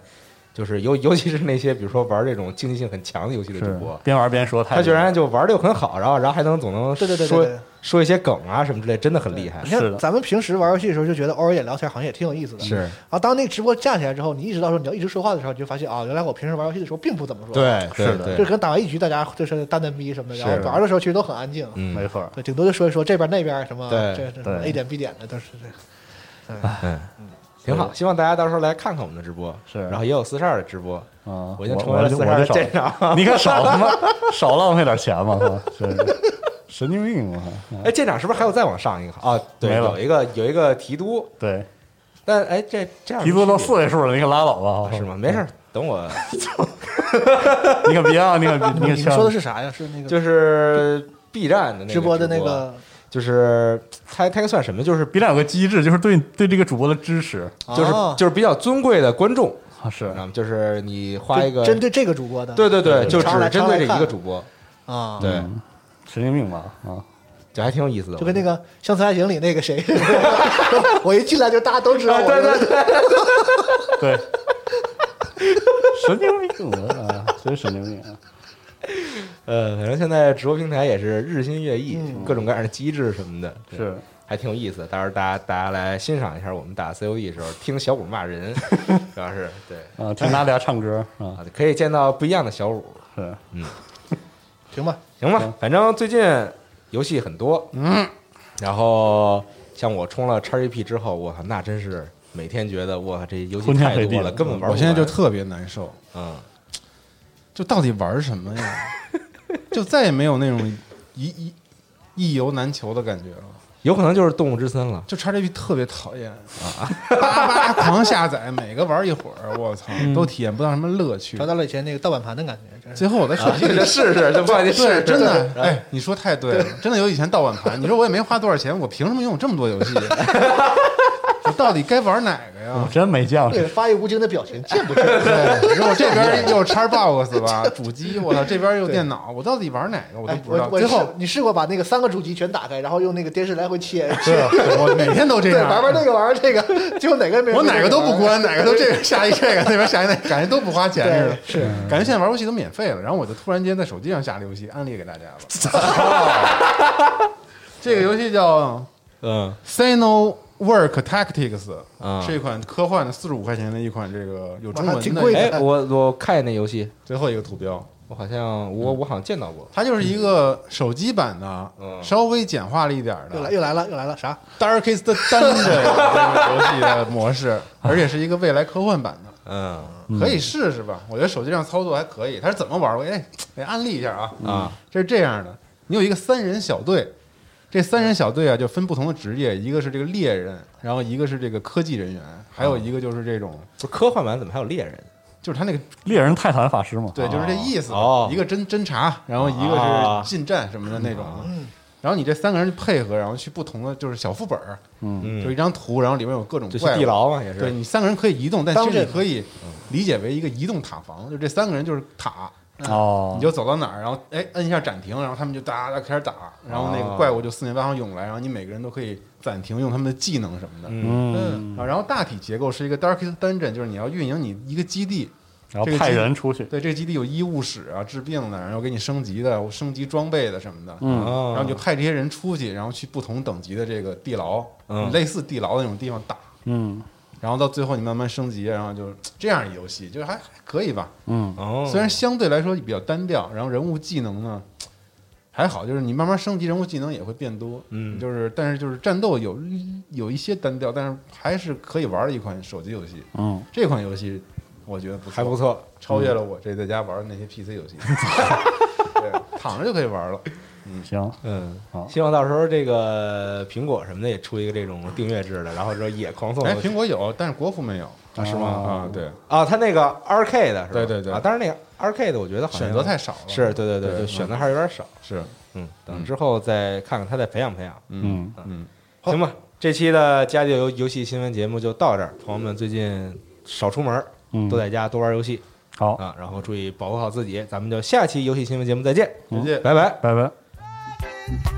Speaker 3: 就是尤尤其是那些比如说玩这种竞技性很强的游戏的主
Speaker 5: 是
Speaker 3: 播，
Speaker 5: 边玩边说太，
Speaker 3: 他居然就玩的又很好，然后然后还能总能
Speaker 4: 对对对对
Speaker 3: 说
Speaker 4: 对
Speaker 3: 说一些梗啊什么之类，真的很厉害
Speaker 4: 你。
Speaker 5: 是的
Speaker 4: 看咱们平时玩游戏的时候就觉得偶尔也聊天好像也挺有意思的，
Speaker 3: 是
Speaker 4: 然后当那个直播架起来之后，你意识到说你要一直说话的时候，你就发现啊，原来我平时玩游戏的时候并不怎么说，，
Speaker 3: 对，
Speaker 5: 是的
Speaker 3: 对
Speaker 4: 就
Speaker 3: 对
Speaker 4: 可能打完一局大家就是单单逼什么的，然
Speaker 3: 是
Speaker 4: 后玩的时候其实都很安静，
Speaker 3: 嗯，
Speaker 5: 没错儿，
Speaker 4: 对，顶多就说一说这边那边什么，
Speaker 3: 对
Speaker 4: 这这
Speaker 5: 对
Speaker 4: A 点 B 点的都是这样。
Speaker 3: 挺好。希望大家到时候来看看我们的直播，
Speaker 5: 是
Speaker 3: 然后也有四十二的直播，
Speaker 5: 啊，
Speaker 3: 嗯我已经成为
Speaker 5: 我
Speaker 3: 了
Speaker 5: 就
Speaker 3: 四
Speaker 5: 我
Speaker 3: 十二的
Speaker 5: 就少
Speaker 3: 站长。
Speaker 5: *laughs* 你看少他妈少浪费点钱嘛，啊是
Speaker 3: *laughs*
Speaker 5: 神经病嘛，啊
Speaker 3: 哎，舰长是不是还有再往上一个啊？对，
Speaker 5: 没了
Speaker 3: 有一个有一个提督，
Speaker 5: 对，
Speaker 3: 但哎，这这样
Speaker 5: 提多都四位数了，你可拉倒吧，
Speaker 3: 啊是吗？没事，儿，等我
Speaker 5: 你可别啊，
Speaker 3: *laughs*
Speaker 5: 你可别，
Speaker 4: 你
Speaker 5: 可
Speaker 4: 们说的是啥呀？是那个
Speaker 3: 就是 B 站的那个
Speaker 4: 直播的那
Speaker 3: 那
Speaker 4: 个，
Speaker 3: 就是它它算什么？就是
Speaker 5: B 站有个机制，就是对对这个主播的支持
Speaker 3: 就是
Speaker 4: 啊
Speaker 3: 就是比较尊贵的观众，
Speaker 5: 啊，是
Speaker 3: 你知道吗？就是你花一个
Speaker 4: 针对这个主播的，
Speaker 3: 对对对，就只
Speaker 4: 常来
Speaker 3: 针
Speaker 4: 常来
Speaker 3: 对这一
Speaker 4: 看
Speaker 3: 个主播，
Speaker 4: 啊，
Speaker 3: 对，
Speaker 5: 嗯神经病吧啊，
Speaker 3: 就还挺有意思的，
Speaker 4: 就跟那个《乡村爱情》里那
Speaker 3: *laughs*
Speaker 4: 个谁，我一进来就大家都知道
Speaker 3: 啊
Speaker 4: 我，
Speaker 3: 对对对，
Speaker 5: 对，
Speaker 3: *laughs*
Speaker 5: 神经病啊，真神经病啊，
Speaker 3: 呃，反正现在直播平台也是日新月异，各种各样的机制什么的，对
Speaker 5: 是。
Speaker 3: 还挺有意思的，到时候大家大家来欣赏一下我们打 COD 的时候听小五骂人， *laughs* 主要是对
Speaker 5: 啊，听娜迪亚唱歌啊，
Speaker 3: 啊，可以见到不一样的小五，
Speaker 5: 是
Speaker 4: 行吧，
Speaker 3: 行吧，反正最近游戏很多，嗯，然后像我充了 XGP 之后，我靠，那真是每天觉得我这游戏
Speaker 5: 昏天
Speaker 3: 太
Speaker 5: 黑地
Speaker 3: 多了，
Speaker 5: 了
Speaker 3: 根本玩不完。
Speaker 6: 嗯我现在就特别难受，
Speaker 3: 嗯，
Speaker 6: 就到底玩什么呀？就再也没有那种一一一游难求的感觉了。
Speaker 3: 有可能就是动物之森 *laughs* 了。
Speaker 6: 就 XGP 特别讨厌啊，叭叭狂下载，每个玩一会儿，我操，
Speaker 4: 嗯
Speaker 6: 都体验不到什么乐趣
Speaker 4: 找。到了以前那个盗版盘的感觉，真是
Speaker 6: 最后我再说
Speaker 4: 啊
Speaker 6: 一
Speaker 3: 这
Speaker 6: 个
Speaker 3: 个试试，这不好意思，
Speaker 6: 对，
Speaker 3: 试
Speaker 6: 真的，哎，你说太对了，真的有以前盗版盘。你说我也没花多少钱，我凭什么拥有这么多游戏？ *laughs* 我到底该玩哪个呀
Speaker 4: *laughs*
Speaker 5: 我？真没见过
Speaker 4: 对，发一无精的表情，见不见？
Speaker 6: 对，如果这边又叉 box
Speaker 4: *laughs*
Speaker 6: 吧，主机，我操，这边又电脑，我到底玩哪个我都
Speaker 4: 哎
Speaker 6: 不知
Speaker 4: 我
Speaker 6: 道。
Speaker 4: 我
Speaker 6: 最
Speaker 4: 试
Speaker 6: 后，
Speaker 4: 你试过把那个三个主机全打开，然后用那个电视来回切，
Speaker 6: 对，我每天 *laughs* 都这
Speaker 4: 对，
Speaker 6: 样，
Speaker 4: 玩玩这个，玩玩这个，最后哪个
Speaker 6: *laughs*
Speaker 4: 没？
Speaker 6: 我哪个都不
Speaker 4: *laughs*
Speaker 6: 关，哪个都这个下一这个，那边下一那个，感觉都不花钱似的。是，感觉现在玩游戏都免费了。然后我就突然间在手机上下了游戏，安利给大家
Speaker 4: *laughs*
Speaker 6: 了。
Speaker 4: 哦
Speaker 6: 这个游戏叫
Speaker 3: 嗯
Speaker 6: Sino Work Tactics，
Speaker 3: 啊
Speaker 6: 是一款科幻的，四十五块钱的一款这个有中
Speaker 4: 哇
Speaker 6: 文
Speaker 4: 挺贵
Speaker 6: 的。
Speaker 4: 的
Speaker 3: 哎，我我看见那游戏，
Speaker 6: 最后一个图标，
Speaker 3: 我好像我我好像见到过，
Speaker 6: 它就是一个手机版的，
Speaker 3: 嗯
Speaker 6: 稍微简化了一点
Speaker 4: 又来
Speaker 6: 的
Speaker 4: 又来了又来了啥？
Speaker 6: Darkest Dungeon 这个游戏的模
Speaker 4: *laughs*
Speaker 6: 式，而且是一个未来科幻版的。
Speaker 3: 嗯
Speaker 6: 可以试试吧。我觉得手机上操作还可以。它是怎么玩儿？我哎得安利一下啊。
Speaker 3: 啊，
Speaker 6: 这是这样的，你有一个三人小队，这三人小队啊就分不同的职业，一个是这个猎人，然后一个是这个科技人员，还有一个就是这种，
Speaker 3: 不是科幻版怎么还有猎人？
Speaker 6: 就是他那个
Speaker 5: 猎人泰坦法师嘛，
Speaker 6: 对，就是这意思吧。
Speaker 3: 哦
Speaker 6: 一个侦侦查，然后一个
Speaker 3: 啊嗯
Speaker 6: 是近战什么的那种。然后你这三个人配合，然后去不同的就是小副本儿，就一
Speaker 3: 嗯，
Speaker 6: 张图，然后里面有各种
Speaker 3: 就是
Speaker 6: 怪物
Speaker 3: 地牢嘛，也
Speaker 6: 对
Speaker 3: 是
Speaker 6: 你三个人可以移动，但
Speaker 4: 当
Speaker 6: 其实你
Speaker 4: 这个
Speaker 6: 可以理解为一个移动塔防，就这三个人就是塔，啊
Speaker 5: 哦，
Speaker 6: 你就走到哪儿，然后哎摁一下暂停，然后他们就哒哒开始打，然后那
Speaker 3: 哦
Speaker 6: 个怪物就四面八方涌来，然后你每个人都可以暂停用他们的技能什么的。
Speaker 5: 嗯，
Speaker 6: 啊，然后大体结构是一个 Darkest Dungeon，就是你要运营你一个基地，
Speaker 5: 然
Speaker 6: 这
Speaker 5: 后
Speaker 6: 个
Speaker 5: 派
Speaker 6: 机
Speaker 5: 人出去，
Speaker 6: 对这个基地有医务室啊、治病的，然后给你升级的、升级装备的什么的。
Speaker 5: 嗯
Speaker 3: 哦
Speaker 6: 然后你就派这些人出去，然后去不同等级的这个地牢，
Speaker 3: 嗯
Speaker 6: 类似地牢的那种地方打。
Speaker 5: 嗯
Speaker 6: 然后到最后你慢慢升级，然后就这样一游戏，就是还还可以吧。
Speaker 5: 嗯
Speaker 3: 哦，
Speaker 6: 虽然相对来说比较单调，然后人物技能呢还好，就是你慢慢升级，人物技能也会变多。
Speaker 3: 嗯
Speaker 6: 就是但是就是战斗有有一些单调，但是还是可以玩的一款手机游戏。
Speaker 5: 嗯，
Speaker 6: 这款游戏我觉得不错
Speaker 3: 还不，错，
Speaker 6: 超越了我这在家玩的那些 PC
Speaker 3: *laughs*
Speaker 6: 游戏。对，躺着就可以玩了。
Speaker 5: 行，
Speaker 3: 嗯
Speaker 5: 好，
Speaker 3: 希望到时候这个苹果什么的也出一个这种订阅制的，然后说也狂送
Speaker 6: 哎，苹果有，但是国服没有
Speaker 3: 啊是吗
Speaker 6: 啊？对，
Speaker 3: 啊，它那个 RK 的是吧？
Speaker 6: 对对对
Speaker 3: 啊，但是那个 RK 的我觉得好像
Speaker 6: 选择太少了。
Speaker 3: 是对对对，
Speaker 6: 对嗯
Speaker 3: 就选择还是有点少。
Speaker 6: 是，
Speaker 3: 嗯，等之后再看看他再培养培养，
Speaker 5: 嗯，
Speaker 6: 嗯，
Speaker 3: 行吧？这期的家里游游戏新闻节目就到这儿，朋友们最近少出门儿，
Speaker 5: 嗯
Speaker 3: 多在家多玩游戏
Speaker 5: 好，
Speaker 3: 啊，然后注意保护好自己，咱们就下期游戏新闻节目再见，
Speaker 6: 直接
Speaker 3: 拜拜。
Speaker 5: 拜拜。
Speaker 8: Thank you.